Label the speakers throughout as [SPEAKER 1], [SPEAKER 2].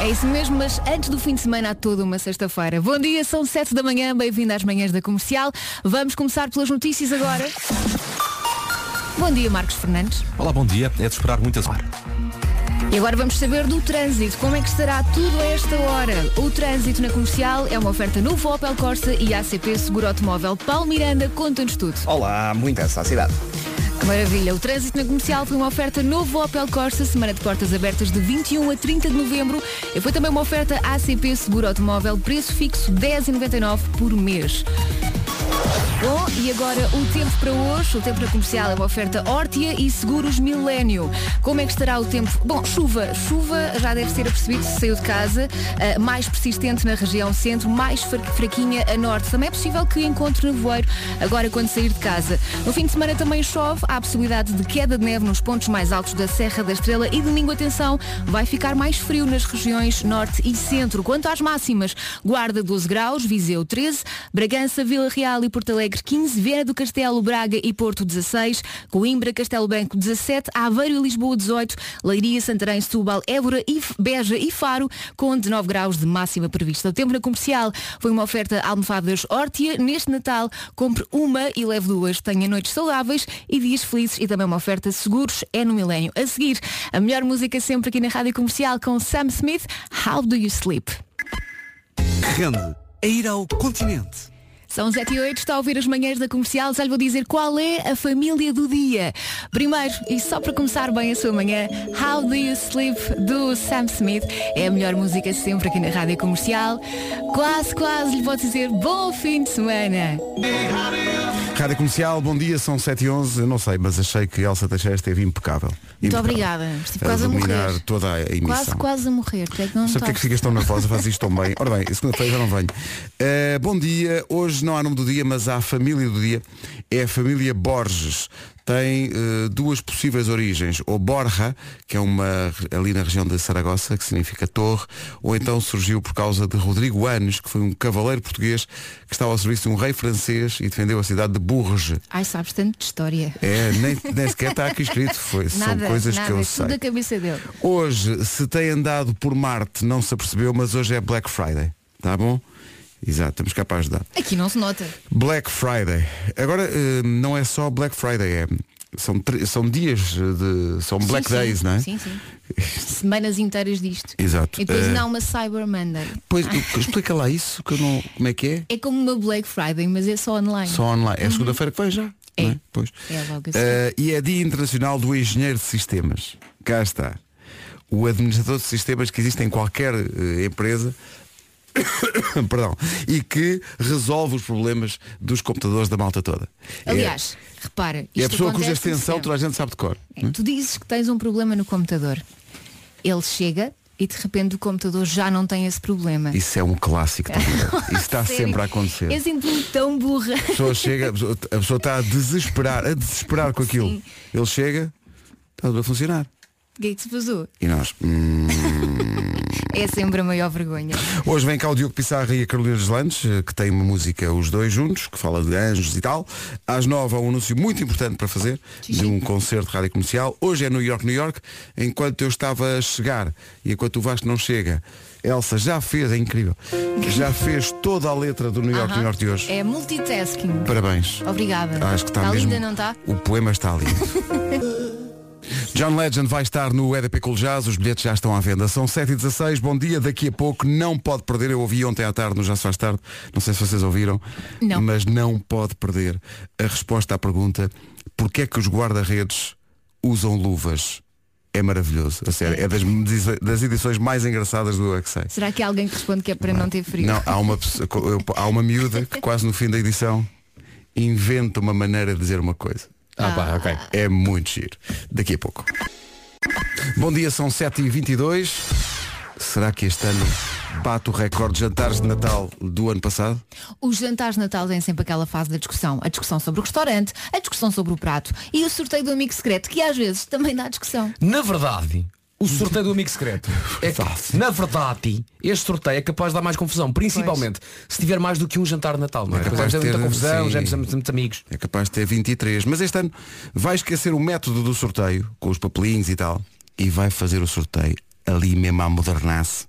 [SPEAKER 1] É isso mesmo, mas antes do fim de semana há toda uma sexta-feira. Bom dia, são 7 da manhã, bem-vindo às manhãs da comercial. Vamos começar pelas notícias agora. Bom dia, Marcos Fernandes.
[SPEAKER 2] Olá, bom dia. É de esperar muitas horas.
[SPEAKER 1] E agora vamos saber do trânsito. Como é que estará tudo a esta hora? O trânsito na comercial é uma oferta novo Opel Corsa e ACP Seguro Automóvel. Paulo Miranda, conta-nos tudo.
[SPEAKER 3] Olá, muita essa cidade.
[SPEAKER 1] Que maravilha. O trânsito na comercial foi uma oferta novo Opel Corsa, semana de portas abertas de 21 a 30 de novembro. E foi também uma oferta ACP Seguro Automóvel, preço fixo 10,99 por mês.
[SPEAKER 4] Ah,
[SPEAKER 1] Bom, e agora o tempo para hoje. O tempo na comercial é uma oferta Hortia e Seguros Milênio. Como é que estará o tempo? Bom, chuva. Chuva já deve ser apercebido se saiu de casa. eh, mais persistente na região centro, mais fra- fraquinha a norte. Também é possível que encontre nevoeiro agora quando sair de casa. No fim de semana também chove. Há a possibilidade de queda de neve nos pontos mais altos da Serra da Estrela. E domingo, atenção, vai ficar mais frio nas regiões norte e centro. Quanto às máximas, Guarda 12 graus, Viseu 13, Bragança, Vila Real e Porto Alegre 15, Vieira do Castelo, Braga e Porto 16, Coimbra, Castelo Branco 17, Aveiro e Lisboa 18, Leiria, Santarém, Setúbal, Évora, e F- Beja e Faro com 19 graus de máxima prevista. O tempo na comercial foi uma oferta almofadas Hortia. Neste Natal, compre uma e leve duas. Tenha noites saudáveis e dias felizes e também uma oferta seguros é no milénio. A seguir, a melhor música sempre aqui na Rádio Comercial com Sam Smith, How Do You Sleep?
[SPEAKER 5] Rende a ir ao continente.
[SPEAKER 1] São 7 e 8, está a ouvir as manhãs da comercial, já lhe vou dizer qual é a família do dia. Primeiro, e só para começar bem a sua manhã, How Do You Sleep, do Sam Smith. É a melhor música sempre aqui na rádio comercial. Quase, quase lhe vou dizer bom fim de semana.
[SPEAKER 5] Rádio Comercial, bom dia, são 7 e 11 Eu não sei, mas achei que Elsa Teixeira esteve impecável.
[SPEAKER 6] Muito
[SPEAKER 5] Impecável.
[SPEAKER 6] obrigada. Estive quase a
[SPEAKER 5] dominar
[SPEAKER 6] morrer.
[SPEAKER 5] toda a emissão.
[SPEAKER 6] Quase, quase a morrer. Porque é que não
[SPEAKER 5] Sabe porque é que
[SPEAKER 6] estás?
[SPEAKER 5] ficas tão nervosa, fazes isto tão bem? Ora bem, segunda-feira já não venho. Uh, bom dia, hoje não há nome do dia, mas há a família do dia. É a família Borges. Tem uh, duas possíveis origens. Ou Borja, que é uma re- ali na região de Saragossa, que significa torre, ou então surgiu por causa de Rodrigo Anes, que foi um cavaleiro português que estava ao serviço de um rei francês e defendeu a cidade de Bourges.
[SPEAKER 1] Ai, sabes tanto de história.
[SPEAKER 5] É, nem, nem sequer está aqui escrito. Foi,
[SPEAKER 1] Nada,
[SPEAKER 5] são coisas
[SPEAKER 1] nada,
[SPEAKER 5] que eu
[SPEAKER 1] é
[SPEAKER 5] sei.
[SPEAKER 1] tudo da cabeça dele.
[SPEAKER 5] Hoje, se tem andado por Marte, não se apercebeu, mas hoje é Black Friday. Tá bom? Exato, estamos capazes de dar.
[SPEAKER 1] Aqui não se nota.
[SPEAKER 5] Black Friday. Agora, eh, não é só Black Friday, é, são, tri- são dias de. São Black
[SPEAKER 6] sim,
[SPEAKER 5] Days, não é?
[SPEAKER 6] Sim, sim. Semanas inteiras disto.
[SPEAKER 5] Exato.
[SPEAKER 6] E depois
[SPEAKER 5] Eh,
[SPEAKER 6] não uma Cyber Monday.
[SPEAKER 5] Pois, tu- explica lá isso, que eu não. Como é que é?
[SPEAKER 6] É como uma Black Friday, mas é só online.
[SPEAKER 5] Só online. É segunda-feira que vem já?
[SPEAKER 6] Uhum. É.
[SPEAKER 5] não Pois.
[SPEAKER 6] É logo assim.
[SPEAKER 5] Eh, e é Dia Internacional do Engenheiro de Sistemas. Cá está. O administrador de sistemas que existe em qualquer eh, empresa perdão, e que resolve os problemas dos computadores da malta toda. É-
[SPEAKER 6] Aliás, repara.
[SPEAKER 5] é, a
[SPEAKER 6] isto
[SPEAKER 5] pessoa cuja
[SPEAKER 6] acontece em
[SPEAKER 5] extensão Hum? toda
[SPEAKER 6] setembro.
[SPEAKER 5] a gente sabe de cor.
[SPEAKER 6] É, Tu dizes que tens um problema no computador. Ele chega e de repente o computador já não tem esse problema.
[SPEAKER 5] Isso é um clássico. da vida. Isso está
[SPEAKER 6] Sério.
[SPEAKER 5] sempre a acontecer.
[SPEAKER 6] Eu sinto-me então, tão burra.
[SPEAKER 5] A pessoa chega, a pessoa, a pessoa está a desesperar, a desesperar com aquilo.
[SPEAKER 6] Sim.
[SPEAKER 5] Ele chega, está tudo a funcionar.
[SPEAKER 6] O que é que se passou?
[SPEAKER 5] E nós. hum,
[SPEAKER 6] É sempre a maior vergonha.
[SPEAKER 5] Hoje vem cá o Diogo Pissarra e a Carolina Deslandes, eh, que tem uma música os dois juntos, que fala de anjos e tal. Às nove há um anúncio muito importante para fazer, de um concerto de rádio comercial. Hoje é New York, New York, enquanto eu estava a chegar e enquanto o Vasco não chega. Elsa já fez, é incrível, já fez toda a letra do New York, New York de hoje.
[SPEAKER 6] É multitasking.
[SPEAKER 5] Parabéns.
[SPEAKER 6] Obrigada.
[SPEAKER 5] Acho que está
[SPEAKER 6] Está
[SPEAKER 5] mesmo.
[SPEAKER 6] linda, não está?
[SPEAKER 5] O poema está lindo. John Legend vai estar no EDP Cool Jazz, os bilhetes já estão à venda. São 7h16, bom dia, daqui a pouco não pode perder. Eu ouvi ontem à tarde no Já Se Faz Tarde, não sei se vocês ouviram,
[SPEAKER 6] Não.
[SPEAKER 5] mas não pode perder a resposta à pergunta porquê é que os guarda-redes usam luvas? É maravilhoso, a sério, é das, das edições mais engraçadas do Eu É Que Sei.
[SPEAKER 6] Será que há alguém que responde que é para não ter frio?
[SPEAKER 5] Não, há uma, pessoa- eu- há uma miúda que quase no fim da edição inventa uma maneira de dizer uma coisa.
[SPEAKER 2] Ah, pá, ok.
[SPEAKER 5] É muito giro. Daqui a pouco. Bom dia, são 7h22. Será que este ano bate o recorde de jantares de Natal do ano passado?
[SPEAKER 6] Os jantares de Natal têm sempre aquela fase da discussão. A discussão sobre o restaurante, a discussão sobre o prato e o sorteio do amigo secreto, que às vezes também dá discussão.
[SPEAKER 7] Na verdade, o sorteio do amigo secreto. É que, na verdade, este sorteio é capaz de dar mais confusão, principalmente se tiver mais do que um jantar de Natal, não é?
[SPEAKER 5] É capaz
[SPEAKER 7] Pois é,
[SPEAKER 5] de
[SPEAKER 7] muita
[SPEAKER 5] ter,
[SPEAKER 7] confusão,
[SPEAKER 5] sim.
[SPEAKER 7] já precisamos de muitos amigos.
[SPEAKER 5] É capaz de ter 23. Mas este ano vai esquecer o método do sorteio, com os papelinhos e tal, e vai fazer o sorteio ali mesmo à modernasse.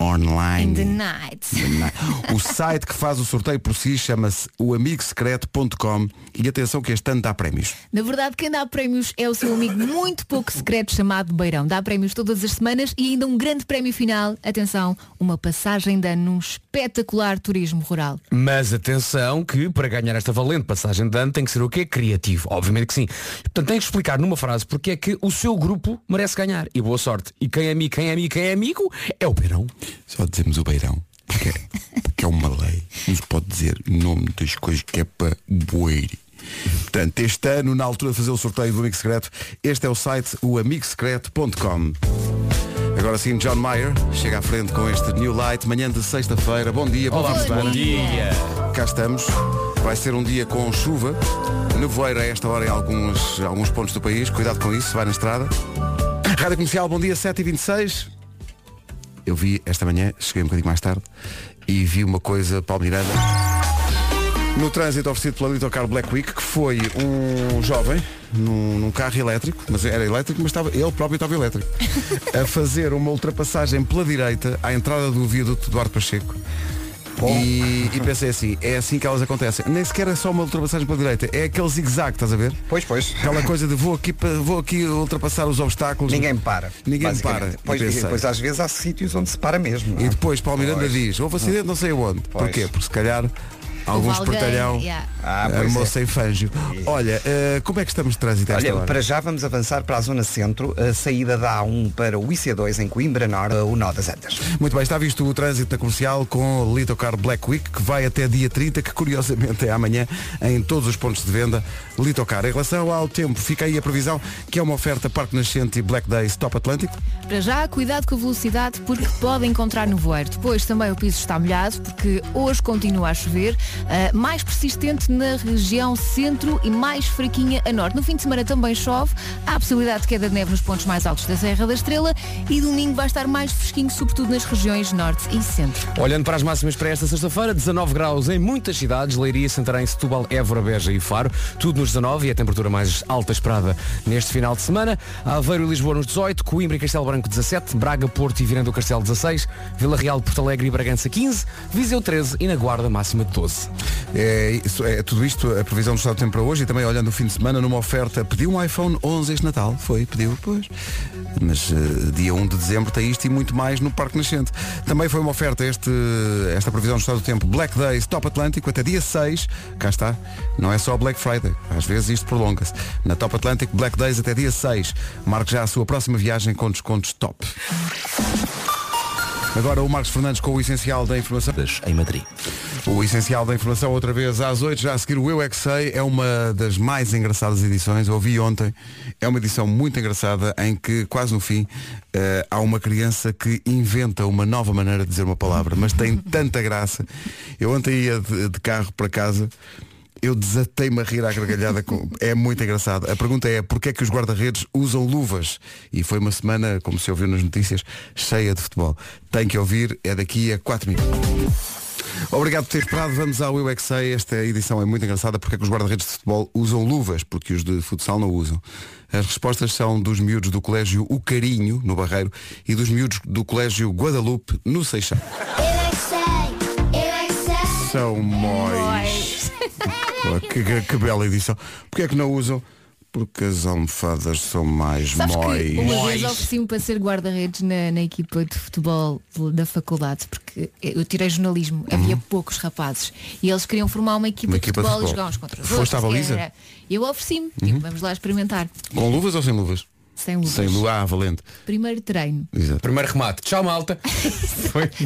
[SPEAKER 5] Online.
[SPEAKER 1] In the night.
[SPEAKER 5] O site que faz o sorteio por si chama-se oamigosecreto.com e atenção que este ano dá prémios.
[SPEAKER 1] Na verdade, quem dá prémios é o seu amigo muito pouco secreto chamado Beirão. Dá prémios todas as semanas e ainda um grande prémio final. Atenção, uma passagem de ano num espetacular turismo rural.
[SPEAKER 7] Mas atenção que para ganhar esta valente passagem de ano tem que ser o quê? Criativo. Obviamente que sim. Portanto, tem que explicar numa frase porque é que o seu grupo merece ganhar. E boa sorte. E quem é amigo, quem é amigo, quem é amigo é o Beirão.
[SPEAKER 5] Só dizemos o beirão, porque é, porque é uma lei. Não se pode dizer o nome das coisas que é para boeir. Portanto, este ano, na altura de fazer o sorteio do Amigo Secreto, este é o site oamigosecreto.com. Agora sim, John Mayer chega à frente com este New Light, manhã de sexta-feira. Bom dia, boa semana.
[SPEAKER 7] dia.
[SPEAKER 5] Cá estamos. Vai ser um dia com chuva. Nevoeiro a esta hora em alguns, alguns pontos do país. Cuidado com isso, vai na estrada. Rádio Comercial, bom dia, 7h26. Eu vi esta manhã, cheguei um bocadinho mais tarde, e vi uma coisa, Paulo Miranda. No trânsito oferecido pela Litocar Black Week, que foi um jovem num, num carro elétrico, mas era elétrico, mas estava, ele próprio estava elétrico, a fazer uma ultrapassagem pela direita à entrada do viaduto Eduardo Pacheco. E, e pensei assim, é assim que elas acontecem. Nem sequer é só uma ultrapassagem pela direita, é aquele zigue-zague, estás a ver?
[SPEAKER 3] Pois, pois.
[SPEAKER 5] Aquela coisa de vou aqui, pa- vou aqui ultrapassar os obstáculos.
[SPEAKER 3] Ninguém para.
[SPEAKER 5] Ninguém
[SPEAKER 3] basicamente.
[SPEAKER 5] para. E
[SPEAKER 3] Pois,
[SPEAKER 5] pensei.
[SPEAKER 3] pois às vezes há sítios onde se para mesmo. não é?
[SPEAKER 5] E depois Paulo Miranda
[SPEAKER 3] Pois.
[SPEAKER 5] diz, houve acidente não sei onde.
[SPEAKER 3] Pois.
[SPEAKER 5] Porquê? Porque se calhar eh, algum
[SPEAKER 1] Houve alguém,
[SPEAKER 5] espertalhão
[SPEAKER 1] yeah.
[SPEAKER 3] Ah, pois
[SPEAKER 5] armou
[SPEAKER 3] é.
[SPEAKER 5] sem fanjo. Olha, eh, como é que estamos de trânsito a esta
[SPEAKER 3] Olha,
[SPEAKER 5] hora?
[SPEAKER 3] para já vamos avançar para a zona centro, a saída da A1 para o IC2 em Coimbra Norte, o nó das Antas.
[SPEAKER 5] Muito bem, está visto o trânsito na comercial com o Litocar Black Week, que vai até dia 30, que curiosamente é amanhã em todos os pontos de venda. Litocar. Em relação ao tempo, fica aí a previsão que é uma oferta Parque Nascente e Black Days Top Atlântico.
[SPEAKER 1] Para já, cuidado com a velocidade porque pode encontrar nevoeiro. Depois também o piso está molhado porque hoje continua a chover, ah, mais persistente na região centro e mais fraquinha a norte. No fim de semana também chove, há a possibilidade de queda de neve nos pontos mais altos da Serra da Estrela e domingo vai estar mais fresquinho, sobretudo nas regiões norte e centro.
[SPEAKER 7] Olhando para as máximas para esta sexta-feira, 19 graus em muitas cidades, Leiria, Santarém, Setúbal, Évora, Beja e Faro, tudo nos 19 e é a temperatura mais alta esperada neste final de semana. Aveiro e Lisboa nos 18, Coimbra e Castelo Branco 17, Braga, Porto e Viana do Castelo 16, Vila Real, Porto Alegre e Bragança 15, Viseu 13 e na Guarda máxima de 12.
[SPEAKER 5] É, isso, é tudo isto, a previsão do estado do tempo para hoje e também olhando o fim de semana numa oferta, pediu um iPhone 11 este Natal, foi, pediu, pois. Mas eh, dia 1 de dezembro tem isto e muito mais no Parque Nascente. Também foi uma oferta este, esta previsão do estado do tempo Black Days Top Atlântico até dia 6, cá está, não é só Black Friday, às vezes isto prolonga-se. Na Top Atlântico Black Days até dia 6. Marque já a sua próxima viagem com descontos top. Agora o Marcos Fernandes com o essencial da informação.
[SPEAKER 8] Em Madrid.
[SPEAKER 5] O essencial da informação outra vez às 8, já a seguir o Eu é que sei, é uma das mais engraçadas edições, ouvi ontem, é uma edição muito engraçada em que quase no fim eh, há uma criança que inventa uma nova maneira de dizer uma palavra, mas tem tanta graça. Eu ontem ia de, de carro para casa, eu desatei-me a rir à gargalhada, com- é muito engraçado. A pergunta é porquê é que os guarda-redes usam luvas? E foi uma semana, como se ouviu nas notícias, cheia de futebol. Tem que ouvir, é daqui a 4 minutos. Obrigado por ter esperado. Vamos ao Eu é Que Sei. Esta edição é muito engraçada porque é que os guarda-redes de futebol usam luvas, porque os de futsal não usam. As respostas são dos miúdos do Colégio O Carinho, no Barreiro, e dos miúdos do Colégio Guadalupe, no Seixal. São móis. Pô, que, que- que bela edição. Porquê é que não usam? Porque as almofadas são mais
[SPEAKER 1] Sabes
[SPEAKER 5] móis.
[SPEAKER 1] que uma vez ofereci-me para ser guarda-redes na, na equipa de futebol de- da faculdade, porque eu tirei jornalismo, havia poucos rapazes e eles queriam formar uma equipa,
[SPEAKER 5] Uhum. Uma
[SPEAKER 1] de,
[SPEAKER 5] equipa de
[SPEAKER 1] futebol, e
[SPEAKER 5] futebol.
[SPEAKER 1] jogar uns contra os
[SPEAKER 5] Foste
[SPEAKER 1] outros.
[SPEAKER 5] à baliza? Uhum.
[SPEAKER 1] era- Eu ofereci-me, tipo, vamos lá experimentar.
[SPEAKER 5] Com luvas ou sem luvas?
[SPEAKER 1] Sem luvas.
[SPEAKER 5] Sem luvas. Ah, valente.
[SPEAKER 1] Primeiro treino.
[SPEAKER 5] Exato.
[SPEAKER 7] Primeiro remate. Tchau, malta.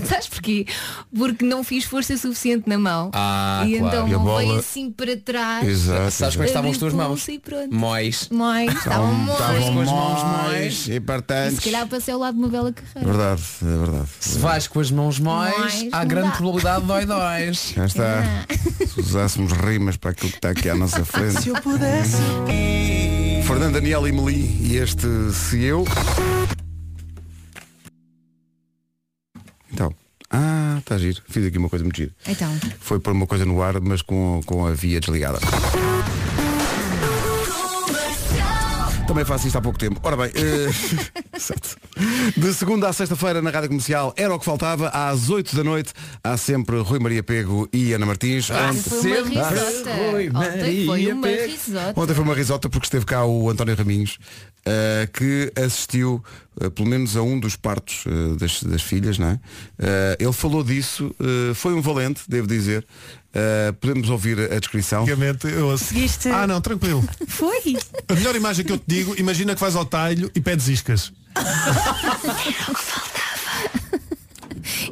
[SPEAKER 1] Sabes porquê? Porque não fiz força suficiente na mão.
[SPEAKER 7] Ah,
[SPEAKER 1] e
[SPEAKER 7] claro.
[SPEAKER 1] então
[SPEAKER 5] E a
[SPEAKER 1] não
[SPEAKER 5] bola-
[SPEAKER 1] veio assim para trás.
[SPEAKER 5] Exato.
[SPEAKER 7] Sabes como é que
[SPEAKER 1] abri
[SPEAKER 7] estavam as tuas mãos?
[SPEAKER 1] pulso E pronto.
[SPEAKER 7] Móis.
[SPEAKER 1] Mãe,
[SPEAKER 5] Estavam
[SPEAKER 1] estavam mãe.
[SPEAKER 7] com as mãos
[SPEAKER 5] móis. E
[SPEAKER 1] tá Se
[SPEAKER 5] portanto...
[SPEAKER 1] calhar passei ao lado de uma bela carreira.
[SPEAKER 5] Verdade, é verdade.
[SPEAKER 7] Se vais com as mãos móis,
[SPEAKER 1] Móis,
[SPEAKER 7] há
[SPEAKER 1] não
[SPEAKER 7] grande
[SPEAKER 1] dá.
[SPEAKER 7] probabilidade de dói dóis.
[SPEAKER 5] Já está.
[SPEAKER 1] Ah.
[SPEAKER 5] Se usássemos rimas para aquilo que está aqui à nossa frente. Se eu pudesse. Fernando Daniel e Meli e este Se Eu. Então. Ah, está giro. Fiz aqui uma coisa muito gira.
[SPEAKER 1] Então,
[SPEAKER 5] Foi pôr uma coisa no ar, mas com, com a via desligada. Também faço isto há pouco tempo. Ora bem, eh, certo. De segunda à sexta-feira na Rádio Comercial era o que faltava. Às 8 da noite há sempre Rui Maria Pego e Ana Martins.
[SPEAKER 1] Ontem foi uma
[SPEAKER 7] Sempre.
[SPEAKER 1] risota.
[SPEAKER 7] Oi,
[SPEAKER 1] Ontem foi
[SPEAKER 7] Maria
[SPEAKER 1] uma
[SPEAKER 7] Pé.
[SPEAKER 1] risota.
[SPEAKER 5] Ontem foi uma risota porque esteve cá o António Raminhos, eh, que assistiu eh, pelo menos a um dos partos eh, das, das filhas, não é? Eh, ele falou disso, eh, foi um valente, devo dizer. Eh, podemos ouvir a descrição.
[SPEAKER 9] Antigamente eu ouço.
[SPEAKER 10] Seguiste?
[SPEAKER 9] Ah não, tranquilo.
[SPEAKER 10] Foi.
[SPEAKER 9] A melhor imagem que eu te digo, imagina que vais ao talho e pedes iscas.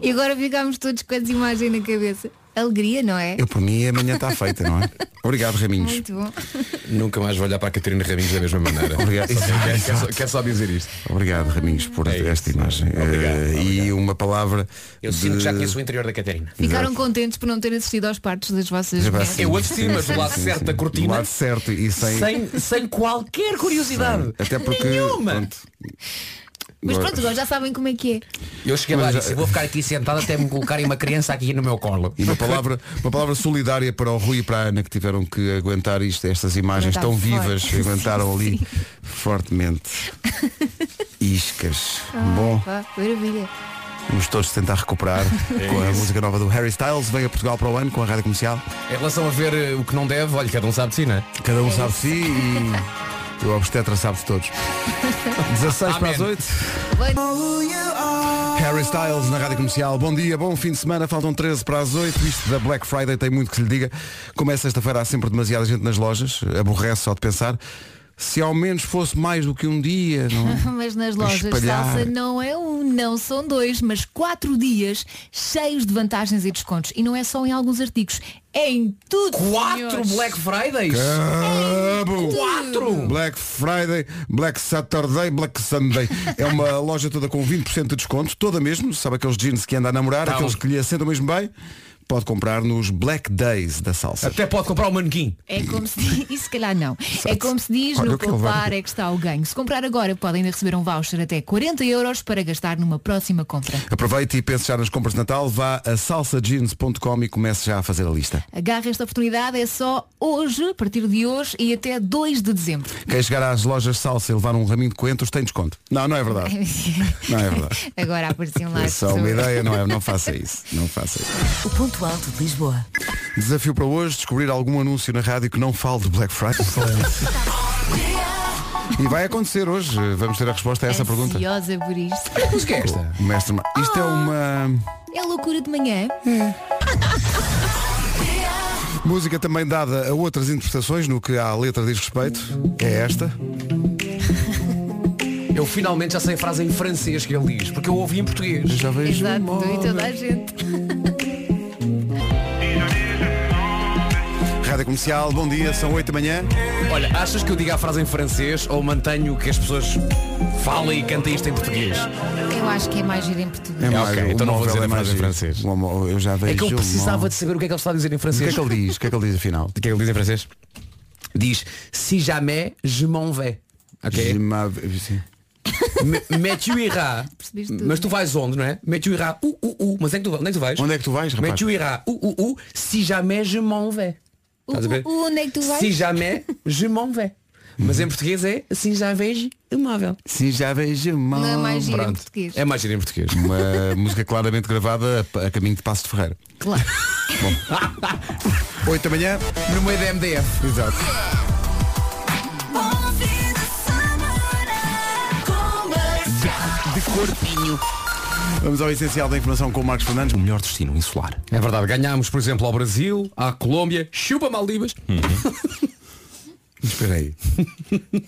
[SPEAKER 1] E agora ficámos todos com as imagens na cabeça. Alegria, não é?
[SPEAKER 5] Eu por mim amanhã está feita, não é? Obrigado, Raminhos.
[SPEAKER 1] Muito bom.
[SPEAKER 8] Nunca mais vou olhar para a Catarina Raminhos da mesma maneira.
[SPEAKER 5] Obrigado.
[SPEAKER 8] Só quero- quero, só, quero só dizer isto.
[SPEAKER 5] é Obrigado, Raminhos, por
[SPEAKER 8] É
[SPEAKER 5] esta
[SPEAKER 8] isso.
[SPEAKER 5] imagem.
[SPEAKER 8] Obrigado,
[SPEAKER 5] Eh, E uma palavra.
[SPEAKER 7] Eu
[SPEAKER 5] de-
[SPEAKER 7] sinto que já conheço o interior da Catarina.
[SPEAKER 1] Ficaram contentes por não terem assistido aos partos das vossas
[SPEAKER 5] Sim,
[SPEAKER 1] mulheres.
[SPEAKER 5] sim,
[SPEAKER 7] Eu assisti,
[SPEAKER 5] sim,
[SPEAKER 7] mas
[SPEAKER 5] sim,
[SPEAKER 7] do lado
[SPEAKER 5] sim,
[SPEAKER 7] certo
[SPEAKER 5] sim.
[SPEAKER 7] da cortina.
[SPEAKER 5] É Do lado certo e sem.
[SPEAKER 7] Sem, sem qualquer curiosidade.
[SPEAKER 5] Até porque.
[SPEAKER 7] Nenhuma.
[SPEAKER 5] pronto,
[SPEAKER 1] Mas pronto, agora já sabem como é que é.
[SPEAKER 7] Eu cheguei lá e disse, eu vou ficar aqui sentado até me colocarem uma criança aqui no meu colo.
[SPEAKER 5] E uma palavra, uma palavra solidária para o Rui e para a Ana que tiveram que aguentar isto, estas imagens
[SPEAKER 1] Aguentaram
[SPEAKER 5] tão vivas,
[SPEAKER 1] forte.
[SPEAKER 5] aguentaram ali fortemente. Iscas. Ah, Bom,
[SPEAKER 1] Pá, maravilha.
[SPEAKER 5] vamos todos tentar recuperar com a música nova do Harry Styles. Vem a Portugal para o ano com a rádio comercial.
[SPEAKER 7] Em relação a ver eh, o que não deve, olha, cada um sabe de si, não é?
[SPEAKER 5] Cada um sabe de si e o obstetra sabe de todos. 16 para as
[SPEAKER 7] Amém.
[SPEAKER 5] 8. Harry Styles na Rádio Comercial. Bom dia, bom fim de semana. Faltam 13 para as 8. Isto da Black Friday tem muito que se lhe diga. Como é sexta-feira, há sempre demasiada gente nas lojas. Aborrece só de pensar. Se ao menos fosse mais do que um dia, não é?
[SPEAKER 1] Mas nas lojas
[SPEAKER 5] Espalhar.
[SPEAKER 1] salsa não é um, não são dois, mas quatro dias cheios de vantagens e descontos. E não é só em alguns artigos, é em tudo.
[SPEAKER 7] Quatro
[SPEAKER 1] senhores.
[SPEAKER 7] Black Fridays!
[SPEAKER 5] Cabo!
[SPEAKER 7] Quatro!
[SPEAKER 5] Black Friday, Black Saturday, Black Sunday. É uma loja toda com 20% de desconto, toda mesmo. Sabe aqueles jeans que anda a namorar,
[SPEAKER 7] Tá
[SPEAKER 5] aqueles
[SPEAKER 7] bom.
[SPEAKER 5] que lhe assentam mesmo bem? Pode comprar nos Black Days da salsa.
[SPEAKER 7] Até pode comprar um manequim.
[SPEAKER 1] É como se diz, e se calhar não. É como se diz,
[SPEAKER 5] Olha
[SPEAKER 1] no
[SPEAKER 5] o que ele vai
[SPEAKER 1] poupar
[SPEAKER 5] dizer.
[SPEAKER 1] é que está o ganho. Se comprar agora, pode ainda receber um voucher até 40 euros para gastar numa próxima compra.
[SPEAKER 5] Aproveite e pense já nas compras de Natal. Vá a salsajeans.com e comece já a fazer a lista.
[SPEAKER 1] Agarra esta oportunidade, é só hoje, a partir de hoje e até 2 de dezembro.
[SPEAKER 5] Quem chegar às lojas salsa e levar um raminho de coentros tem desconto. Não, não é verdade. Não é verdade.
[SPEAKER 1] Agora apareciam lá
[SPEAKER 5] É
[SPEAKER 1] as
[SPEAKER 5] só uma
[SPEAKER 1] pessoas.
[SPEAKER 5] ideia, não é? Não faça isso. Não faça isso.
[SPEAKER 10] O ponto alto de Lisboa.
[SPEAKER 5] Desafio para hoje, descobrir algum anúncio na rádio que não fale de Black Friday. e vai acontecer hoje. Vamos ter a resposta a essa pergunta.
[SPEAKER 1] Ansiosa por isto.
[SPEAKER 7] que é esta?
[SPEAKER 5] O mestre Ma- Isto é uma
[SPEAKER 1] É loucura de manhã.
[SPEAKER 5] É. música também dada a outras interpretações no que à letra diz respeito. É esta.
[SPEAKER 7] Eu finalmente já sei a frase em francês que ele diz, porque eu ouvi em português.
[SPEAKER 5] Já vejo.
[SPEAKER 1] Exato, tu e toda a gente.
[SPEAKER 5] Rádio Comercial, bom dia, são 8 da manhã.
[SPEAKER 7] Olha, achas que eu diga a frase em francês ou mantenho que as pessoas falem e cantem isto em português?
[SPEAKER 1] Eu acho que é mais giro em português.
[SPEAKER 5] É mais,
[SPEAKER 7] ok, então não
[SPEAKER 5] móvel
[SPEAKER 7] vou dizer
[SPEAKER 5] é
[SPEAKER 7] a
[SPEAKER 5] mais
[SPEAKER 7] frase em
[SPEAKER 5] giro.
[SPEAKER 7] francês.
[SPEAKER 5] O mo- eu já vejo
[SPEAKER 7] É que eu
[SPEAKER 5] o
[SPEAKER 7] precisava
[SPEAKER 5] móvel.
[SPEAKER 7] de saber o que é que ele está a dizer
[SPEAKER 5] O
[SPEAKER 7] em
[SPEAKER 5] que é
[SPEAKER 7] francês.
[SPEAKER 5] que ele diz? O que é que ele diz afinal?
[SPEAKER 7] O que é que ele diz em francês? Diz, si jamais je m'en vais.
[SPEAKER 5] Je
[SPEAKER 7] Ok?
[SPEAKER 5] m'avais- sim.
[SPEAKER 7] Me- Mais tu iras.
[SPEAKER 1] Percebeste tudo.
[SPEAKER 7] Mas tu vais onde, não é? Mais tu iras, uh, uh, uh. Mas é que tu, onde é que tu vais?
[SPEAKER 5] Onde é que tu vais,
[SPEAKER 7] Mais
[SPEAKER 5] rapaz?
[SPEAKER 7] tu iras, uh, uh, uh. Si jamais je m'en vais. Estás a ver?
[SPEAKER 1] O- o- onde é que tu vais?
[SPEAKER 7] Si jamais je m'en vais. Mas em português é assim já vejo imóvel.
[SPEAKER 5] Sim, já vejo mal.
[SPEAKER 1] Não é mais giro em
[SPEAKER 7] Pronto.
[SPEAKER 1] português.
[SPEAKER 7] É mais giro em português.
[SPEAKER 5] Uma música claramente gravada a, a caminho de Passo de Ferreira.
[SPEAKER 1] Claro.
[SPEAKER 5] 8 da manhã.
[SPEAKER 7] No meio da MDF.
[SPEAKER 5] Exato. De corpinho. Vamos ao essencial da informação com o Marcos Fernandes. O melhor destino insular.
[SPEAKER 7] É verdade, ganhámos, por exemplo, ao Brasil, à Colômbia, chupa Maldivas.
[SPEAKER 5] Espera aí.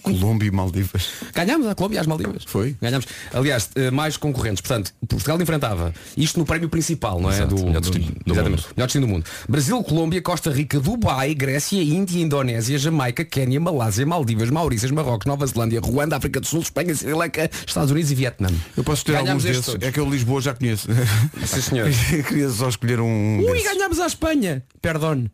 [SPEAKER 5] Colômbia e Maldivas.
[SPEAKER 7] Ganhámos à Colômbia e às Maldivas.
[SPEAKER 5] Foi?
[SPEAKER 7] Ganhámos. Aliás, eh, mais concorrentes. Portanto, Portugal enfrentava isto no prémio principal, não é?
[SPEAKER 8] Exato, melhor destino do
[SPEAKER 7] exatamente,
[SPEAKER 8] mundo.
[SPEAKER 7] melhor destino do mundo. Brasil, Colômbia, Costa Rica, Dubai, Grécia, Índia, Indonésia, Jamaica, Quénia, Malásia, Maldivas, Maurícias, Marrocos, Nova Zelândia, Ruanda, África do Sul, Espanha, Sri Lanka, Estados Unidos e Vietnã.
[SPEAKER 5] Eu posso ter
[SPEAKER 7] Ganhámos
[SPEAKER 5] alguns desses.
[SPEAKER 7] estes todos.
[SPEAKER 5] É que eu Lisboa já conheço.
[SPEAKER 7] Sim, senhor.
[SPEAKER 5] Queria só escolher um.
[SPEAKER 7] Ui,
[SPEAKER 5] desses.
[SPEAKER 7] ganhámos à Espanha. Perdone.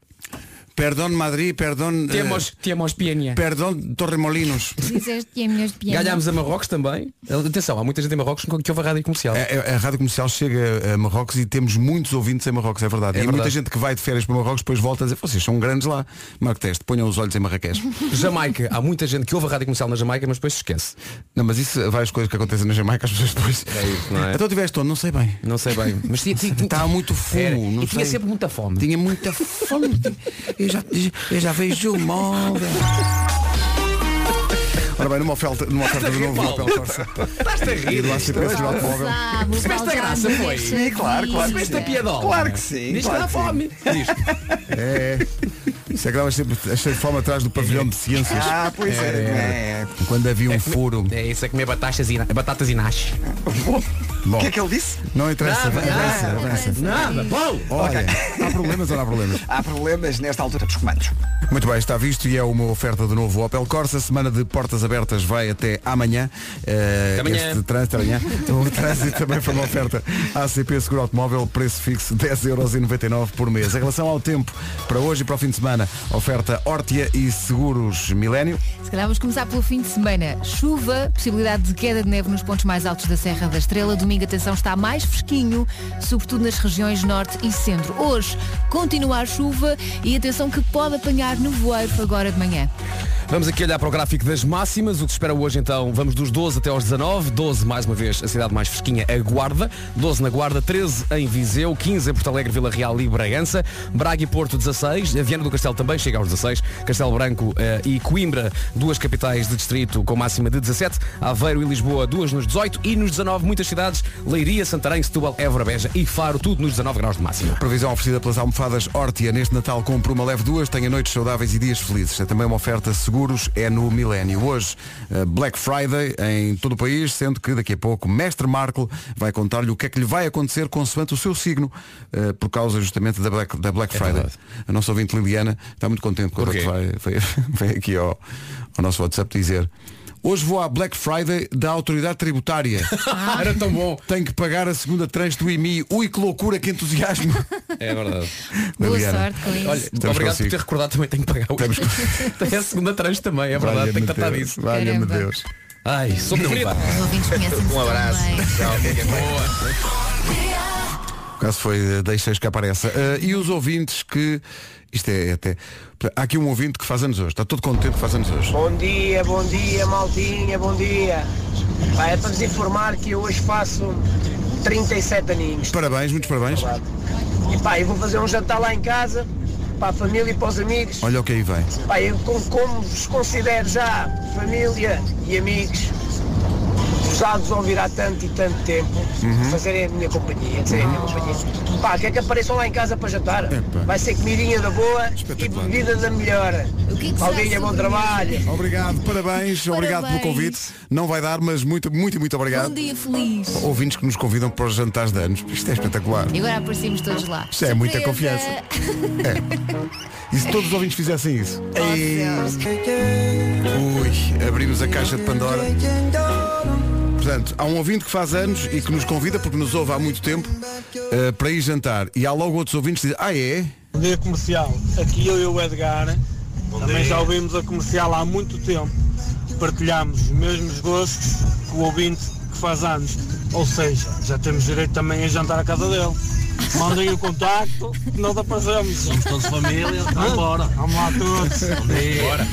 [SPEAKER 5] Perdón Madrid, perdón. eh,
[SPEAKER 7] Temos, temos Pienia.
[SPEAKER 5] Perdón Torremolinos.
[SPEAKER 1] Dizeste em milhões de piano.
[SPEAKER 7] Ganhámos a Marrocos também. Atenção, há muita gente em Marrocos que ouve a rádio comercial.
[SPEAKER 5] A, a- a rádio comercial chega a Marrocos e temos muitos ouvintes em Marrocos, é verdade.
[SPEAKER 7] É
[SPEAKER 5] e muita
[SPEAKER 7] verdade.
[SPEAKER 5] gente que vai de férias para Marrocos depois volta a dizer, vocês são grandes lá. Marco Teste, ponham os olhos em Marrakech.
[SPEAKER 7] Jamaica, há muita gente que ouve a rádio comercial na Jamaica, mas depois se esquece.
[SPEAKER 5] não, mas isso, várias coisas que acontecem na Jamaica, as pessoas depois.
[SPEAKER 7] É isso, não é?
[SPEAKER 5] Então tiveste onde? Não sei bem.
[SPEAKER 7] Não sei bem. Mas tinha, tinha,
[SPEAKER 5] Estava muito fumo,
[SPEAKER 7] Era.
[SPEAKER 5] não
[SPEAKER 7] E tinha
[SPEAKER 5] sei.
[SPEAKER 7] sempre muita fome.
[SPEAKER 5] Tinha muita fome. Eu já, eu já vejo o móvel. Ora bem, numa oferta, numa oferta de novo Opel Corsa.
[SPEAKER 7] Estás-te a rir.
[SPEAKER 5] Do ACPS do automóvel.
[SPEAKER 7] Percebeste a graça, foi?
[SPEAKER 3] Sim, claro, claro.
[SPEAKER 7] Percebeste a piadola?
[SPEAKER 3] Claro que sim.
[SPEAKER 7] Diz que
[SPEAKER 3] claro
[SPEAKER 7] dá
[SPEAKER 3] que
[SPEAKER 7] fome. Diz.
[SPEAKER 5] É. Isso é que dava sempre achei fome atrás do pavilhão de ciências.
[SPEAKER 3] sim. Ah, pois é. é.
[SPEAKER 5] Quando havia um furo.
[SPEAKER 7] É isso, é comer batatas e, na- batatas e nasce.
[SPEAKER 5] Bom,
[SPEAKER 3] O que é que ele disse?
[SPEAKER 5] não interessa. interessa, interessa.
[SPEAKER 7] Nada, bom.
[SPEAKER 5] Olha, há problemas ou não há problemas?
[SPEAKER 3] Há problemas nesta altura dos comandos.
[SPEAKER 5] Muito bem, está visto e é uma oferta de novo Opel Corsa. Semana de portas abertas vai até amanhã. Eh,
[SPEAKER 7] Até amanhã.
[SPEAKER 5] Este trânsito, amanhã. O trânsito também foi uma oferta ACP Seguro Automóvel, preço fixo 10,99€ por mês. Em relação ao tempo, para hoje e para o fim de semana, oferta Hortia e Seguros Milénio.
[SPEAKER 1] Se calhar vamos começar pelo fim de semana. Chuva, possibilidade de queda de neve nos pontos mais altos da Serra da Estrela. Domingo, atenção, está mais fresquinho, sobretudo nas regiões norte e centro. Hoje continua a chuva e atenção que pode apanhar nevoeiro agora de manhã.
[SPEAKER 7] Vamos aqui olhar para o gráfico das máximas. O que se espera hoje então, vamos dos 12 até aos 19. 12, mais uma vez, a cidade mais fresquinha, a Guarda. 12 na Guarda, 13 em Viseu, 15 em Porto Alegre, Vila Real e Bragança. Braga e Porto, 16. A Viana do Castelo também chega aos 16. Castelo Branco eh, e Coimbra, duas capitais de distrito com máxima de 17. Aveiro e Lisboa, duas nos 18. E nos 19, muitas cidades. Leiria, Santarém, Setúbal, Évora, Beja e Faro, tudo nos 19 graus de máxima.
[SPEAKER 5] Previsão oferecida pelas almofadas Hortia. Neste Natal compre uma leve duas, tenha noites saudáveis e dias felizes. É também uma oferta seguros, é no Milénio. Hoje, eh, Black Friday em todo o país, sendo que daqui a pouco Mestre Marco vai contar-lhe o que é que lhe vai acontecer consoante o seu signo, eh, por causa justamente da Black, da Black Friday.
[SPEAKER 7] É verdade.
[SPEAKER 5] a nossa ouvinte Liliana está muito contente com o
[SPEAKER 7] Porquê?
[SPEAKER 5] que vai, vai, vai aqui ao, ao nosso WhatsApp dizer. Hoje vou à Black Friday da Autoridade Tributária.
[SPEAKER 7] Ah. Era tão bom.
[SPEAKER 5] Tenho que pagar a segunda tranche do IMI. Ui, que loucura, que entusiasmo.
[SPEAKER 7] É verdade.
[SPEAKER 1] Boa
[SPEAKER 5] Liliana.
[SPEAKER 1] sorte com isso.
[SPEAKER 7] Olha,
[SPEAKER 5] Estamos
[SPEAKER 7] obrigado
[SPEAKER 5] consigo.
[SPEAKER 7] por ter recordado também, tenho que pagar o Tem a segunda tranche também, é verdade, tenho que tratar disso.
[SPEAKER 5] Valha-me
[SPEAKER 1] Caramba.
[SPEAKER 5] Deus.
[SPEAKER 7] Ai, sou preferido.
[SPEAKER 1] Os ouvintes conhecem-se
[SPEAKER 8] Um abraço.
[SPEAKER 1] tão bem.
[SPEAKER 8] Tchau. fiquem bem.
[SPEAKER 5] O caso foi eh, deixa escapar essa. Eh, e os ouvintes que. Isto é até. Há aqui um ouvinte que faz anos hoje. Está todo contente que faz anos hoje.
[SPEAKER 10] Bom dia, bom dia, maltinha, bom dia. Pá, é para vos informar que eu hoje faço 37 aninhos.
[SPEAKER 5] Parabéns, muitos parabéns.
[SPEAKER 10] E pá, eu vou fazer um jantar lá em casa, para a família e para os amigos.
[SPEAKER 5] Olha o que aí vem.
[SPEAKER 10] Pá, eu como, como vos considero já família e amigos, vos há de vos ouvir há tanto e tanto tempo,
[SPEAKER 7] Uhum.
[SPEAKER 10] fazerem a minha companhia, de serem a minha companhia. Pá, quer que apareçam lá em casa para jantar?
[SPEAKER 5] Epá.
[SPEAKER 10] Vai ser comidinha da boa e
[SPEAKER 5] Espetacular.
[SPEAKER 10] bebida da melhor.
[SPEAKER 1] O que é que será
[SPEAKER 10] Maltinha, bom
[SPEAKER 1] sobre
[SPEAKER 10] trabalho.
[SPEAKER 5] Obrigado, parabéns, obrigado pelo
[SPEAKER 1] Parabéns.
[SPEAKER 5] convite. Não vai dar, mas muito, muito, muito
[SPEAKER 1] É Bom
[SPEAKER 5] obrigado.
[SPEAKER 1] Um dia feliz.
[SPEAKER 5] Ouvintes que nos convidam para os jantares de anos. Isto é espetacular.
[SPEAKER 1] E agora aparecemos todos lá.
[SPEAKER 5] Isto é muita
[SPEAKER 1] Surpresa.
[SPEAKER 5] confiança. E se todos os ouvintes fizessem isso? Ui, abrimos a caixa de Pandora. Portanto, há um ouvinte que faz anos e que nos convida, porque nos ouve há muito tempo, eh, para ir jantar. E há logo outros ouvintes que dizem, ah é?
[SPEAKER 11] Bom dia comercial, aqui eu e o Edgar, também já ouvimos a comercial há muito tempo, partilhamos os mesmos gostos que o ouvinte que faz anos, ou seja, já temos direito também a jantar à casa dele. Mandem o contacto, nós aparecemos. Somos todos família, vamos embora. Vamos lá todos. Bora.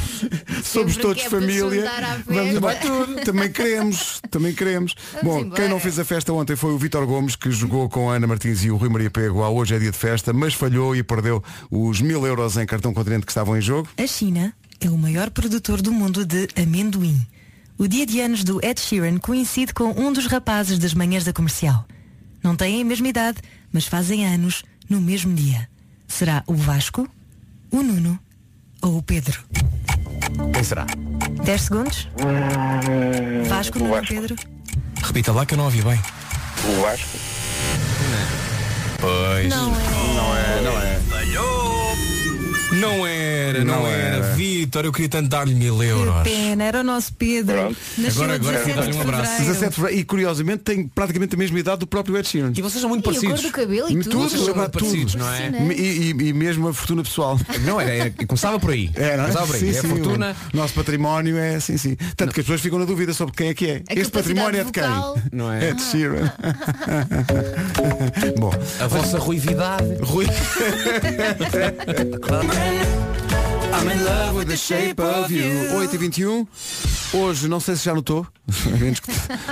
[SPEAKER 5] Somos
[SPEAKER 1] Sempre
[SPEAKER 5] todos
[SPEAKER 1] que é para
[SPEAKER 5] família.
[SPEAKER 1] juntar à
[SPEAKER 5] Vamos
[SPEAKER 1] festa.
[SPEAKER 5] embora tudo. Também queremos, também queremos. Bom,
[SPEAKER 1] embora.
[SPEAKER 5] quem não fez a festa ontem foi o Vítor Gomes, que jogou com a Ana Martins e o Rui Maria Pego. Ah, Hoje é dia de festa, mas falhou e perdeu os mil euros em cartão continente que estavam em jogo.
[SPEAKER 12] A China é o maior produtor do mundo de amendoim. O dia de anos do Ed Sheeran coincide com um dos rapazes das manhãs da comercial. Não têm a mesma idade, mas fazem anos no mesmo dia. Será o Vasco, o Nuno ou o Pedro?
[SPEAKER 7] Quem será?
[SPEAKER 12] 10 segundos? Vasco,
[SPEAKER 1] é
[SPEAKER 12] Nuno, Pedro?
[SPEAKER 7] Repita lá que eu não ouvi bem.
[SPEAKER 1] Não é.
[SPEAKER 7] é. Não era, não,
[SPEAKER 5] Não
[SPEAKER 7] era.
[SPEAKER 5] era.
[SPEAKER 7] Vitor, eu queria tanto dar-lhe mil euros.
[SPEAKER 12] Que pena, era o nosso Pedro. Nasceu
[SPEAKER 7] Agora-
[SPEAKER 12] a
[SPEAKER 7] agora
[SPEAKER 12] 17
[SPEAKER 7] dá-lhe
[SPEAKER 12] de
[SPEAKER 7] um abraço.
[SPEAKER 12] fevereiro.
[SPEAKER 5] 17 de fevereiro. E curiosamente tem praticamente a mesma idade do próprio Ed Sheeran.
[SPEAKER 7] E vocês são muito
[SPEAKER 1] E a cor
[SPEAKER 7] parecidos.
[SPEAKER 1] do cabelo e tudo.
[SPEAKER 7] Vocês são
[SPEAKER 5] epá,
[SPEAKER 7] muito parecidos,
[SPEAKER 5] tudo.
[SPEAKER 7] não é?
[SPEAKER 1] Fascinante.
[SPEAKER 5] E, e- e mesmo a fortuna pessoal.
[SPEAKER 7] Não era, era- começava por aí.
[SPEAKER 5] É, não é?
[SPEAKER 7] Começava por aí.
[SPEAKER 5] Sim,
[SPEAKER 7] é
[SPEAKER 5] sim,
[SPEAKER 7] a fortuna.
[SPEAKER 5] o nosso património é sim, sim. Tanto que as pessoas ficam na dúvida sobre quem é que é.
[SPEAKER 1] A
[SPEAKER 5] este
[SPEAKER 1] capacidade
[SPEAKER 5] património é de quem?
[SPEAKER 1] vocal.
[SPEAKER 7] Não é?
[SPEAKER 5] É de Sheeran. Bom,
[SPEAKER 7] A vossa ruividade.
[SPEAKER 5] Rui. I'm in love with the shape of you. 8 e 21. Hoje, não sei se já notou, a menos que-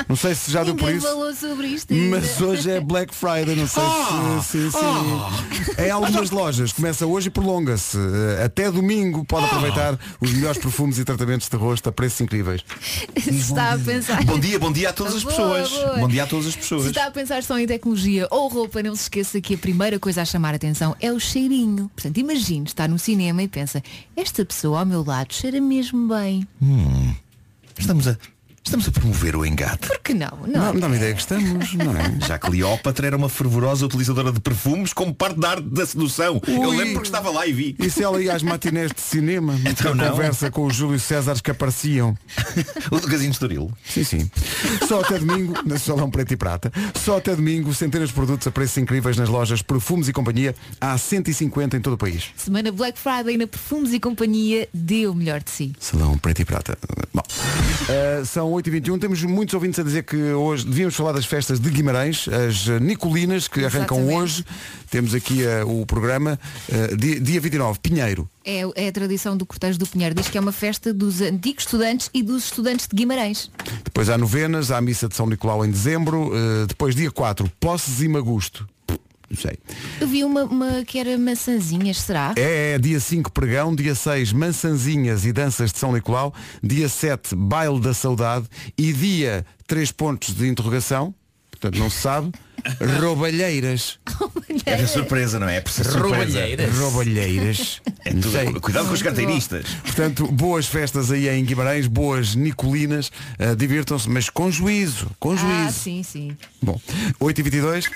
[SPEAKER 5] não sei se já deu por
[SPEAKER 1] Ninguém
[SPEAKER 5] isso.
[SPEAKER 1] falou sobre isto. ainda.
[SPEAKER 5] Mas hoje é Black Friday, não sei
[SPEAKER 13] Oh!
[SPEAKER 5] se. Sim, sim. Em algumas
[SPEAKER 13] Então-
[SPEAKER 5] lojas começa hoje e prolonga-se. Eh, Até domingo
[SPEAKER 13] Oh!
[SPEAKER 5] pode aproveitar os melhores perfumes e tratamentos de rosto a preços incríveis.
[SPEAKER 1] Se está a pensar.
[SPEAKER 13] Bom dia, bom dia a todas as
[SPEAKER 1] Boa,
[SPEAKER 13] pessoas.
[SPEAKER 1] boa.
[SPEAKER 13] Bom dia a todas as
[SPEAKER 1] Se
[SPEAKER 13] pessoas.
[SPEAKER 1] está a pensar só em tecnologia ou roupa, não se esqueça que a primeira coisa a chamar a atenção é o cheirinho. Portanto, imagine estar no cinema e pensa, esta pessoa ao meu lado cheira mesmo bem.
[SPEAKER 13] Hum. Estamos a, estamos a promover o engate.
[SPEAKER 1] Por que não? Não.
[SPEAKER 5] Não, não dá-me ideia que estamos, não é?
[SPEAKER 13] Já que Cleópatra era uma fervorosa utilizadora de perfumes como parte da arte da sedução. Eu
[SPEAKER 5] Ui.
[SPEAKER 13] lembro que estava lá e vi.
[SPEAKER 5] E se ela ia às matinés de cinema,
[SPEAKER 13] Então
[SPEAKER 5] a
[SPEAKER 13] não.
[SPEAKER 5] conversa com os Júlio Césares que apareciam.
[SPEAKER 9] é-
[SPEAKER 13] O do Casino de Estoril.
[SPEAKER 5] Sim, sim. Só até domingo, na Solão Preto e Prata, só até domingo, centenas de produtos a preços incríveis nas lojas Perfumes e Companhia. Há 150 em todo o país.
[SPEAKER 1] Semana Black Friday na Perfumes e Companhia dê o melhor de si.
[SPEAKER 5] Salão preto e prata. Bom, eh, são 8h21. Temos muitos ouvintes a dizer que hoje devíamos falar das festas de Guimarães, as eh, Nicolinas, que arrancam
[SPEAKER 1] Exatamente.
[SPEAKER 5] hoje. Temos aqui eh, o programa. eh, dia, dia 29, Pinheiro.
[SPEAKER 1] É, é a tradição do Cortejo do Pinheiro. Diz que é uma festa dos antigos estudantes e dos estudantes de Guimarães.
[SPEAKER 5] Depois há novenas, há a missa de São Nicolau em dezembro. eh, depois, dia 4, Posses e Magusto. Não sei.
[SPEAKER 1] Eu vi uma, uma que era maçãzinhas, será?
[SPEAKER 5] É, é, dia 5 pregão, dia 6 mansanzinhas e danças de São Nicolau, dia 7 baile da saudade e dia 3 pontos de interrogação, portanto não se sabe, roubalheiras.
[SPEAKER 13] Era surpresa, não é? É por ser surpresa.
[SPEAKER 5] Roubalheiras.
[SPEAKER 13] É
[SPEAKER 5] Não
[SPEAKER 13] tudo-
[SPEAKER 5] sei.
[SPEAKER 13] Cuidado com os carteiristas.
[SPEAKER 5] Portanto, boas festas aí em Guimarães, boas Nicolinas, ah, divirtam-se, mas com juízo, com
[SPEAKER 1] Ah,
[SPEAKER 5] juízo.
[SPEAKER 1] sim, sim.
[SPEAKER 5] Bom, 8h22.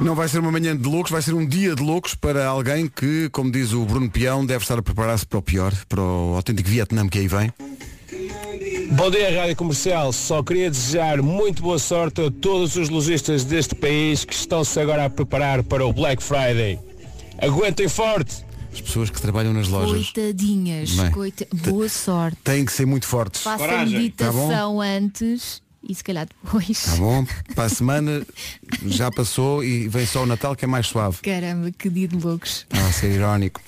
[SPEAKER 5] Não vai ser uma manhã de loucos, vai ser um dia de loucos para alguém que, como diz o Bruno Peão, deve estar a preparar-se para o pior, para o autêntico Vietnã que aí vem.
[SPEAKER 11] Bom dia, Rádio Comercial. Só queria desejar muito boa sorte a todos os lojistas deste país que estão-se agora a preparar para o Black Friday. Aguentem forte!
[SPEAKER 5] As pessoas que trabalham nas lojas
[SPEAKER 1] Coitadinhas.
[SPEAKER 5] Bem.
[SPEAKER 1] Coita... Boa sorte.
[SPEAKER 5] têm que ser muito fortes. Tá
[SPEAKER 1] Faça
[SPEAKER 11] Coragem.
[SPEAKER 1] meditação antes e se calhar depois.
[SPEAKER 5] Tá bom? Para a semana já passou e vem só o Natal que é mais suave.
[SPEAKER 1] Caramba, que dia de loucos.
[SPEAKER 5] Ah, ser irónico.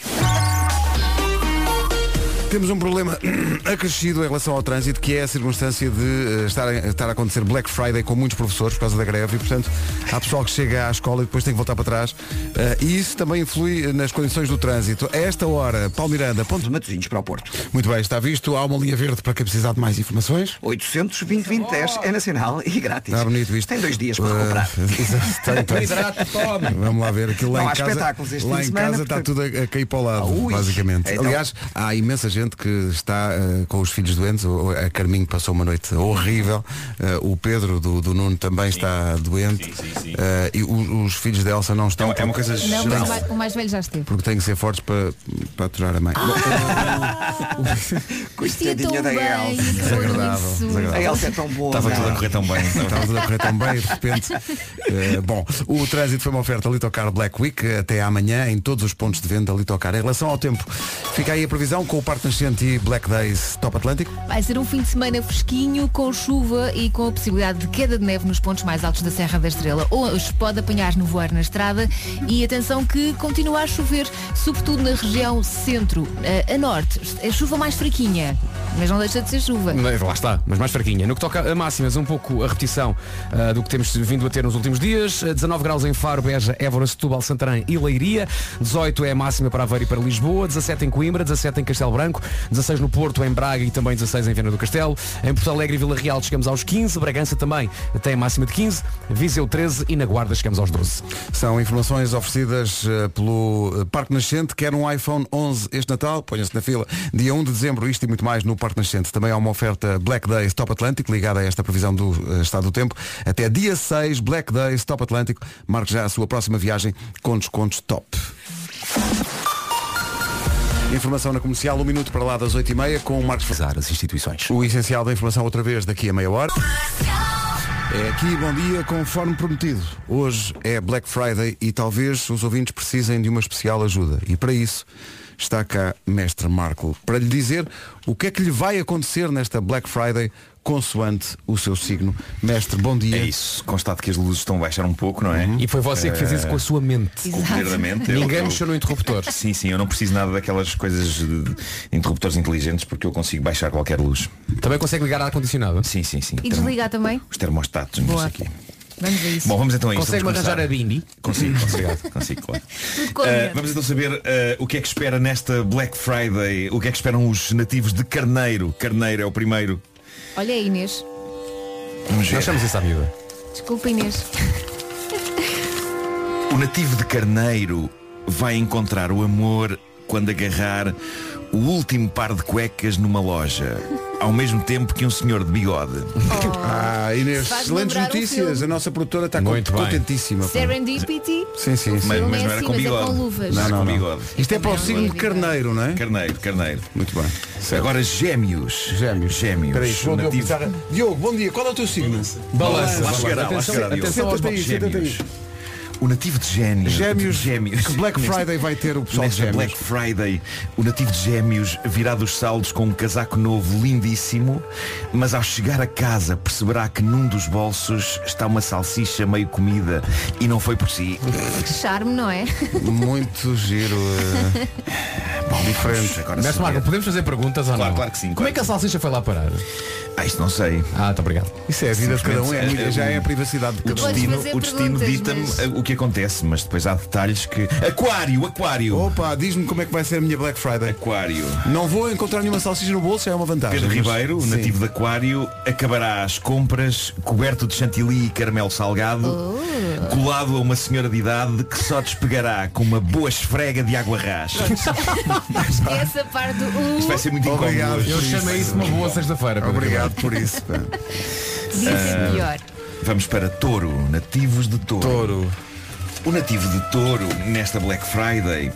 [SPEAKER 5] Temos um problema acrescido em relação ao trânsito, que é a circunstância de eh, estar, a, estar a acontecer Black Friday com muitos professores por causa da greve e, portanto, há pessoal que chega à escola e depois tem que voltar para trás. Eh, e isso também influi eh, nas condições do trânsito. A esta hora, Paulo Miranda, ponto...
[SPEAKER 3] Pontos Matosinhos para o Porto.
[SPEAKER 5] Muito bem, está visto. Há uma linha verde para quem precisar de mais informações.
[SPEAKER 3] 800 é nacional e grátis.
[SPEAKER 5] Está bonito isto.
[SPEAKER 3] Tem dois dias para recuperar.
[SPEAKER 5] Eh, exato, tem, tem. Vamos lá ver aquilo lá
[SPEAKER 3] Não
[SPEAKER 5] em
[SPEAKER 3] há
[SPEAKER 5] casa.
[SPEAKER 3] espetáculos este
[SPEAKER 5] lá
[SPEAKER 3] fim
[SPEAKER 5] em
[SPEAKER 3] de semana,
[SPEAKER 5] casa está
[SPEAKER 3] portanto.
[SPEAKER 5] tudo a, a cair para o lado,
[SPEAKER 3] Ah, ui.
[SPEAKER 5] basicamente.
[SPEAKER 3] Então-
[SPEAKER 5] Aliás, há imensa gente que está eh, com os filhos doentes. O- A Carminho passou uma noite horrível. Eh, o Pedro do, do Nuno também está doente. Eh, e o- os filhos da Elsa não
[SPEAKER 13] É
[SPEAKER 5] estão
[SPEAKER 13] uma, é uma coisa
[SPEAKER 1] Não, mas o
[SPEAKER 13] geral.
[SPEAKER 1] mais, o mais velho já esteve.
[SPEAKER 5] porque têm que ser fortes para, para aturar a mãe.
[SPEAKER 3] Ah,
[SPEAKER 1] Vestia tão
[SPEAKER 3] Coitadinha da
[SPEAKER 1] bem.
[SPEAKER 3] Elsa.
[SPEAKER 1] foi um
[SPEAKER 5] Desagradável,
[SPEAKER 1] absurdo.
[SPEAKER 5] desagradável.
[SPEAKER 3] A Elsa é tão boa.
[SPEAKER 13] Estava
[SPEAKER 3] não.
[SPEAKER 13] tudo a correr tão bem. então.
[SPEAKER 5] Estava tudo a correr tão bem e de repente. eh, bom, o trânsito foi uma oferta Litocar Black Week até amanhã em todos os pontos de venda Litocar. Em relação ao tempo, fica aí a previsão com o Parque Nascente e Black Days Top Atlântico.
[SPEAKER 1] Vai ser um fim de semana fresquinho, com chuva e com a possibilidade de queda de neve nos pontos mais altos da Serra da Estrela. Hoje pode apanhar no voar na estrada e atenção que continua a chover, sobretudo na região centro. A, a norte, é chuva mais fraquinha, mas não deixa de ser chuva.
[SPEAKER 7] Bem, Lá está, mas mais fraquinha. No que toca a máximas, um pouco a repetição ah, do que temos vindo a ter nos últimos dias. Ah, 19 graus em Faro, Beja, Évora, Setúbal, Santarém e Leiria. 18 é a máxima para Aveiro e para Lisboa. 17 em Coimbra, 17 em Castelo Branco. 16 no Porto, em Braga e também 16 em Viana do Castelo. Em Porto Alegre e Vila Real chegamos aos 15. Bragança também tem a máxima de 15. Viseu 13 e na Guarda chegamos aos 12.
[SPEAKER 5] São informações oferecidas eh, pelo eh, Parque Nascente. Quer um iPhone 11 este Natal? Ponha-se na fila. Dia 1 de dezembro, isto e muito mais no Parque Nascente. Também há uma oferta Black Days Top Atlântico, ligada a esta previsão do eh, estado do tempo. Até dia 6, Black Days Top Atlântico. Marque já a sua próxima viagem com descontos top. Informação na comercial, um minuto para lá das 8h30 com o Marcos Fazar, as instituições. O essencial da informação outra vez daqui a meia hora. É aqui, bom dia, conforme prometido. Hoje é Black Friday e talvez os ouvintes precisem de uma especial ajuda. E para isso está cá Mestre Marco para lhe dizer o que é que lhe vai acontecer nesta Black Friday consoante o seu signo. Mestre, bom dia.
[SPEAKER 13] É isso, constato que as luzes estão a baixar um pouco, não é?
[SPEAKER 7] E foi você que fez isso com a sua mente.
[SPEAKER 13] Com o poder da mente. Eu-
[SPEAKER 7] Ninguém
[SPEAKER 13] eu-
[SPEAKER 7] mexeu no interruptor.
[SPEAKER 13] Sim, sim, eu não preciso nada daquelas coisas de interruptores inteligentes porque eu consigo baixar qualquer luz.
[SPEAKER 7] Também consegue ligar ar-condicionado.
[SPEAKER 13] Sim, sim, sim.
[SPEAKER 1] E
[SPEAKER 13] Termo-
[SPEAKER 1] desligar também?
[SPEAKER 13] Os termostatos, não
[SPEAKER 1] Boa.
[SPEAKER 13] sei aqui.
[SPEAKER 1] Vamos a isso.
[SPEAKER 13] Bom, vamos então a isso.
[SPEAKER 7] Consegue
[SPEAKER 13] Vamos
[SPEAKER 7] arranjar
[SPEAKER 13] começar.
[SPEAKER 7] a Bimbi?
[SPEAKER 13] Consigo, consigo, consigo, claro.
[SPEAKER 1] Tudo com a
[SPEAKER 13] Eh,
[SPEAKER 1] minha.
[SPEAKER 13] vamos então saber eh, o que é que espera nesta Black Friday, o que é que esperam os nativos de Carneiro. Carneiro é o primeiro.
[SPEAKER 1] Olha aí, Inês.
[SPEAKER 13] Vamos ver.
[SPEAKER 7] Nós chamamos isso à miúda.
[SPEAKER 1] Desculpa, Inês.
[SPEAKER 13] O nativo de Carneiro vai encontrar o amor quando agarrar o último par de cuecas numa loja, ao mesmo tempo que um senhor de bigode.
[SPEAKER 5] Ah, Inês,
[SPEAKER 1] Faz-me
[SPEAKER 5] excelentes
[SPEAKER 1] lembrar um
[SPEAKER 5] notícias.
[SPEAKER 1] filme.
[SPEAKER 5] a nossa produtora está
[SPEAKER 7] Muito bem.
[SPEAKER 5] contentíssima. pá.
[SPEAKER 1] Serendipity.
[SPEAKER 5] Sim, sim, sim.
[SPEAKER 13] Mas,
[SPEAKER 1] Não
[SPEAKER 13] mas
[SPEAKER 1] é
[SPEAKER 13] não era
[SPEAKER 1] assim,
[SPEAKER 13] com
[SPEAKER 1] mas é
[SPEAKER 13] bigode.
[SPEAKER 1] com luvas.
[SPEAKER 13] Não,
[SPEAKER 5] Não,
[SPEAKER 13] era
[SPEAKER 5] não,
[SPEAKER 13] com
[SPEAKER 5] não.
[SPEAKER 13] bigode.
[SPEAKER 5] Isto é para o signo de carneiro, não é?
[SPEAKER 13] Carneiro, carneiro.
[SPEAKER 5] Muito bem.
[SPEAKER 13] Agora gêmeos.
[SPEAKER 5] Gêmeos.
[SPEAKER 13] Gêmeos.
[SPEAKER 5] Espera aí,
[SPEAKER 13] O
[SPEAKER 5] João Diogo
[SPEAKER 13] nativo-
[SPEAKER 5] Pizarra. Diogo, bom dia. Qual é o teu signo?
[SPEAKER 7] Balança.
[SPEAKER 13] Lá chegará, lá
[SPEAKER 7] Atenção,
[SPEAKER 13] chegará, Diogo.
[SPEAKER 7] atenção aos
[SPEAKER 5] Senta-te aí,
[SPEAKER 7] blocos
[SPEAKER 5] senta-te aí.
[SPEAKER 7] gêmeos.
[SPEAKER 13] O nativo de gêmeos.
[SPEAKER 5] Gêmeos.
[SPEAKER 13] Gêmeos.
[SPEAKER 5] Que Black
[SPEAKER 13] Neste-
[SPEAKER 5] Friday vai ter o pessoal de
[SPEAKER 13] Nesta
[SPEAKER 5] gêmeos.
[SPEAKER 13] Black Friday, o nativo de Gêmeos virá dos saldos com um casaco novo lindíssimo, mas ao chegar a casa perceberá que num dos bolsos está uma salsicha meio comida e não foi por si.
[SPEAKER 1] Que charme, não é?
[SPEAKER 5] Muito giro. eh, diferente.
[SPEAKER 13] Agora
[SPEAKER 7] Mestre
[SPEAKER 13] saber.
[SPEAKER 7] Marco, podemos fazer perguntas ou
[SPEAKER 13] Claro,
[SPEAKER 7] não?
[SPEAKER 13] claro que sim,
[SPEAKER 7] Como
[SPEAKER 13] claro
[SPEAKER 7] é
[SPEAKER 13] que
[SPEAKER 7] que a salsicha foi lá parar?
[SPEAKER 13] Ah, isto não sei.
[SPEAKER 7] Ah, tá obrigado.
[SPEAKER 5] Isso é a vida de cada um, é a
[SPEAKER 13] Simplesmente,
[SPEAKER 5] minha- já é a privacidade de
[SPEAKER 13] O
[SPEAKER 5] cada um.
[SPEAKER 1] Podes
[SPEAKER 13] destino,
[SPEAKER 1] fazer
[SPEAKER 13] o destino
[SPEAKER 1] perguntas,
[SPEAKER 13] dita-me
[SPEAKER 1] mas-
[SPEAKER 13] eh, o que acontece, mas depois há detalhes que. Aquário, aquário!
[SPEAKER 5] Opa, diz-me como é que vai ser a minha Black Friday.
[SPEAKER 13] Aquário.
[SPEAKER 5] Não vou encontrar nenhuma salsicha no bolso, já é uma vantagem.
[SPEAKER 13] Pedro
[SPEAKER 5] mas-
[SPEAKER 13] Ribeiro,
[SPEAKER 5] Sim.
[SPEAKER 13] nativo de Aquário, acabará as compras coberto de chantilly e caramelo salgado,
[SPEAKER 1] Oh.
[SPEAKER 13] colado a uma senhora de idade que só despegará com uma boa esfrega de água ras. Isto
[SPEAKER 1] É Essa parte do. Uh,
[SPEAKER 13] vai ser muito incómodo.
[SPEAKER 5] Obrigado.
[SPEAKER 13] hoje.
[SPEAKER 7] Eu chamei isso de uma boa sexta-feira. Pedro.
[SPEAKER 5] Obrigado por isso. pá.
[SPEAKER 1] dizem pior.
[SPEAKER 13] Ah, Vamos para Touro, nativos de Touro. O nativo de Touro, nesta Black Friday,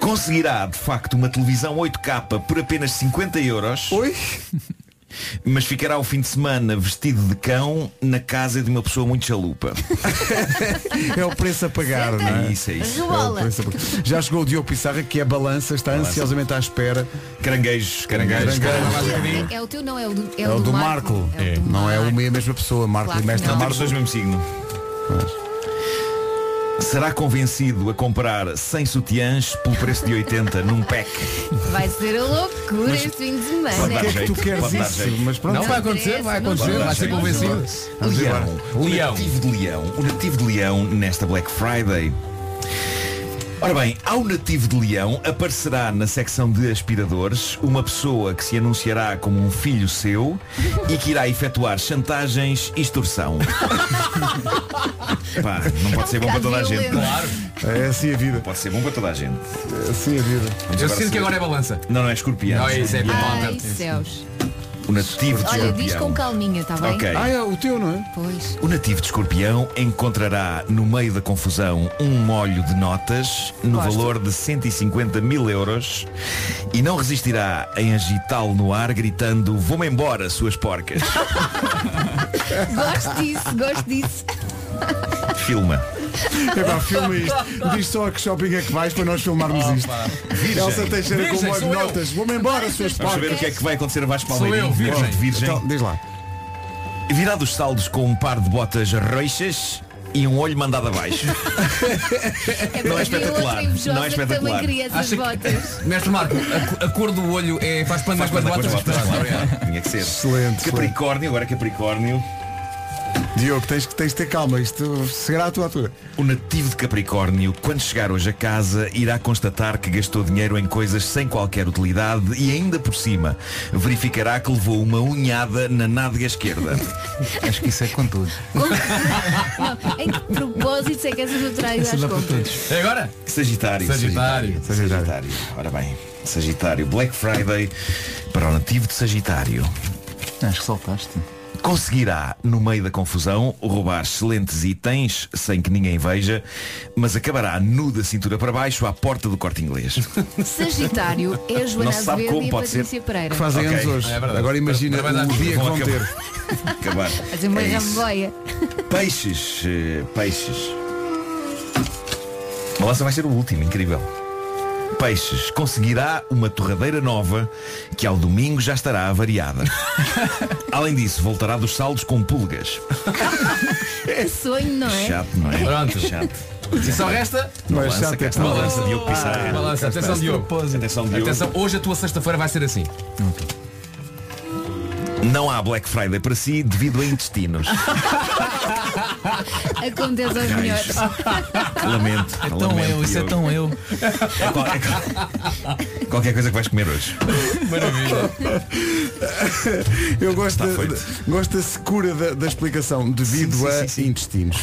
[SPEAKER 13] conseguirá de facto uma televisão 8K por apenas 50 euros.
[SPEAKER 5] Oi?
[SPEAKER 13] Mas ficará o fim de semana vestido de cão na casa de uma pessoa muito chalupa.
[SPEAKER 5] É o preço a pagar, não
[SPEAKER 13] É
[SPEAKER 5] é?
[SPEAKER 13] isso, é isso.
[SPEAKER 1] Joala.
[SPEAKER 5] Preço a pagar. Já chegou o Diogo Pissarra, que é balança, está ansiosamente à espera.
[SPEAKER 13] Caranguejos, caranguejos.
[SPEAKER 1] É, é o teu, não, é o do,
[SPEAKER 5] É o do Marco.
[SPEAKER 1] É o do
[SPEAKER 5] Não é
[SPEAKER 1] Marco.
[SPEAKER 5] uma e a mesma pessoa, Marco
[SPEAKER 1] Claro
[SPEAKER 5] e
[SPEAKER 1] que
[SPEAKER 5] Mestre
[SPEAKER 1] não.
[SPEAKER 5] Marco.
[SPEAKER 13] Temos dois mesmo signo. Será convencido a comprar 100 sutiãs pelo preço de 80 num pack.
[SPEAKER 1] Vai ser a loucura este fim de
[SPEAKER 13] Pode
[SPEAKER 5] O
[SPEAKER 1] semana.
[SPEAKER 13] dar
[SPEAKER 5] que é que
[SPEAKER 13] jeito,
[SPEAKER 5] tu queres
[SPEAKER 13] pode dar
[SPEAKER 5] isso?
[SPEAKER 13] jeito.
[SPEAKER 5] Mas pronto.
[SPEAKER 7] Não vai acontecer, vai acontecer, vai ser convencido.
[SPEAKER 13] Leão.
[SPEAKER 7] Leão.
[SPEAKER 13] O nativo de Leão. O nativo de Leão nesta Black Friday. Ora bem, ao nativo de Leão aparecerá na secção de aspiradores uma pessoa que se anunciará como um filho seu e que irá efetuar chantagens e extorsão. Pá, não pode ser bom para toda a gente. não é?
[SPEAKER 5] É assim a vida.
[SPEAKER 13] um Pode ser bom para toda a gente.
[SPEAKER 5] É assim a vida.
[SPEAKER 13] Vamos
[SPEAKER 7] Eu
[SPEAKER 13] agora
[SPEAKER 7] sinto que
[SPEAKER 13] saber-
[SPEAKER 7] agora é balança.
[SPEAKER 13] Não, não é escorpião.
[SPEAKER 7] Não, é isso, é
[SPEAKER 1] Ai,
[SPEAKER 7] balança.
[SPEAKER 1] céus.
[SPEAKER 13] O nativo de
[SPEAKER 1] Olha, diz
[SPEAKER 13] escorpião.
[SPEAKER 1] com calminha, está bem?
[SPEAKER 13] Ok.
[SPEAKER 5] Ah, é o teu, não é?
[SPEAKER 1] Pois.
[SPEAKER 13] O nativo de escorpião encontrará no meio da confusão um molho de notas no valor de 150 mil euros e não resistirá em agitá-lo no ar gritando vou-me embora suas porcas.
[SPEAKER 1] Gosto disso, gosto disso.
[SPEAKER 13] Filma.
[SPEAKER 5] É pá, filma isto. Diz só a que shopping é que vais para nós filmarmos isto. Elsa Teixeira com
[SPEAKER 7] Virgem,
[SPEAKER 5] boas
[SPEAKER 7] sou eu.
[SPEAKER 5] notas. Vamos embora, suas
[SPEAKER 13] Vamos
[SPEAKER 5] porcas.
[SPEAKER 13] saber o que é que vai acontecer a Vasco
[SPEAKER 7] Sou
[SPEAKER 13] Palmeirinho.
[SPEAKER 7] eu, virgem.
[SPEAKER 13] Gosto de virgem.
[SPEAKER 5] Então, diz lá.
[SPEAKER 13] Virá dos saldos com um par de botas roixas e um olho mandado abaixo.
[SPEAKER 1] É
[SPEAKER 13] Não
[SPEAKER 1] porque havia
[SPEAKER 13] é espetacular,
[SPEAKER 1] outra invejosa
[SPEAKER 13] não é
[SPEAKER 1] Que também
[SPEAKER 13] espetacular.
[SPEAKER 1] queria essas
[SPEAKER 7] Acho que-
[SPEAKER 1] botas.
[SPEAKER 7] Mestre Marco, a, a cor do olho é, faz pano
[SPEAKER 13] Faz
[SPEAKER 7] com as
[SPEAKER 13] conta com as
[SPEAKER 7] botas. é.
[SPEAKER 13] botas, claro, claro. Tinha que ser.
[SPEAKER 5] Excelente,
[SPEAKER 13] Capricórnio, agora Capricórnio.
[SPEAKER 5] Diogo, tens que tens de ter calma. Isto chegará à tua altura.
[SPEAKER 13] O nativo de Capricórnio, quando chegar hoje a casa, irá constatar que gastou dinheiro em coisas sem qualquer utilidade e ainda por cima verificará que levou uma unhada na nádega esquerda.
[SPEAKER 6] Acho que isso é com tudo.
[SPEAKER 1] Ah, Não, em que propósitos é que essas atrás às compras?
[SPEAKER 7] É agora?
[SPEAKER 13] Sagitário.
[SPEAKER 7] Sagitário.
[SPEAKER 13] Sagitário. Ora bem, Sagitário. Black Friday para o nativo de Sagitário.
[SPEAKER 6] Acho que saltaste.
[SPEAKER 13] Conseguirá, no meio da confusão, roubar excelentes itens sem que ninguém veja, mas acabará nu da cintura para baixo à porta do corte inglês.
[SPEAKER 1] é? Sagitário é a
[SPEAKER 13] Não
[SPEAKER 1] Joana
[SPEAKER 13] se sabe
[SPEAKER 1] Azevedo
[SPEAKER 13] como
[SPEAKER 1] e a
[SPEAKER 13] pode ser
[SPEAKER 1] Patrícia Pereira.
[SPEAKER 5] que fazem
[SPEAKER 13] Ok.
[SPEAKER 5] anos hoje.
[SPEAKER 13] É verdade.
[SPEAKER 5] Agora imagina
[SPEAKER 13] Parabéns
[SPEAKER 5] o
[SPEAKER 13] às
[SPEAKER 5] dia que vão
[SPEAKER 13] pessoas.
[SPEAKER 5] ter.
[SPEAKER 13] Acabar.
[SPEAKER 1] Fazer uma
[SPEAKER 13] É isso.
[SPEAKER 1] jamboia.
[SPEAKER 13] Peixes, eh, peixes. A lança vai ser o último, incrível. Peixes, conseguirá uma torradeira nova que ao domingo já estará avariada. Além disso, voltará dos saldos com pulgas.
[SPEAKER 1] Que sonho, não é?
[SPEAKER 13] Chato, não é?
[SPEAKER 7] Pronto.
[SPEAKER 13] Chato.
[SPEAKER 7] E só resta?
[SPEAKER 13] Uma
[SPEAKER 7] Mas
[SPEAKER 13] lança,
[SPEAKER 7] chato
[SPEAKER 13] cá
[SPEAKER 7] é
[SPEAKER 13] está uma lança, Diogo Pissarra.
[SPEAKER 7] Balança,
[SPEAKER 13] Cá está.
[SPEAKER 7] atenção Diogo.
[SPEAKER 13] Atenção, Diogo.
[SPEAKER 7] Atenção, hoje a tua sexta-feira vai ser assim.
[SPEAKER 13] Não há Black Friday para si devido a intestinos.
[SPEAKER 1] Acontece aos
[SPEAKER 13] Gajos.
[SPEAKER 1] melhores.
[SPEAKER 13] Lamento.
[SPEAKER 6] É tão
[SPEAKER 13] lamento,
[SPEAKER 6] eu, isso é
[SPEAKER 13] Diogo.
[SPEAKER 6] tão eu.
[SPEAKER 13] É qual- é qual- Qualquer coisa que vais comer hoje.
[SPEAKER 7] Então.
[SPEAKER 5] Eu gosto,
[SPEAKER 13] Está
[SPEAKER 5] da,
[SPEAKER 13] feito.
[SPEAKER 5] da- gosto da secura da, da explicação devido
[SPEAKER 13] Sim, sim,
[SPEAKER 5] a
[SPEAKER 13] sim, sim.
[SPEAKER 5] intestinos.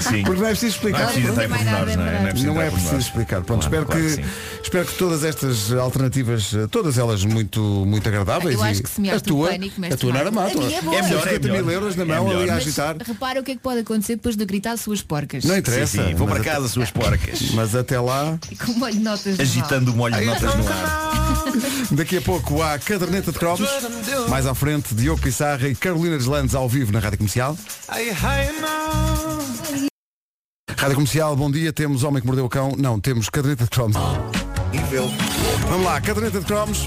[SPEAKER 13] Sim.
[SPEAKER 5] Porque não é preciso
[SPEAKER 13] Não é
[SPEAKER 5] explicar.
[SPEAKER 13] preciso entrar em
[SPEAKER 1] Não tem mais
[SPEAKER 13] pormenores, não é?
[SPEAKER 1] nada,
[SPEAKER 13] Não é preciso,
[SPEAKER 5] Não
[SPEAKER 13] entrar
[SPEAKER 5] é
[SPEAKER 13] em
[SPEAKER 5] preciso
[SPEAKER 13] pormenores.
[SPEAKER 5] explicar. Pronto,
[SPEAKER 13] Claro,
[SPEAKER 5] espero,
[SPEAKER 13] claro
[SPEAKER 5] que,
[SPEAKER 13] sim.
[SPEAKER 5] espero que todas estas alternativas, eh, todas elas muito, muito agradáveis.
[SPEAKER 1] Eu acho
[SPEAKER 5] Ah, e
[SPEAKER 1] que
[SPEAKER 5] a
[SPEAKER 1] semeaste
[SPEAKER 5] tua,
[SPEAKER 1] o um pânico, mestre
[SPEAKER 5] a tua não era má.
[SPEAKER 1] Marco. A minha é boa.
[SPEAKER 13] É melhor, é
[SPEAKER 5] 50 mil
[SPEAKER 13] melhor.
[SPEAKER 5] euros na
[SPEAKER 13] É
[SPEAKER 5] mão ali
[SPEAKER 13] melhor.
[SPEAKER 5] a
[SPEAKER 1] Mas
[SPEAKER 5] agitar.
[SPEAKER 1] repara o que é que pode acontecer depois de gritar suas porcas.
[SPEAKER 5] Não
[SPEAKER 13] Sim,
[SPEAKER 5] interessa.
[SPEAKER 13] sim, vou
[SPEAKER 5] mas
[SPEAKER 13] para
[SPEAKER 5] até-
[SPEAKER 13] casa, suas porcas.
[SPEAKER 5] Mas até lá,
[SPEAKER 1] E com um molho de notas de
[SPEAKER 13] Agitando o molho de notas no ar.
[SPEAKER 5] daqui a pouco há caderneta de cromos. Mais à frente, Diogo Pissarra e Carolina Deslandes ao vivo na Rádio Comercial. Rádio Comercial, bom dia. Temos Homem que Mordeu o Cão. Não, temos Caderneta de Cromos. Vamos lá, Caderneta de Cromos.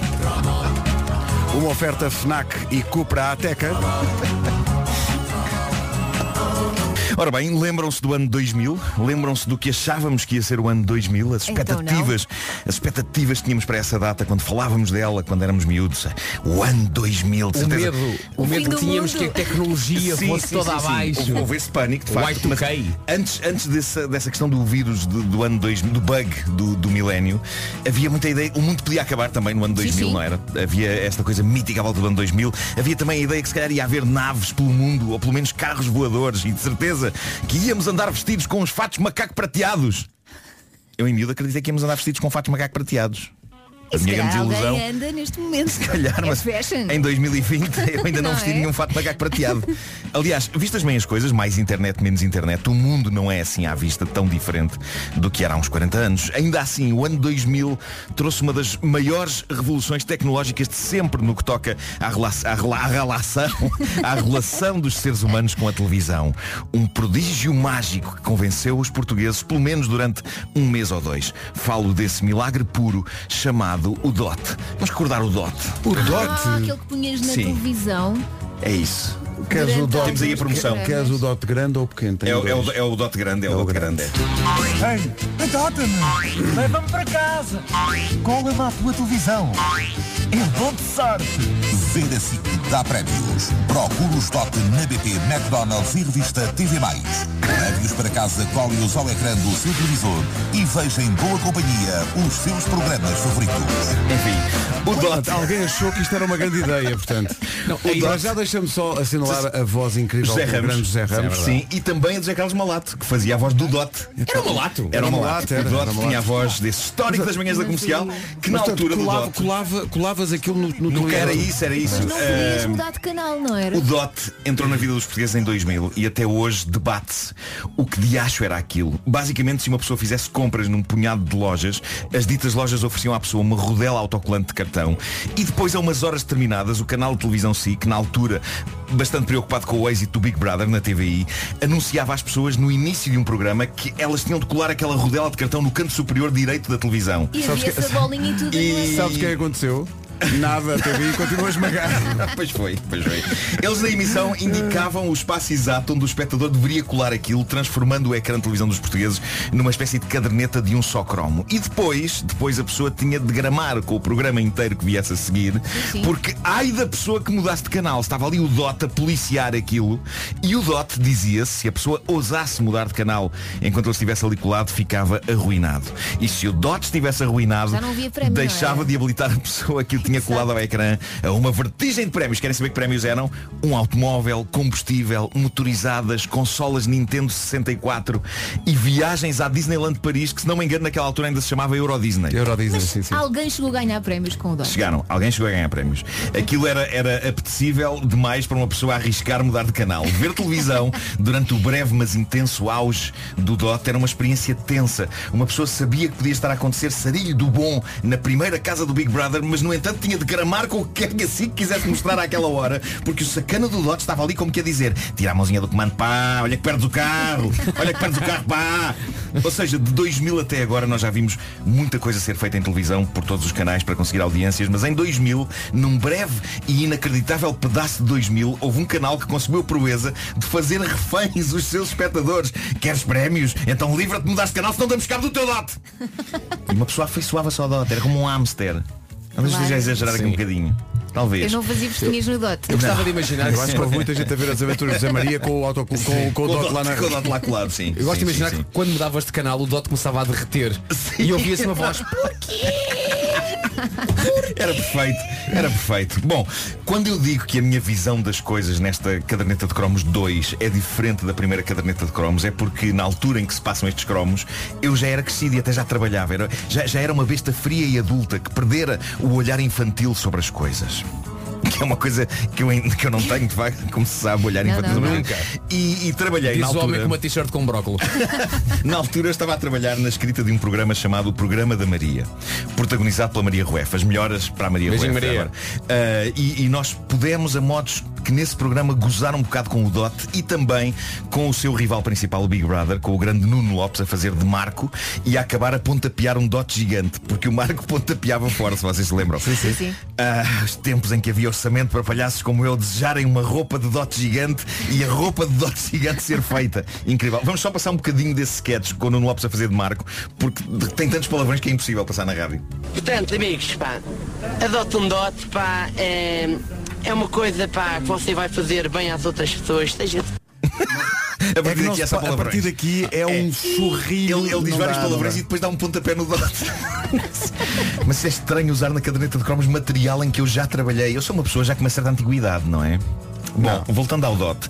[SPEAKER 5] Uma oferta FNAC e Cupra Ateca.
[SPEAKER 13] Ora bem, lembram-se do ano 2000? Lembram-se do que achávamos que ia ser o ano 2000? As
[SPEAKER 1] Então não.
[SPEAKER 13] expectativas, as expectativas que tínhamos para essa data quando falávamos dela, quando éramos miúdos. O ano 2000, de
[SPEAKER 7] O
[SPEAKER 13] certeza.
[SPEAKER 7] medo, o
[SPEAKER 1] O
[SPEAKER 7] medo
[SPEAKER 1] fim
[SPEAKER 7] que
[SPEAKER 1] do
[SPEAKER 7] tínhamos
[SPEAKER 1] mundo.
[SPEAKER 7] que a tecnologia fosse toda abaixo.
[SPEAKER 13] Houve, houve esse pânico, de
[SPEAKER 7] O
[SPEAKER 13] facto. mas
[SPEAKER 7] Y2K.
[SPEAKER 13] antes antes dessa, dessa questão do vírus do, do ano 2000, do bug do, do milénio, havia muita ideia. O mundo podia acabar também no ano 2000,
[SPEAKER 1] sim.
[SPEAKER 13] não era? Havia esta coisa mítica à volta do ano 2000. Havia também a ideia que se calhar ia haver naves pelo mundo, ou pelo menos carros voadores, e de certeza que íamos andar vestidos com os fatos macaco prateados. Eu em miúdo acreditei que íamos andar vestidos com fatos macaco prateados. A
[SPEAKER 1] E se
[SPEAKER 13] minha
[SPEAKER 1] calhar
[SPEAKER 13] grande ilusão.
[SPEAKER 1] alguém anda neste momento. Se
[SPEAKER 13] calhar,
[SPEAKER 1] é
[SPEAKER 13] mas
[SPEAKER 1] fashion.
[SPEAKER 13] em 2020 eu ainda não,
[SPEAKER 1] Não
[SPEAKER 13] vesti
[SPEAKER 1] é?
[SPEAKER 13] nenhum fato de macaco prateado. Aliás, vistas bem as coisas, mais internet, menos internet, o mundo não é assim à vista tão diferente do que era há uns 40 anos. Ainda assim, o ano 2000 trouxe uma das maiores revoluções tecnológicas de sempre no que toca à, rela- à rela- à relação, à relação dos seres humanos com a televisão. Um prodígio mágico que convenceu os portugueses, pelo menos durante um mês ou dois. Falo desse milagre puro chamado o DOT. Vamos recordar o DOT.
[SPEAKER 5] O dote.
[SPEAKER 1] Ah, aquele que punhas na
[SPEAKER 13] Sim.
[SPEAKER 1] televisão.
[SPEAKER 13] É isso.
[SPEAKER 5] Queres o
[SPEAKER 1] Durante
[SPEAKER 5] dote?
[SPEAKER 13] Temos aí a promoção.
[SPEAKER 5] Queres o dote grande ou pequeno? Tem
[SPEAKER 13] É, o-
[SPEAKER 5] dois.
[SPEAKER 13] é o, é o dote grande, é o dote grande.
[SPEAKER 6] Ei, adota-me! Leva-me para casa! Cola-me à tua televisão! Eu dou-te sorte!
[SPEAKER 14] Ver a SIC dá prémios. Procure o estoque na BP, McDonald's e revista TV+. Leve-os para casa, cole-os ao ecrã do seu televisor e veja em boa companhia os seus programas favoritos.
[SPEAKER 13] Enfim, o
[SPEAKER 5] Portanto,
[SPEAKER 13] dote.
[SPEAKER 5] Alguém achou que isto era uma grande ideia, portanto.
[SPEAKER 13] aí-
[SPEAKER 5] Nós já deixamos só assinalar a voz incrível
[SPEAKER 13] é José
[SPEAKER 5] do grande
[SPEAKER 13] Ramos.
[SPEAKER 5] José Ramos.
[SPEAKER 13] Sim, é e também a José Carlos Malato, que fazia a voz do Dote. Era o Malato. Era o Malato.
[SPEAKER 5] Então, era, era
[SPEAKER 13] O
[SPEAKER 5] um
[SPEAKER 13] Dote
[SPEAKER 5] Malato. assim,
[SPEAKER 13] tinha a voz desse histórico das manhãs da comercial, que na
[SPEAKER 5] Mas, portanto,
[SPEAKER 13] altura do
[SPEAKER 5] colava-
[SPEAKER 13] Dote.
[SPEAKER 5] colava- colavas aquilo no, no
[SPEAKER 13] Nunca
[SPEAKER 5] televisor.
[SPEAKER 13] era isso, era isso.
[SPEAKER 1] Não
[SPEAKER 5] É.
[SPEAKER 13] Ah,
[SPEAKER 1] podias mudar de canal, não era?
[SPEAKER 13] O DOT entrou na vida dos portugueses em 2000 e até hoje debate-se o que de acho era aquilo. Basicamente, se uma pessoa fizesse compras num punhado de lojas, as ditas lojas ofereciam à pessoa uma rodela autocolante de cartão e depois, a umas horas determinadas, o canal de televisão SIC, na altura bastante preocupado com o êxito do Big Brother na TVI, anunciava às pessoas no início de um programa que elas tinham de colar aquela rodela de cartão no canto superior direito da televisão.
[SPEAKER 1] E havia essa bolinha e assim. tudo.
[SPEAKER 13] E-
[SPEAKER 5] Sabes o que é que aconteceu? Nada, teve aí, continua a esmagar.
[SPEAKER 13] pois foi, pois foi. Eles na emissão indicavam o espaço exato onde o espectador deveria colar aquilo, transformando o ecrã de televisão dos portugueses numa espécie de caderneta de um só cromo. E depois, depois a pessoa tinha de gramar com o programa inteiro que viesse a seguir,
[SPEAKER 1] sim.
[SPEAKER 13] porque ai da pessoa que mudasse de canal, estava ali o DOT a policiar aquilo, e o DOT dizia-se, se a pessoa ousasse mudar de canal enquanto ele estivesse ali colado, ficava arruinado. E se o DOT estivesse arruinado,
[SPEAKER 1] Já não é? havia prémio, não
[SPEAKER 13] deixava
[SPEAKER 1] era?
[SPEAKER 13] de habilitar a pessoa que o tinha colado ao ecrã a uma vertigem de prémios. Querem saber que prémios eram? Um automóvel, combustível, motorizadas, consolas Nintendo 64 e viagens à Disneyland Paris, que se não me engano naquela altura ainda se chamava Euro Disney.
[SPEAKER 5] Euro Disney,
[SPEAKER 1] Alguém chegou a ganhar prémios com o Dói.
[SPEAKER 13] Chegaram, alguém chegou a ganhar prémios. Aquilo era, era apetecível demais para uma pessoa arriscar mudar de canal. Ver televisão durante o breve mas intenso auge do DOT era uma experiência tensa. Uma pessoa sabia que podia estar a acontecer sarilho do bom na primeira casa do Big Brother, mas no entanto tinha de gramar com o que quer que assim quisesse mostrar àquela hora, porque o sacana do DOT estava ali como quer dizer, tira a mãozinha do comando, pá, olha que perdes o carro, olha que perdes o carro, pá. Ou seja, de 2000 até agora nós já vimos muita coisa ser feita em televisão por todos os canais para conseguir audiências, mas em 2000, num breve e inacreditável pedaço de 2000, houve um canal que conseguiu a proeza de fazer reféns os seus espectadores. Queres prémios? Então livra-te de mudar de canal, senão damos cabo do teu dote. E uma pessoa afeiçoava só o dote, era como um hamster. Talvez
[SPEAKER 1] Claro.
[SPEAKER 13] esteja a exagerar aqui um
[SPEAKER 1] Sim.
[SPEAKER 13] bocadinho. Talvez.
[SPEAKER 1] Eu não fazia festinhas no Dot.
[SPEAKER 5] Eu acho que houve muita gente a ver as aventuras de Zé Maria com o, auto, com, com, com o Dot lá na
[SPEAKER 13] colado, sim.
[SPEAKER 7] Eu gosto de
[SPEAKER 13] Sim,
[SPEAKER 7] imaginar
[SPEAKER 13] sim,
[SPEAKER 7] que quando mudavas de canal o Dot começava a derreter e ouvia-se uma voz.
[SPEAKER 13] Era perfeito, era perfeito. Bom, quando eu digo que a minha visão das coisas nesta caderneta de cromos 2 é diferente da primeira caderneta de cromos, é porque na altura em que se passam estes cromos, eu já era crescido e até já trabalhava. Era- já, já era uma besta fria e adulta que perdera o olhar infantil sobre as coisas. Que é uma coisa que eu, ain- que eu não tenho, de facto, como se sabe, olhar
[SPEAKER 7] Não,
[SPEAKER 13] infantil
[SPEAKER 7] não,
[SPEAKER 13] sobre as
[SPEAKER 7] não.
[SPEAKER 13] coisas. E, e trabalhei
[SPEAKER 7] Diz
[SPEAKER 13] na
[SPEAKER 7] o
[SPEAKER 13] altura.
[SPEAKER 7] homem com uma t-shirt com um brócolis.
[SPEAKER 13] Na altura eu estava a trabalhar na escrita de um programa chamado O Programa da Maria, protagonizado pela Maria Ruefa. As melhoras para a Maria
[SPEAKER 7] Beijinho,
[SPEAKER 13] Ruefa.
[SPEAKER 7] Maria.
[SPEAKER 13] agora. Ah, e, e nós pudemos, a modos que nesse programa gozaram um bocado com o Dote e também com o seu rival principal, o Big Brother, com o grande Nuno Lopes a fazer de Marco e a acabar a pontapear um Dote gigante, porque o Marco pontapeava fora, se vocês se lembram.
[SPEAKER 6] sim. Sim.
[SPEAKER 13] Ah, os tempos em que havia orçamento para palhaços como eu desejarem uma roupa de dote gigante e a roupa de dote gigante ser feita. Incrível. Vamos só passar um bocadinho desse sketch com o Nuno Lopes a fazer de Marco, porque tem tantos palavrões que é impossível passar na rádio.
[SPEAKER 15] Portanto, amigos, pá, adote um dote, pá, é, é uma coisa, pá, que você vai fazer bem às outras pessoas, seja...
[SPEAKER 13] é A partir,
[SPEAKER 15] que não
[SPEAKER 13] daqui,
[SPEAKER 15] se
[SPEAKER 13] é só
[SPEAKER 15] pa- a
[SPEAKER 13] palavrões.
[SPEAKER 15] partir
[SPEAKER 5] daqui é um sorriso.
[SPEAKER 13] Ele, ele diz
[SPEAKER 15] Não
[SPEAKER 13] vários
[SPEAKER 15] dá, não
[SPEAKER 13] palavrões
[SPEAKER 15] dá.
[SPEAKER 13] e depois dá um pontapé no dote. Mas é estranho usar na caderneta de cromos material em que eu já trabalhei. Eu sou uma pessoa já com uma certa antiguidade, não é? Bom, voltando ao dote.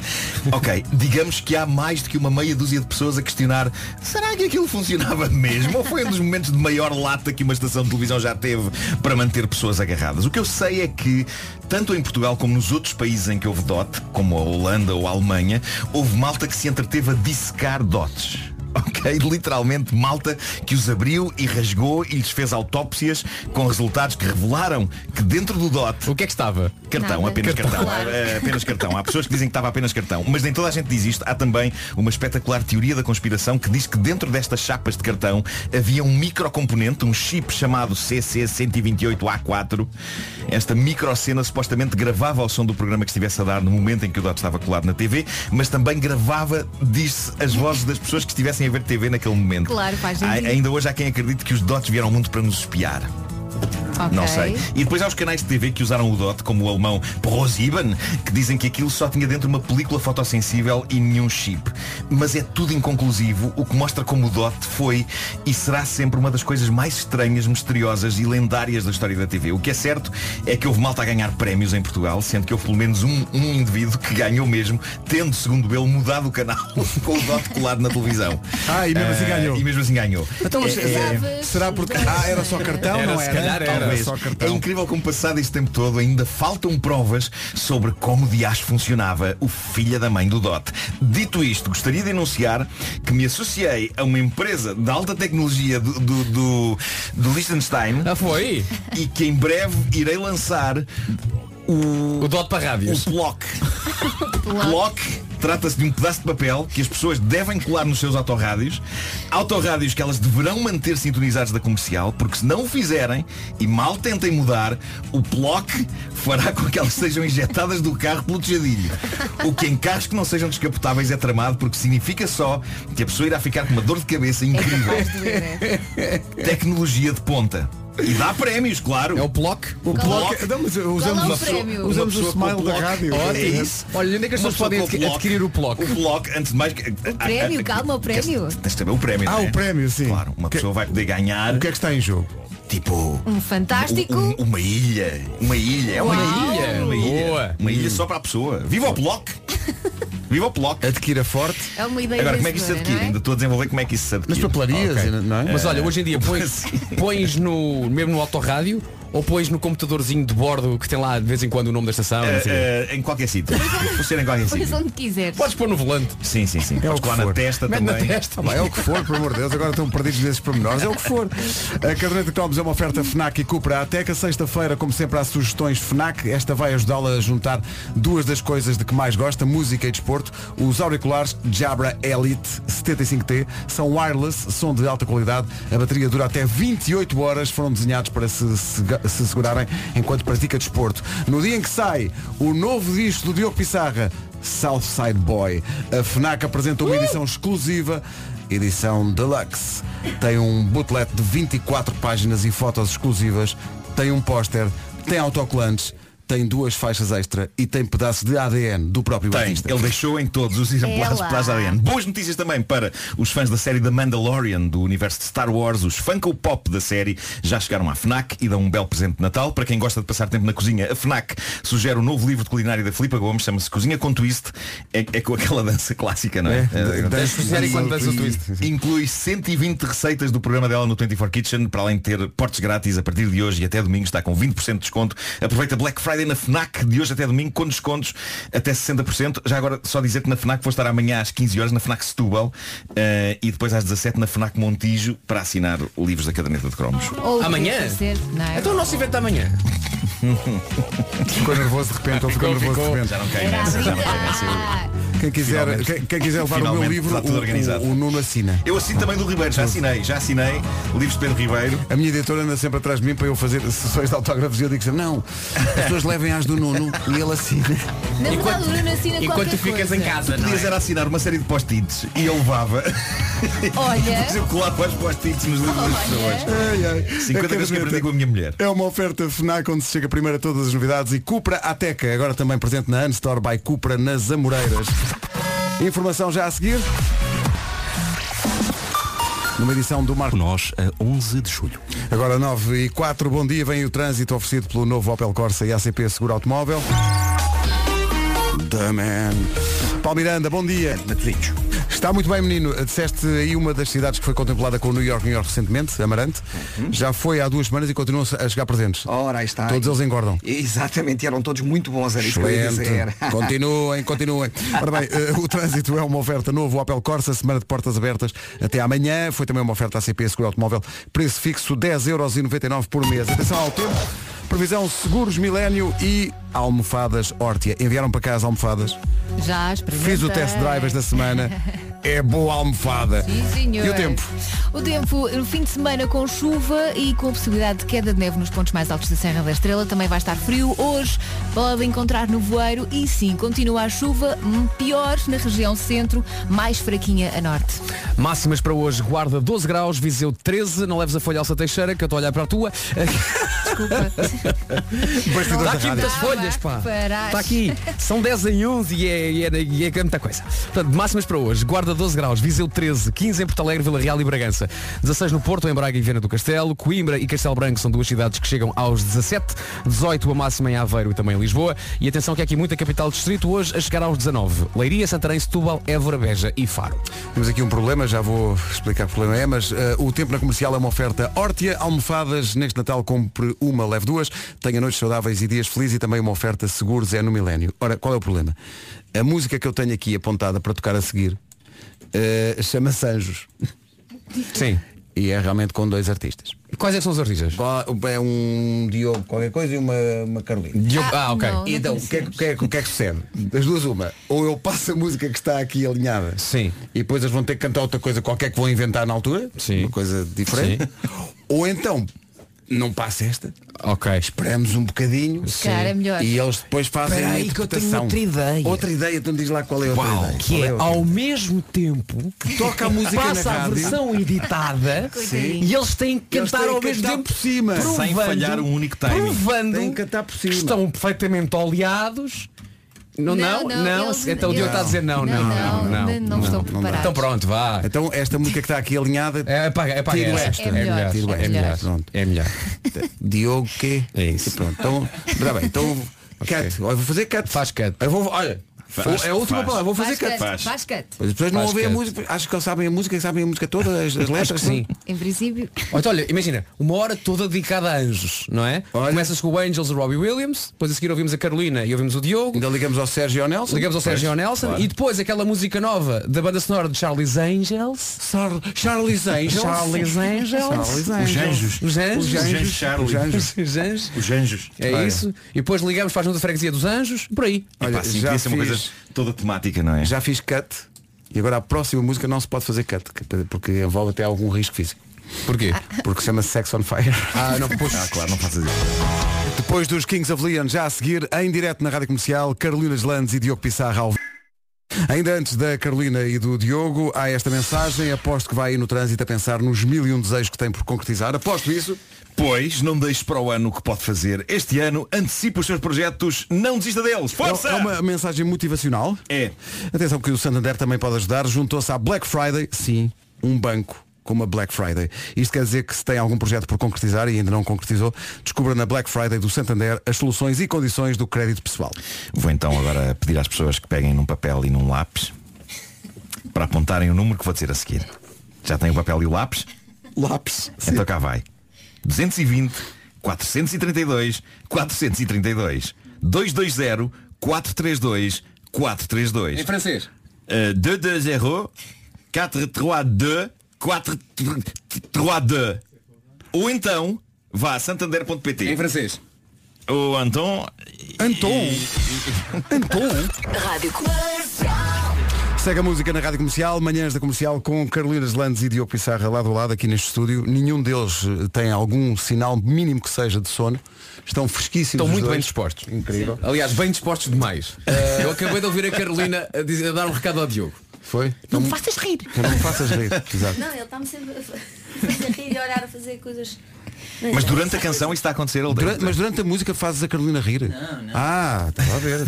[SPEAKER 13] Ok, digamos que há mais do que uma meia dúzia de pessoas a questionar será que aquilo funcionava mesmo? Ou foi um dos momentos de maior lata que uma estação de televisão já teve para manter pessoas agarradas? O que eu sei é que, tanto em Portugal como nos outros países em que houve dote, como a Holanda ou a Alemanha, houve malta que se entreteve a dissecar dotes. Ok, literalmente malta que os abriu e rasgou e lhes fez autópsias com resultados que revelaram que dentro do DOT.
[SPEAKER 7] O que é que estava?
[SPEAKER 13] Cartão,
[SPEAKER 7] Nada.
[SPEAKER 13] apenas
[SPEAKER 7] Cartão.
[SPEAKER 13] cartão.
[SPEAKER 7] Claro.
[SPEAKER 13] Eh, Apenas cartão. Há pessoas que dizem que estava apenas cartão. Mas nem toda a gente diz isto. Há também uma espetacular teoria da conspiração que diz que dentro destas chapas de cartão havia um microcomponente, um chip chamado CC128A4. Esta microcena supostamente gravava o som do programa que estivesse a dar no momento em que o Dot estava colado na TV, mas também gravava, diz-se, as vozes das pessoas que estivessem a ver TV naquele momento.
[SPEAKER 1] Claro, faz
[SPEAKER 13] Há-
[SPEAKER 1] sentido.
[SPEAKER 13] Ainda hoje há quem acredite que os dots vieram ao mundo para nos espiar.
[SPEAKER 1] Ok.
[SPEAKER 13] Não sei. E depois há os canais de TV que usaram o DOT, como o alemão ProSieben, que dizem que aquilo só tinha dentro uma película fotossensível e nenhum chip. Mas é tudo inconclusivo, o que mostra como o DOT foi e será sempre uma das coisas mais estranhas, misteriosas e lendárias da história da TV. O que é certo é que houve malta a ganhar prémios em Portugal, sendo que houve pelo menos um, um indivíduo que ganhou mesmo, tendo, segundo ele, mudado o canal com o DOT colado na televisão.
[SPEAKER 5] Ah, e mesmo assim
[SPEAKER 13] Eh,
[SPEAKER 5] ganhou.
[SPEAKER 13] E mesmo assim ganhou.
[SPEAKER 5] Então, mas,
[SPEAKER 13] É,
[SPEAKER 5] eh, será porque. Ah, era só cartão, não era?
[SPEAKER 13] Talvez. É incrível como passado este tempo todo ainda faltam provas sobre como dias funcionava o filho da mãe do Dot. Dito isto, gostaria de anunciar que me associei a uma empresa de alta tecnologia do, do, do, do Liechtenstein. Ah, foi? E que em breve irei lançar o... O
[SPEAKER 7] Dot para rádios.
[SPEAKER 13] O Block. Clock trata-se de um pedaço de papel que as pessoas devem colar nos seus autorrádios. Autorrádios que elas deverão manter sintonizados da comercial, porque se não o fizerem e mal tentem mudar, o Plock fará com que elas sejam injetadas do carro pelo tejadilho. O que em carros que não sejam descapotáveis é tramado, porque significa só
[SPEAKER 9] É né?
[SPEAKER 13] que a pessoa irá ficar com uma dor de cabeça incrível. Tecnologia de ponta. E dá prémios, claro. É o
[SPEAKER 7] bloco.
[SPEAKER 9] O
[SPEAKER 13] Qual é o-
[SPEAKER 9] bloco. Não, mas
[SPEAKER 13] qual
[SPEAKER 9] usamos
[SPEAKER 13] é o
[SPEAKER 9] a-
[SPEAKER 13] prémio?
[SPEAKER 9] Usamos
[SPEAKER 13] Uma
[SPEAKER 9] o
[SPEAKER 13] pessoa com
[SPEAKER 9] smile da
[SPEAKER 13] bloco.
[SPEAKER 9] rádio.
[SPEAKER 13] Olha, é isso.
[SPEAKER 7] Olha, onde é que as
[SPEAKER 13] Uma
[SPEAKER 7] pessoas
[SPEAKER 13] pessoa
[SPEAKER 7] podem
[SPEAKER 13] com
[SPEAKER 7] adqui- adquirir o bloco?
[SPEAKER 13] O bloco, antes de mais. O
[SPEAKER 1] Prémio, calma, o prémio.
[SPEAKER 13] Tens de saber o prémio.
[SPEAKER 9] Ah,
[SPEAKER 13] não é?
[SPEAKER 9] o prémio, sim.
[SPEAKER 13] Claro, uma pessoa vai poder ganhar. O que
[SPEAKER 9] é que está em jogo?
[SPEAKER 13] Tipo.
[SPEAKER 1] Um fantástico.
[SPEAKER 13] um- uma ilha. Uma ilha. É uma
[SPEAKER 1] Uau.
[SPEAKER 13] ilha. Uma ilha. Uma ilha só para a pessoa. Viva o bloco! Viva o bloco!
[SPEAKER 5] Adquira forte.
[SPEAKER 1] É uma ideia
[SPEAKER 13] Agora, como é que isso se
[SPEAKER 1] vencedora,
[SPEAKER 13] adquire?
[SPEAKER 1] não é?
[SPEAKER 13] Ainda estou a desenvolver como é que isso se adquire. Ah, ok.
[SPEAKER 3] é?
[SPEAKER 7] Mas
[SPEAKER 13] Eh,
[SPEAKER 7] olha, hoje em dia pões, pões no, mesmo no autorrádio ou pões no computadorzinho de bordo que tem lá de vez em quando o nome da estação?
[SPEAKER 3] É,
[SPEAKER 13] eh, eh, em qualquer sítio. Vou ser em qualquer
[SPEAKER 1] Pois
[SPEAKER 13] sítio.
[SPEAKER 1] onde quiseres.
[SPEAKER 7] Podes pôr no volante.
[SPEAKER 13] Sim, sim, sim.
[SPEAKER 9] É
[SPEAKER 13] Podes colar na testa
[SPEAKER 5] Mete
[SPEAKER 13] também.
[SPEAKER 5] na testa, pá, é o que for, por amor de Deus, agora estão perdidos nesses pormenores, é o que for. A caderneta de cromos é uma oferta FNAC e Cupra Ateca. Sexta-feira, como sempre, há sugestões FNAC. Esta vai ajudá-la a juntar duas das coisas de que mais gosta, música e desporto. Os auriculares Jabra Elite 75T são wireless, som de alta qualidade. A bateria dura até 28 horas. Foram desenhados para se, sega- se segurarem enquanto pratica desporto. No dia em que sai o novo disco do Diogo Pissarra, Southside Boy. A FNAC apresenta uma edição exclusiva, edição deluxe. Tem um booklet de 24 páginas e fotos exclusivas, tem um póster, tem autocolantes, tem duas faixas extra e tem pedaço de ADN do próprio
[SPEAKER 13] Tem,
[SPEAKER 5] artista.
[SPEAKER 13] ele deixou em todos os exemplares
[SPEAKER 5] Ela.
[SPEAKER 13] de Plaza ADN. Boas notícias também para os fãs da série The Mandalorian, do universo de Star Wars, os Funko Pop da série, já chegaram à FNAC e dão um belo presente de Natal. Para quem gosta de passar tempo na cozinha, a FNAC sugere o novo livro de culinária da Filipa Gomes, chama-se Cozinha com Twist. É, é com aquela dança clássica, não é?
[SPEAKER 5] É,
[SPEAKER 13] É,
[SPEAKER 5] dança- dança- cozinhar enquanto dança o twist.
[SPEAKER 13] Inclui 120 receitas do programa dela no 24 Kitchen, para além de ter portes grátis a partir de hoje e até domingo, está com 20% de desconto. Aproveita Black Friday na FNAC de hoje até domingo, com descontos até 60%. Já agora só dizer que na FNAC vou estar amanhã às 15 horas na FNAC Setúbal eh, e depois às 17 na FNAC Montijo para assinar livros da caderneta de cromos.
[SPEAKER 1] Ou
[SPEAKER 7] Amanhã?
[SPEAKER 1] o que quiser, não é?
[SPEAKER 7] Então o nosso evento amanhã.
[SPEAKER 5] Ficou nervoso de repente, ou ficou nervoso de repente.
[SPEAKER 13] Já não cai nessa, já não cai nessa.
[SPEAKER 5] Quem quiser,
[SPEAKER 13] Finalmente.
[SPEAKER 5] quem, quem quiser levar o meu
[SPEAKER 13] Finalmente
[SPEAKER 5] livro,
[SPEAKER 13] está tudo
[SPEAKER 5] o-
[SPEAKER 13] organizado.
[SPEAKER 5] o, o Nuno assina.
[SPEAKER 13] Eu assino também do Ribeiro, já assinei, já assinei livros de Pedro Ribeiro.
[SPEAKER 5] A minha editora anda sempre atrás de mim para eu fazer sessões de autógrafos e eu digo sempre, não, as pessoas levem as do Nuno e ele assina.
[SPEAKER 1] Na verdade, o Nuno assina qualquer coisa.
[SPEAKER 13] Tu podias era assinar uma série de post-its e eu levava.
[SPEAKER 1] Olha.
[SPEAKER 13] Depois eu colava os post-its nos livros das pessoas.
[SPEAKER 5] Ai, ai.
[SPEAKER 13] 50 vezes É que eu aprendi com a minha mulher.
[SPEAKER 5] É uma oferta FNAC onde se chega primeiro a todas as novidades e Cupra Ateca, agora também presente na Unstore by Cupra nas Amoreiras. Informação já a seguir. Numa edição do Marco
[SPEAKER 16] Nós, a 11 de julho.
[SPEAKER 5] Agora 9 e 4, bom dia, vem o trânsito oferecido pelo novo Opel Corsa e ACP Seguro Automóvel. The man. Paulo Miranda, bom dia. Está muito bem, menino. Disseste aí uma das cidades que foi contemplada com o New York, New York recentemente, Amarante. Já foi há duas semanas e continua a chegar presentes.
[SPEAKER 3] Uhum. Ora, aí está.
[SPEAKER 5] Todos eles engordam.
[SPEAKER 3] Exatamente, eram todos muito bons, era isso que eu ia dizer.
[SPEAKER 5] Excelente. Continuem, continuem. Ora bem, eh, o trânsito é uma oferta novo Opel Corsa, semana de portas abertas até amanhã. Foi também uma oferta à CP Seguro Automóvel, preço fixo 10,99€ por mês. Atenção ao tempo. Previsão Seguros Milénio e almofadas Hortia. Enviaram para casa almofadas.
[SPEAKER 1] Já experimentei.
[SPEAKER 5] Fiz o test drive esta semana. É boa almofada.
[SPEAKER 1] Sim, senhor.
[SPEAKER 5] E o tempo?
[SPEAKER 1] O tempo, no fim de semana com chuva e com a possibilidade de queda de neve nos pontos mais altos da Serra da Estrela. Também vai estar frio. Hoje pode encontrar nevoeiro e sim, continua a chuva, hum, pior na região centro, mais fraquinha a norte.
[SPEAKER 7] Máximas para hoje, Guarda 12 graus, Viseu 13, não leves a folha Alça Teixeira, que eu estou a olhar para a tua.
[SPEAKER 1] Desculpa.
[SPEAKER 5] Bastidores
[SPEAKER 7] Está
[SPEAKER 5] da
[SPEAKER 7] aqui
[SPEAKER 5] rádio.
[SPEAKER 7] muitas folhas, pá.
[SPEAKER 1] Paraste.
[SPEAKER 7] Está aqui. São 10 em 11 e é, e é- e é muita coisa. Portanto, máximas para hoje. Guarda 12 graus, Viseu 13, 15 em Porto Alegre, Vila Real e Bragança. 16 no Porto, em Braga e Viana do Castelo. Coimbra e Castelo Branco são duas cidades que chegam aos 17. 18 a máxima em Aveiro e também em Lisboa. E atenção que há aqui muita capital distrito hoje a chegar aos 19. Leiria, Santarém, Setúbal, Évora, Beja e Faro.
[SPEAKER 5] Temos aqui um problema, já vou explicar que problema é, mas eh, o tempo na comercial é uma oferta Hortia, almofadas, neste Natal compre uma, leve duas, tenha noites saudáveis e dias felizes e também uma oferta seguros é no milénio. Ora, qual é o problema? A música que eu tenho aqui apontada para tocar a seguir eh, chama-se Anjos.
[SPEAKER 7] Sim.
[SPEAKER 5] E é realmente com dois artistas.
[SPEAKER 7] Quais é que são os artistas?
[SPEAKER 5] É um Diogo qualquer coisa e uma, uma Carolina.
[SPEAKER 7] Diogo- ah, ok.
[SPEAKER 5] então, o que, é, que- o que é que- o que é que sucede? Das duas uma, ou eu passo a música que está aqui alinhada
[SPEAKER 7] Sim.
[SPEAKER 5] e depois eles vão ter que cantar outra coisa qualquer que vão inventar na altura, Sim. uma coisa diferente, ou então não passa esta.
[SPEAKER 7] Ok.
[SPEAKER 5] Esperamos um bocadinho.
[SPEAKER 1] Sim. Cara, é melhor.
[SPEAKER 5] E eles depois fazem
[SPEAKER 1] Espera
[SPEAKER 5] a
[SPEAKER 1] aí que eu tenho
[SPEAKER 5] interpretação.
[SPEAKER 1] outra ideia.
[SPEAKER 5] Outra ideia, então diz lá qual é a outra
[SPEAKER 7] Uau,
[SPEAKER 5] ideia.
[SPEAKER 7] que
[SPEAKER 5] Qual
[SPEAKER 7] é,
[SPEAKER 5] a outra?
[SPEAKER 7] ao mesmo tempo que
[SPEAKER 5] toca a música na
[SPEAKER 7] passa a
[SPEAKER 5] rádio.
[SPEAKER 7] versão editada
[SPEAKER 5] Sim.
[SPEAKER 7] e eles têm que
[SPEAKER 5] Eles
[SPEAKER 7] cantar
[SPEAKER 5] têm
[SPEAKER 7] ao
[SPEAKER 5] que
[SPEAKER 7] mesmo
[SPEAKER 5] cantar
[SPEAKER 7] tempo
[SPEAKER 5] por cima.
[SPEAKER 7] provando-
[SPEAKER 13] Sem falhar um único timing.
[SPEAKER 7] provando
[SPEAKER 13] Têm
[SPEAKER 7] que estão perfeitamente oleados não, não,
[SPEAKER 1] Não,
[SPEAKER 7] não,
[SPEAKER 1] não, eles-
[SPEAKER 7] então o Diogo
[SPEAKER 1] eles-
[SPEAKER 7] está a dizer não, não,
[SPEAKER 1] não,
[SPEAKER 7] não,
[SPEAKER 1] não, ainda não estão
[SPEAKER 7] dá.
[SPEAKER 1] preparados.
[SPEAKER 7] Então pronto, vá.
[SPEAKER 5] Então esta música que está aqui alinhada
[SPEAKER 7] é para é para
[SPEAKER 5] tiro
[SPEAKER 7] essa.
[SPEAKER 5] esta.
[SPEAKER 7] É melhor,
[SPEAKER 5] Tiro
[SPEAKER 7] é
[SPEAKER 5] esta.
[SPEAKER 7] melhor.
[SPEAKER 5] Pronto.
[SPEAKER 7] É melhor.
[SPEAKER 5] Diogo quê? É isso. pronto. Então, tá bem, então cat. Olha, vou fazer cat. Faz
[SPEAKER 7] cat.
[SPEAKER 5] Eu vou, olha,
[SPEAKER 13] Faz,
[SPEAKER 5] é a última
[SPEAKER 13] faz.
[SPEAKER 5] palavra, vou fazer
[SPEAKER 1] Faz
[SPEAKER 5] cat.
[SPEAKER 1] cut, faz cut.
[SPEAKER 5] As pessoas não
[SPEAKER 7] Faz
[SPEAKER 5] ouvem a
[SPEAKER 7] cat.
[SPEAKER 5] música, acho que eles sabem a música, que sabem a música todas, as, as letras.
[SPEAKER 7] que sim.
[SPEAKER 1] Em princípio,
[SPEAKER 7] Olha, olha, imagina, uma hora toda dedicada a anjos, não é? Começas com o Angels e o Robbie Williams, depois a seguir ouvimos a Carolina e ouvimos o Diogo.
[SPEAKER 5] Ainda Então ligamos ao Sérgio Nelson.
[SPEAKER 7] Ligamos ao Sérgio
[SPEAKER 5] Pois,
[SPEAKER 7] Nelson
[SPEAKER 5] claro.
[SPEAKER 7] e depois aquela música nova da banda sonora de Charlie's Angels.
[SPEAKER 5] Charlie's Angels.
[SPEAKER 7] Charlie's Angels.
[SPEAKER 5] Charlie's Angels.
[SPEAKER 7] Os anjos.
[SPEAKER 13] Os anjos, Charlie.
[SPEAKER 7] Os anjos. Os anjos.
[SPEAKER 13] Os anjos.
[SPEAKER 7] É
[SPEAKER 13] Olha.
[SPEAKER 7] isso. E depois ligamos para a junta de freguesia dos anjos. Por aí.
[SPEAKER 13] Epá,
[SPEAKER 5] Olha,
[SPEAKER 13] sim,
[SPEAKER 5] já
[SPEAKER 13] podia ser uma
[SPEAKER 5] fiz-
[SPEAKER 13] coisa toda temática, não é?
[SPEAKER 5] Já fiz cut e agora a próxima música não se pode fazer cut, que- porque envolve até algum risco físico.
[SPEAKER 7] Porquê?
[SPEAKER 5] Porque se chama Sex on Fire.
[SPEAKER 7] Ah, não, pois.
[SPEAKER 13] Ah, claro, não faças isso.
[SPEAKER 5] Depois dos Kings of Leon, já a seguir, em direto na Rádio Comercial, Carolina Landes e Diogo Pissarra ao vivo. Ainda antes da Carolina e do Diogo, há esta mensagem. Aposto que vai aí no trânsito a pensar nos mil e um desejos que tem por concretizar. Aposto isso.
[SPEAKER 13] Pois, não deixe para o ano o que pode fazer. Este ano, antecipe os seus projetos, não desista deles. Força!
[SPEAKER 5] É uma mensagem motivacional.
[SPEAKER 13] É.
[SPEAKER 5] Atenção que o Santander também pode ajudar. Juntou-se à Black Friday. Sim, um banco com uma Black Friday. Isto quer dizer que se tem algum projeto por concretizar e ainda não concretizou, descubra na Black Friday do Santander as soluções e condições do crédito pessoal.
[SPEAKER 13] Vou então agora pedir às pessoas que peguem num papel e num lápis para apontarem o número que vou dizer a seguir. Já tem o papel e o lápis?
[SPEAKER 5] Lápis.
[SPEAKER 13] Então cá vai. 220, 432, 432, 220, 432, 432.
[SPEAKER 7] Em francês.
[SPEAKER 13] Euh, 2-2-0, 4-3-2, 4-3-2. Ou então, vá a santander.pt.
[SPEAKER 7] Em francês.
[SPEAKER 13] Ou então.
[SPEAKER 5] Anton. Anton.
[SPEAKER 16] Rádio
[SPEAKER 5] Segue a música na Rádio Comercial, manhãs da Comercial com Carolina Landes e Diogo Pissarra lado a lado aqui neste estúdio. Nenhum deles eh, tem algum sinal mínimo que seja de sono. Estão fresquíssimos.
[SPEAKER 7] Estão
[SPEAKER 5] os
[SPEAKER 7] muito
[SPEAKER 5] dois.
[SPEAKER 7] bem dispostos.
[SPEAKER 5] Incrível.
[SPEAKER 7] Aliás, bem dispostos demais. Eu acabei de ouvir a Carolina a, dizer- a dar um recado ao Diogo.
[SPEAKER 5] Foi?
[SPEAKER 16] Não me faças rir.
[SPEAKER 5] Não me faças rir. Exato.
[SPEAKER 16] Não, ele está-me sempre a fazer rir e a olhar a fazer coisas.
[SPEAKER 13] Mas durante a canção isso está a acontecer. Ele
[SPEAKER 5] Durante- mas durante a música fazes a Carolina rir? Ah, estava a ver.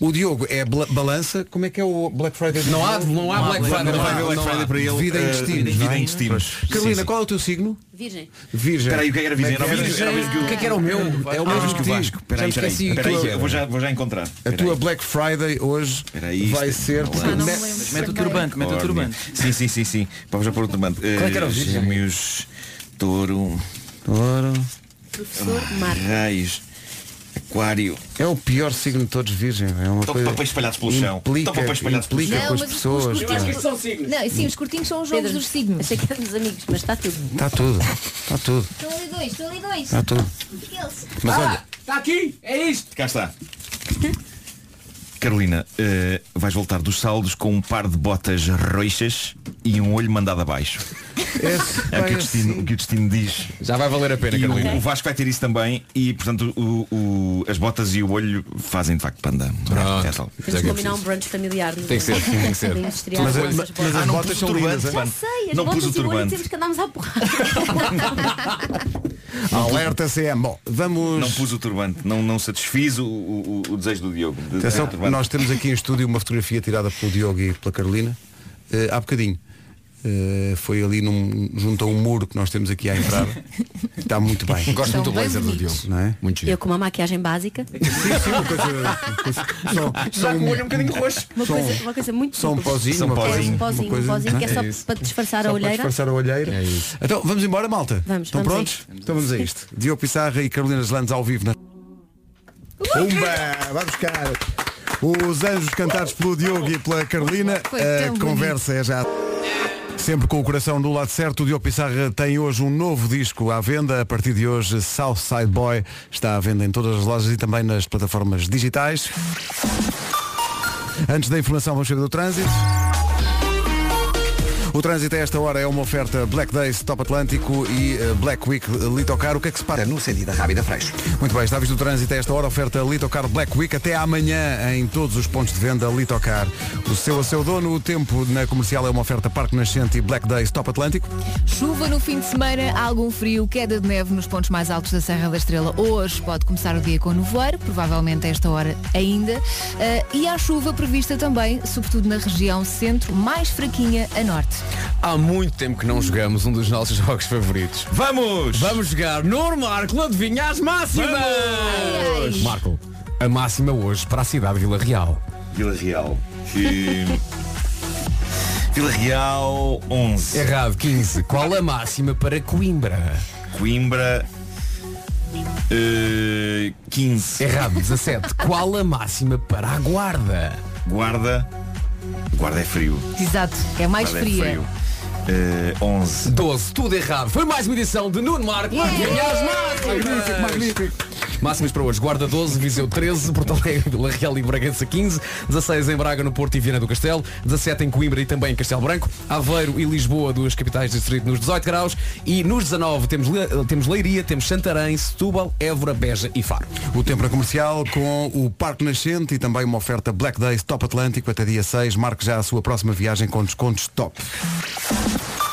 [SPEAKER 5] o Diogo é bla- balança. Como é que é o Black Friday? do
[SPEAKER 7] Não há,
[SPEAKER 5] Diogo?
[SPEAKER 7] não há Black Friday.
[SPEAKER 13] Não vai
[SPEAKER 7] há,
[SPEAKER 13] haver Black
[SPEAKER 7] não há.
[SPEAKER 13] Friday é para ele.
[SPEAKER 5] Vida em
[SPEAKER 13] eh,
[SPEAKER 5] destinos, não
[SPEAKER 13] Vida
[SPEAKER 5] é?
[SPEAKER 13] em destinos.
[SPEAKER 5] Carolina,
[SPEAKER 13] Sim, sim.
[SPEAKER 5] qual é o teu signo?
[SPEAKER 16] Virgem.
[SPEAKER 5] Virgem.
[SPEAKER 13] Espera aí, o que é que era virgem? Era o mesmo- era o mesmo que o-
[SPEAKER 7] O que é que era o meu?
[SPEAKER 5] É o
[SPEAKER 13] Ah,
[SPEAKER 5] mesmo
[SPEAKER 13] mas que o
[SPEAKER 5] que
[SPEAKER 13] Vasco.
[SPEAKER 5] Vasco.
[SPEAKER 13] Espera aí, espera aí.
[SPEAKER 7] esqueci
[SPEAKER 13] Espera aí,
[SPEAKER 7] que
[SPEAKER 13] eu vou já, vou já encontrar.
[SPEAKER 5] A
[SPEAKER 13] Espera
[SPEAKER 5] tua
[SPEAKER 13] aí.
[SPEAKER 5] Black Friday hoje
[SPEAKER 13] Espera aí,
[SPEAKER 5] vai
[SPEAKER 13] isto-
[SPEAKER 5] ser.
[SPEAKER 13] Ah,
[SPEAKER 16] não me
[SPEAKER 5] Ne-
[SPEAKER 16] lembro.
[SPEAKER 11] Mete o turbante, mete o turbante.
[SPEAKER 13] Sim, sim, sim, sim. Vamos já pôr o turbante. Qual
[SPEAKER 7] é que era o virgem?
[SPEAKER 13] Eh, Gêmeos, touro,
[SPEAKER 16] Professor Marco.
[SPEAKER 13] raios, aquário.
[SPEAKER 5] É o pior signo de todos, virgem. É uma
[SPEAKER 13] Estão
[SPEAKER 5] coisa
[SPEAKER 13] papéis espalhados pelo chão.
[SPEAKER 5] Implica,
[SPEAKER 13] Estão papéis espalhados pelo
[SPEAKER 5] implica
[SPEAKER 13] chão.
[SPEAKER 5] com as
[SPEAKER 1] Não, mas os
[SPEAKER 5] pessoas.
[SPEAKER 1] curtinhos-
[SPEAKER 5] pá.
[SPEAKER 7] são signos.
[SPEAKER 1] não, e sim, os curtinhos são os jogos
[SPEAKER 16] Pedro.
[SPEAKER 1] dos signos.
[SPEAKER 16] Achei que éramos amigos, mas está tudo.
[SPEAKER 5] Está tudo. Está tudo.
[SPEAKER 16] Estão ali dois, estão ali dois.
[SPEAKER 5] Está tudo. Mas olha,
[SPEAKER 7] Está Ah, aqui, é isto.
[SPEAKER 13] Cá está. Carolina, eh, vais voltar dos saldos com um par de botas roixas e um olho mandado abaixo.
[SPEAKER 5] esse
[SPEAKER 13] É o que
[SPEAKER 5] vai
[SPEAKER 13] o destino,
[SPEAKER 5] assim.
[SPEAKER 13] o que o destino diz.
[SPEAKER 7] Já vai valer a pena,
[SPEAKER 13] E
[SPEAKER 7] Carolina.
[SPEAKER 13] o, o Vasco vai ter isso também e portanto o- o- as botas e o olho fazem de facto panda. É tal.
[SPEAKER 16] Temos de combinar um brunch familiar. Tem
[SPEAKER 7] que ser, tem que ser.
[SPEAKER 5] Mas-
[SPEAKER 16] Mas,
[SPEAKER 5] mas- mas
[SPEAKER 13] Ah,
[SPEAKER 5] as botas são lindas,
[SPEAKER 16] Já
[SPEAKER 5] hein?
[SPEAKER 16] sei, as
[SPEAKER 13] é Não pus
[SPEAKER 16] botas
[SPEAKER 13] o
[SPEAKER 16] e o olho
[SPEAKER 13] turbante.
[SPEAKER 16] temos que andarmos à porrada.
[SPEAKER 5] Alerta CM. Bom, vamos.
[SPEAKER 13] Não pus o turbante, não, não satisfiz o, o- o desejo do Diogo. de-
[SPEAKER 5] Atenção,
[SPEAKER 7] É,
[SPEAKER 13] de turbante.
[SPEAKER 5] nós temos aqui em estúdio uma fotografia tirada pelo Diogo e pela Carolina eh, há bocadinho. Eh, foi ali num, junto a um muro que nós temos aqui à entrada. Está muito bem.
[SPEAKER 7] Gosto
[SPEAKER 1] São
[SPEAKER 7] muito do
[SPEAKER 1] bem
[SPEAKER 7] blazer do Diogo.
[SPEAKER 1] bonitos.
[SPEAKER 5] Não é?
[SPEAKER 7] Muito giro.
[SPEAKER 16] Eu com uma maquiagem básica.
[SPEAKER 13] É
[SPEAKER 5] Sim, sim, uma coisa. uma coisa- só- só um-
[SPEAKER 13] bocadinho roxo.
[SPEAKER 16] Uma
[SPEAKER 5] Só um-
[SPEAKER 16] coisa, uma coisa muito
[SPEAKER 5] Só um
[SPEAKER 16] simples.
[SPEAKER 5] pozinho,
[SPEAKER 13] Só um
[SPEAKER 5] uma coisa-
[SPEAKER 16] É um
[SPEAKER 13] pozinho,
[SPEAKER 5] uma
[SPEAKER 16] pozinho, um
[SPEAKER 5] coisa-
[SPEAKER 16] pozinho que é
[SPEAKER 5] não
[SPEAKER 16] só para disfarçar
[SPEAKER 5] Só para
[SPEAKER 16] a olheira.
[SPEAKER 5] disfarçar a olheira.
[SPEAKER 7] É
[SPEAKER 5] Então, vamos embora, malta?
[SPEAKER 16] Vamos,
[SPEAKER 5] Estão
[SPEAKER 16] vamos a
[SPEAKER 5] prontos?
[SPEAKER 16] isto.
[SPEAKER 5] Então vamos a isto. Diogo Pissarra e Carolina Landes ao vivo na... Pumba! Vai buscar! Os anjos cantados pelo Diogo e pela Carolina.
[SPEAKER 1] Foi tão
[SPEAKER 5] A
[SPEAKER 1] bonito.
[SPEAKER 5] conversa é já... Sempre com o coração do lado certo, o Diogo Pissarra tem hoje um novo disco à venda. A partir de hoje, Southside Boy está à venda em todas as lojas e também nas plataformas digitais. Antes da informação, vamos saber do trânsito. O O trânsito a esta hora é uma oferta Black Days, Top Atlântico e eh, Black Week Litocar. O que é que se passa?
[SPEAKER 3] No sentido da Rábida Freixo.
[SPEAKER 5] Muito bem, está a visto o trânsito a esta hora, oferta Litocar Black Week até amanhã em todos os pontos de venda Litocar. O seu a seu dono, o tempo na comercial é uma oferta Parque Nascente e Black Days, Top Atlântico.
[SPEAKER 1] Chuva no fim de semana, algum frio, queda de neve nos pontos mais altos da Serra da Estrela. Hoje pode começar o dia com nevoeiro, provavelmente a esta hora ainda. Ah, e há chuva prevista também, sobretudo na região centro, mais fraquinha a norte.
[SPEAKER 7] Há muito tempo que não jogamos um dos nossos jogos favoritos.
[SPEAKER 13] Vamos!
[SPEAKER 7] Vamos jogar no Marco, adivinha as máximas!
[SPEAKER 13] Vamos! Ai, ai.
[SPEAKER 7] Marco, a máxima hoje para a cidade de Vila Real.
[SPEAKER 13] Vila Real. E... Vila Real 11.
[SPEAKER 7] Errado, 15. Qual a máxima para Coimbra?
[SPEAKER 13] Coimbra. eh, 15.
[SPEAKER 7] Errado, 17. Qual a máxima para a Guarda?
[SPEAKER 13] Guarda. Guarda é frio.
[SPEAKER 1] Exato, é mais
[SPEAKER 13] Guarda
[SPEAKER 1] fria.
[SPEAKER 13] É frio. Eh, 11.
[SPEAKER 7] 12. Tudo errado. Foi mais uma edição de Nuno Marco. Adivinha as máximas!
[SPEAKER 5] Magnífico, magnífico.
[SPEAKER 7] Máximas para hoje. Guarda 12, Viseu 13, Porto Alegre, Vila Real e Bragança 15, 16 em Braga, no Porto e Viana do Castelo, 17 em Coimbra e também em Castelo Branco, Aveiro e Lisboa, duas capitais do distrito, nos 18 graus e nos 19 temos, Le- temos Leiria, temos Santarém, Setúbal, Évora, Beja e Faro.
[SPEAKER 5] O tempo na comercial com o Parque Nascente e também uma oferta Black Days Top Atlântico até dia 6. Marque já a sua próxima viagem com descontos top.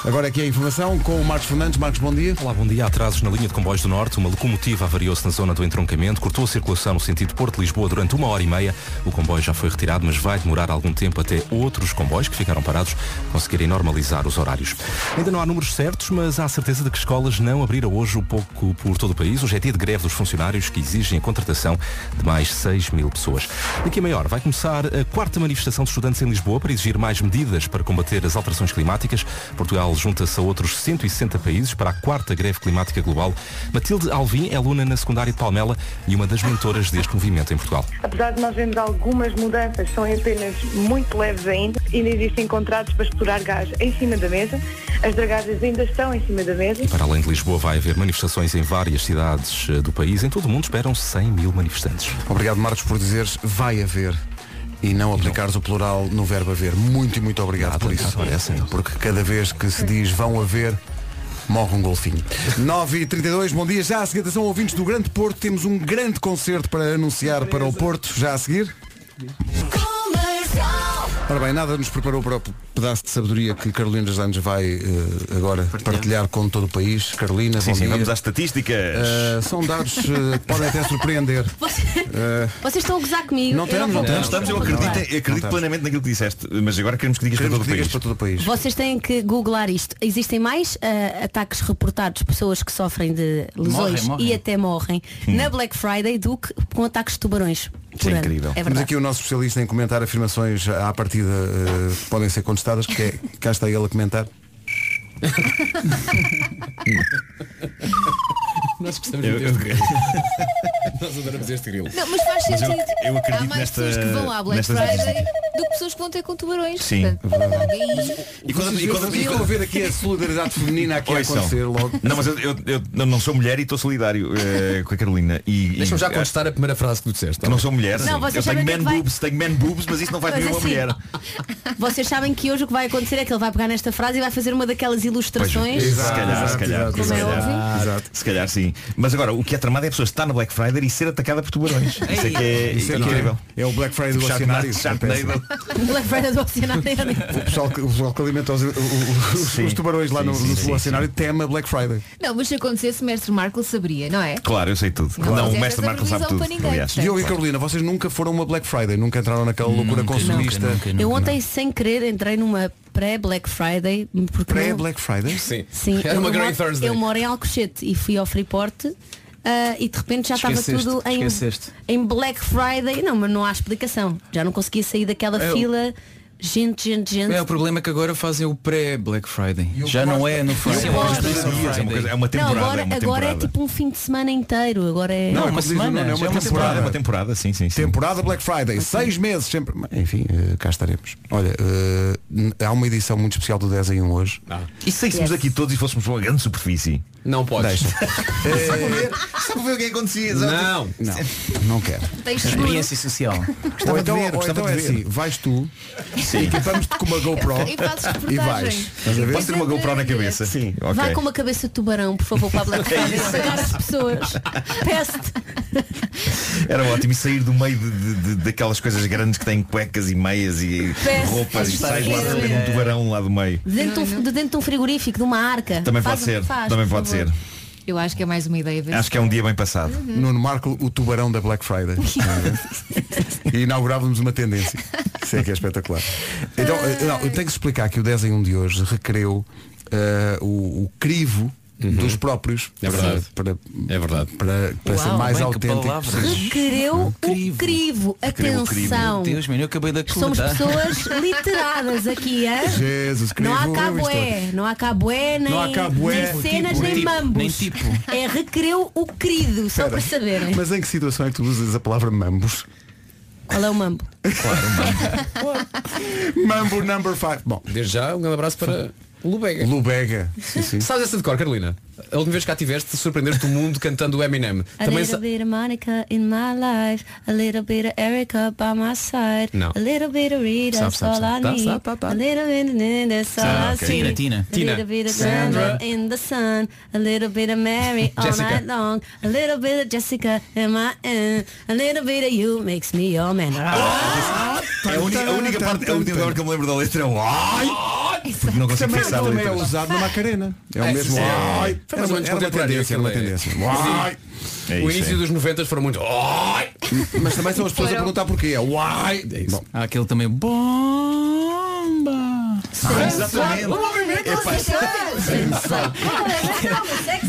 [SPEAKER 5] Agora aqui a informação com o Marcos Fernandes. Marcos, bom dia.
[SPEAKER 2] Olá, bom dia. Há Atrasos na linha de comboios do Norte. Uma locomotiva avariou-se na zona do entroncamento, cortou a circulação no sentido Porto-Lisboa durante uma hora e meia. O comboio já foi retirado, mas vai demorar algum tempo até outros comboios que ficaram parados conseguirem normalizar os horários. Ainda não há números certos, mas há a certeza de que escolas não abriram hoje um pouco por todo o país. Hoje é dia de greve dos funcionários que exigem a contratação de mais 6 mil pessoas. Daqui a meia hora vai começar a quarta manifestação de estudantes em Lisboa para exigir mais medidas para combater as alterações climáticas. Portugal junta-se a outros 160 países para a quarta greve climática global. Matilde Alvim é aluna na secundária de Palmela e uma das mentoras deste movimento em Portugal.
[SPEAKER 17] Apesar de nós vermos algumas mudanças, são apenas muito leves ainda. Ainda existem contratos para explorar gás em cima da mesa. As dragagens ainda estão em cima da mesa.
[SPEAKER 2] Para além de Lisboa, vai haver manifestações em várias cidades eh, do país. Em todo o mundo esperam 100 mil manifestantes.
[SPEAKER 5] Obrigado, Marcos, por dizeres vai haver e não aplicares o plural no verbo haver. Muito e muito obrigado por isso. Porque cada vez que se diz vão haver, morre um golfinho. 9h32, bom dia. Já a seguir, atenção, ouvintes do Grande Porto, temos um grande concerto para anunciar para o Porto. Já a seguir. Ora bem, nada nos preparou para o pedaço de sabedoria que Carolina dos Anjos vai eh, agora partilhar. com todo o país. Carolina,
[SPEAKER 13] Sim,
[SPEAKER 5] bom
[SPEAKER 13] sim,
[SPEAKER 5] dia.
[SPEAKER 13] vamos às estatísticas.
[SPEAKER 5] Eh, são dados eh, que podem até surpreender. Eh,
[SPEAKER 16] Vocês estão a gozar comigo.
[SPEAKER 5] Não
[SPEAKER 16] Eu
[SPEAKER 5] temos, não
[SPEAKER 16] vou
[SPEAKER 13] Não,
[SPEAKER 16] gozar.
[SPEAKER 13] estamos, eu acredito, eu
[SPEAKER 5] Não
[SPEAKER 13] acredito
[SPEAKER 5] estás.
[SPEAKER 13] plenamente naquilo que disseste, mas agora queremos que digas, para, todo
[SPEAKER 5] o país.
[SPEAKER 16] Vocês têm que googlar isto. Existem mais ah, ataques reportados, pessoas que sofrem de lesões
[SPEAKER 5] Morrem, morrem. Hum.
[SPEAKER 16] e até morrem na Black Friday do que com ataques de tubarões. por ano. É
[SPEAKER 5] Temos
[SPEAKER 16] verdade.
[SPEAKER 5] aqui o nosso especialista em comentar afirmações à partida eh, que podem ser contestadas, que é, cá está ele a comentar.
[SPEAKER 7] Nós gostamos
[SPEAKER 13] Eu-
[SPEAKER 7] muito deste grilo. Nós adoramos este grilo.
[SPEAKER 1] Não, mas faz
[SPEAKER 13] Mas eu-
[SPEAKER 1] sentido.
[SPEAKER 13] eu acredito
[SPEAKER 1] Há mais
[SPEAKER 13] nesta-
[SPEAKER 1] pessoas que vão à Black
[SPEAKER 13] nestas
[SPEAKER 1] Friday
[SPEAKER 13] estatísticas.
[SPEAKER 1] do que pessoas que vão ter com tubarões.
[SPEAKER 13] Sim. é
[SPEAKER 1] Portanto, é
[SPEAKER 13] E quando-
[SPEAKER 5] Vocês
[SPEAKER 13] e
[SPEAKER 5] viram-
[SPEAKER 13] quando- e
[SPEAKER 5] estão a
[SPEAKER 13] quando-
[SPEAKER 5] ver aqui a solidariedade feminina aqui a
[SPEAKER 13] Pois são.
[SPEAKER 5] acontecer logo.
[SPEAKER 13] Não, mas eu, eu- eu não- não sou mulher e estou solidário eh, com a Carolina. E, e-
[SPEAKER 7] Deixa-me já contestar a primeira frase que tu disseste.
[SPEAKER 13] Eu não sou mulher.
[SPEAKER 16] Não, vocês
[SPEAKER 13] eu
[SPEAKER 16] sabem o
[SPEAKER 13] tenho
[SPEAKER 16] que é
[SPEAKER 13] man
[SPEAKER 16] que vai-
[SPEAKER 13] boobs, tenho man boobs, mas isso não vai
[SPEAKER 16] Mas
[SPEAKER 13] vir
[SPEAKER 5] é,
[SPEAKER 13] uma
[SPEAKER 16] assim,
[SPEAKER 13] mulher.
[SPEAKER 16] Vocês sabem que hoje o que vai acontecer é que ele vai pegar nesta frase e vai fazer uma daquelas ilustrações.
[SPEAKER 13] se calhar, se calhar.
[SPEAKER 16] Como
[SPEAKER 13] se
[SPEAKER 16] é
[SPEAKER 13] calhar.
[SPEAKER 16] óbvio.
[SPEAKER 13] Se calhar sim. Mas agora, o que é tramado é a pessoa estar no Black Friday e ser atacada por tubarões. Isso é que é,
[SPEAKER 5] Isso é
[SPEAKER 13] é incrível.
[SPEAKER 5] que é- é o Black Friday do
[SPEAKER 13] Tipo
[SPEAKER 5] Oceanário.
[SPEAKER 13] Sharknado, Sharknado.
[SPEAKER 16] Black Friday do Oceanário.
[SPEAKER 5] O pessoal que, o pessoal que alimenta os, o- o- os- os tubarões lá
[SPEAKER 13] Sim,
[SPEAKER 5] no,
[SPEAKER 13] sim,
[SPEAKER 5] no
[SPEAKER 13] sim,
[SPEAKER 5] Oceanário teme a Black Friday.
[SPEAKER 1] Não, mas se acontecesse, mestre Marco saberia, não é?
[SPEAKER 13] Claro, eu sei tudo.
[SPEAKER 1] Não
[SPEAKER 13] Não, o
[SPEAKER 1] fizeste
[SPEAKER 13] mestre
[SPEAKER 1] essa
[SPEAKER 13] Marco sabe
[SPEAKER 1] previsão
[SPEAKER 13] tudo.
[SPEAKER 1] para ninguém,
[SPEAKER 13] Aliás.
[SPEAKER 5] Diogo e Carolina, vocês nunca foram a uma Black Friday, nunca entraram naquela loucura consumista.
[SPEAKER 16] Eu ontem, sem querer, entrei numa pré-Black Friday. porque não-
[SPEAKER 5] Pré-Black Friday? Sim.
[SPEAKER 16] Sim, eu, moro, eu moro em Alcochete e fui ao Freeport ah, e de repente já estava
[SPEAKER 18] Esqueceste,
[SPEAKER 16] tudo em,
[SPEAKER 18] esqueceste.
[SPEAKER 16] em Black Friday. Não, mas não há explicação. Já não conseguia sair daquela
[SPEAKER 18] É o-
[SPEAKER 16] fila. Gente, gente, gente.
[SPEAKER 18] É o problema é que agora fazem o pré-Black Friday. Já não é no Friday.
[SPEAKER 13] Sim, é uma coisa de dias, é uma coisa- é uma temporada,
[SPEAKER 16] não, agora, agora é tipo um fim de semana inteiro. Agora é.
[SPEAKER 5] Não, é como diz o Nuno, é uma temporada.
[SPEAKER 13] É uma temporada, sim, sim. sim.
[SPEAKER 5] Temporada Black Friday, seis meses sempre. Mas, Enfim, eh, cá estaremos. Olha, eh, n- há uma edição muito especial do 10 em 1 hoje.
[SPEAKER 13] E se saíssemos daqui todos e fôssemos para uma grande superfície?
[SPEAKER 7] Não podes.
[SPEAKER 13] Só para ver, só para ver o que é que acontecia.
[SPEAKER 7] Não,
[SPEAKER 5] É. não, não quero.
[SPEAKER 13] Tens
[SPEAKER 18] Experiência social.
[SPEAKER 5] Ou
[SPEAKER 18] Gostava de
[SPEAKER 5] então,
[SPEAKER 18] ver,
[SPEAKER 5] ou
[SPEAKER 18] gostava
[SPEAKER 5] então
[SPEAKER 18] de
[SPEAKER 5] é
[SPEAKER 18] ver.
[SPEAKER 5] assim, vais tu,
[SPEAKER 13] Sim.
[SPEAKER 5] equipamos-te com uma GoPro e
[SPEAKER 16] E fazes reportagem.
[SPEAKER 5] vais. Estás a ver?
[SPEAKER 13] Posso ter uma GoPro na cabeça? Sim. Ok.
[SPEAKER 16] Vai com uma cabeça de tubarão, por favor, para
[SPEAKER 5] É
[SPEAKER 16] a Black Friday. Pegar as pessoas. Peste.
[SPEAKER 13] Era ótimo. E sair do meio de, de- de- daquelas coisas grandes que têm cuecas e meias e
[SPEAKER 16] Peço.
[SPEAKER 13] roupas e
[SPEAKER 16] Acho
[SPEAKER 13] sais lá de
[SPEAKER 16] que-
[SPEAKER 13] repente um tubarão lá do meio.
[SPEAKER 16] De dentro, de um- de dentro de um frigorífico, de uma arca.
[SPEAKER 13] Também
[SPEAKER 16] Faz
[SPEAKER 13] pode
[SPEAKER 16] o que
[SPEAKER 13] ser.
[SPEAKER 16] faz,
[SPEAKER 13] Também
[SPEAKER 16] por favor.
[SPEAKER 13] pode ser.
[SPEAKER 1] Eu acho que é mais uma ideia. ver se-
[SPEAKER 13] Acho que é um dia bem passado.
[SPEAKER 5] Uhum. Nuno Marco, o tubarão da Black Friday. e inaugurávamos uma tendência. Isso é que é espetacular. Então, eh, não, eu tenho que explicar que o 10 em 1 de hoje requereu eh, o, o crivo dos próprios.
[SPEAKER 8] É verdade.
[SPEAKER 5] Para,
[SPEAKER 8] É verdade.
[SPEAKER 5] para, para ser mais autêntico.
[SPEAKER 16] Requereu o crivo.
[SPEAKER 18] Requereu o crivo.
[SPEAKER 16] Atenção.
[SPEAKER 18] Deus, meu, eu acabei de
[SPEAKER 16] Somos
[SPEAKER 18] acordar.
[SPEAKER 16] pessoas literadas aqui, hã?
[SPEAKER 5] Jesus,
[SPEAKER 16] Não há
[SPEAKER 18] crivo, eu
[SPEAKER 16] cabué, não há cabué, nem,
[SPEAKER 18] Não há
[SPEAKER 5] é
[SPEAKER 18] cabué.
[SPEAKER 16] nem cenas,
[SPEAKER 18] Tipo,
[SPEAKER 16] nem
[SPEAKER 18] tipo,
[SPEAKER 16] mambos.
[SPEAKER 18] nem tipo.
[SPEAKER 16] É requereu o querido, só para saberem.
[SPEAKER 5] Mas em que situação é que tu usas a palavra mambos?
[SPEAKER 16] Qual é o mambo?
[SPEAKER 5] Mambo number 5. Bom,
[SPEAKER 7] Desde já, um grande abraço para Lubega.
[SPEAKER 5] Lubega. Sim, sim.
[SPEAKER 7] Sabes essa de cor, Carolina? A última vez que cá tiveste, surpreendeste o mundo cantando o Eminem.
[SPEAKER 16] A
[SPEAKER 7] Também
[SPEAKER 16] little
[SPEAKER 7] sa-
[SPEAKER 16] bit of Monica in my life, a little bit of Erica by my side,
[SPEAKER 7] Não.
[SPEAKER 16] a little bit of Rita,
[SPEAKER 18] Sabe,
[SPEAKER 16] that's
[SPEAKER 18] sabe,
[SPEAKER 16] all I
[SPEAKER 18] sabe. Tá,
[SPEAKER 16] need,
[SPEAKER 18] sabe, tá, tá.
[SPEAKER 16] a little bit of Nina, that's all
[SPEAKER 18] Sabe,
[SPEAKER 16] I
[SPEAKER 18] ok.
[SPEAKER 16] see,
[SPEAKER 18] Tina, Tina.
[SPEAKER 16] a
[SPEAKER 18] Tina.
[SPEAKER 16] little bit of
[SPEAKER 18] Sandra.
[SPEAKER 16] Sandra in the sun, a little bit of Mary all
[SPEAKER 18] Jessica.
[SPEAKER 16] night long, a little bit of Jessica in my end, a little bit of you makes me your man.
[SPEAKER 18] Ah,
[SPEAKER 13] É a única, a única parte, a única parte que eu me lembro da letra é o ai, porque não consigo
[SPEAKER 5] Também,
[SPEAKER 13] pensar na
[SPEAKER 5] também é
[SPEAKER 13] letra.
[SPEAKER 5] usado na Macarena. É o
[SPEAKER 7] É,
[SPEAKER 5] mesmo.
[SPEAKER 7] sim.
[SPEAKER 5] Ai,
[SPEAKER 7] Foi mais
[SPEAKER 5] era
[SPEAKER 7] ou menos
[SPEAKER 5] era uma
[SPEAKER 7] contemporâneo
[SPEAKER 5] tendência, era uma
[SPEAKER 7] aquele-
[SPEAKER 5] tendência. Ai.
[SPEAKER 13] É
[SPEAKER 7] o
[SPEAKER 13] isso,
[SPEAKER 7] início
[SPEAKER 13] é.
[SPEAKER 7] dos 90 foram muito. Ai!
[SPEAKER 5] Mas também são as pessoas a
[SPEAKER 7] Foram.
[SPEAKER 5] perguntar porquê. É Uai! Bom,
[SPEAKER 18] Há aquele também bomba. Ah,
[SPEAKER 13] exatamente. Epá,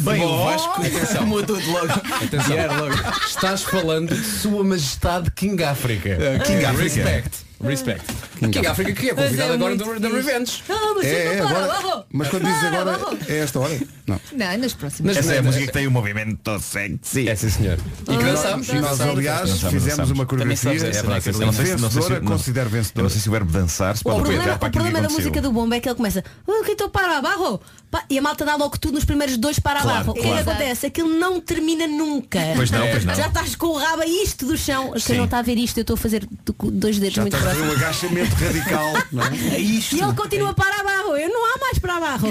[SPEAKER 18] Bem,
[SPEAKER 7] Bom.
[SPEAKER 18] o Vasco
[SPEAKER 7] Atenção.
[SPEAKER 18] mudou de logo.
[SPEAKER 7] Atenção.
[SPEAKER 18] E era logo.
[SPEAKER 7] Estás falando de Sua Majestade King África.
[SPEAKER 5] Eh,
[SPEAKER 18] Ah, King África.
[SPEAKER 7] Respect. Respect. King, África que é convidado agora do, da Revenge.
[SPEAKER 5] É, é, agora, mas quando dizes agora é esta hora? Não.
[SPEAKER 1] Não, nas próximas.
[SPEAKER 13] Essa é a
[SPEAKER 1] Mas-
[SPEAKER 13] música que tem o movimento sexy.
[SPEAKER 7] É sim senhor.
[SPEAKER 1] E que
[SPEAKER 5] dançamos. E nós, aliás, fizemos uma coreografia
[SPEAKER 13] né? não sei se- não sei se-
[SPEAKER 5] vencedora,
[SPEAKER 13] não-
[SPEAKER 5] considero
[SPEAKER 13] Eu
[SPEAKER 5] vencedora.
[SPEAKER 13] não sei se o é- verbo dançar se
[SPEAKER 16] O
[SPEAKER 13] pode
[SPEAKER 16] problema,
[SPEAKER 13] apoiar
[SPEAKER 16] o
[SPEAKER 13] para aquilo que
[SPEAKER 16] problema da
[SPEAKER 13] aconteceu.
[SPEAKER 16] música do bombo é que ele começa "Ah, que então para abaixo Pá, e a malta dá logo tudo nos primeiros dois para
[SPEAKER 13] Claro,
[SPEAKER 16] abaixo. O que é que
[SPEAKER 13] claro.
[SPEAKER 16] acontece? Aquilo não termina nunca.
[SPEAKER 13] Pois não, pois não.
[SPEAKER 16] Já estás com o rabo a isto do chão. Quem
[SPEAKER 13] Sim.
[SPEAKER 16] não está a ver isto, eu estou a fazer do- com dois dedos
[SPEAKER 5] Já
[SPEAKER 16] muito
[SPEAKER 5] estás a ver
[SPEAKER 16] próximos.
[SPEAKER 5] um agachamento radical. não é?
[SPEAKER 18] É isto.
[SPEAKER 16] E ele continua para abaixo. Eu não há mais para abaixo.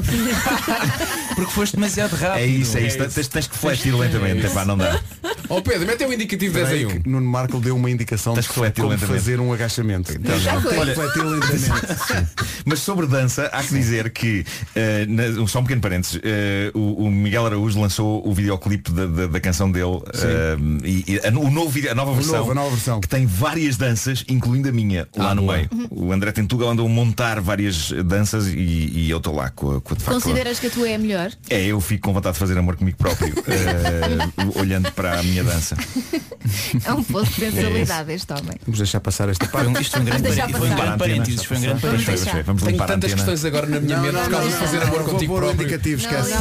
[SPEAKER 18] Porque foste demasiado rápido.
[SPEAKER 13] É isso, é isso. Tens, tens que fletir lentamente. Epá, não dá.
[SPEAKER 7] Ó Pedro, mete o um indicativo 10
[SPEAKER 5] Peraí
[SPEAKER 7] em 1.
[SPEAKER 5] que Nuno Marco deu uma indicação
[SPEAKER 13] Tens
[SPEAKER 5] de
[SPEAKER 13] que refletir
[SPEAKER 5] como
[SPEAKER 13] lentamente.
[SPEAKER 5] fazer um agachamento.
[SPEAKER 13] Então,
[SPEAKER 5] Tem que
[SPEAKER 13] Olha,
[SPEAKER 5] refletir lentamente.
[SPEAKER 13] Mas sobre dança, há que dizer que, eh, na- só um pequeno parênteses, eh, o, o Miguel Araújo lançou o videoclipe da, da- da canção dele eh, e, e a, o novo vídeo- a nova
[SPEAKER 5] O
[SPEAKER 13] versão
[SPEAKER 5] novo, a nova Ah, versão.
[SPEAKER 13] que tem várias danças, incluindo a minha,
[SPEAKER 7] Ah,
[SPEAKER 13] lá no meio.
[SPEAKER 5] Uhum.
[SPEAKER 13] O André Tentuga andou a montar várias danças e, e eu estou lá com a, com a de facto,
[SPEAKER 1] Consideras que a tua é a melhor?
[SPEAKER 13] É, eu fico com vontade de fazer amor comigo próprio, eh, olhando para a minha dança.
[SPEAKER 1] É um pouco de sensualidade este homem.
[SPEAKER 5] Vamos deixar passar esta parte.
[SPEAKER 18] Isto foi um grande
[SPEAKER 1] Deixa
[SPEAKER 18] parênteses. Foi um
[SPEAKER 1] passar.
[SPEAKER 18] grande parênteses. Foi um grande
[SPEAKER 13] Pois
[SPEAKER 18] parênteses.
[SPEAKER 13] foi, pois foi. Vamos
[SPEAKER 7] Tenho
[SPEAKER 13] limpar a
[SPEAKER 7] tantas
[SPEAKER 13] antena.
[SPEAKER 7] questões agora na minha mente por causa de fazer amor
[SPEAKER 5] vou
[SPEAKER 7] contigo
[SPEAKER 5] pôr o
[SPEAKER 7] próprio.
[SPEAKER 5] indicativo, esquece.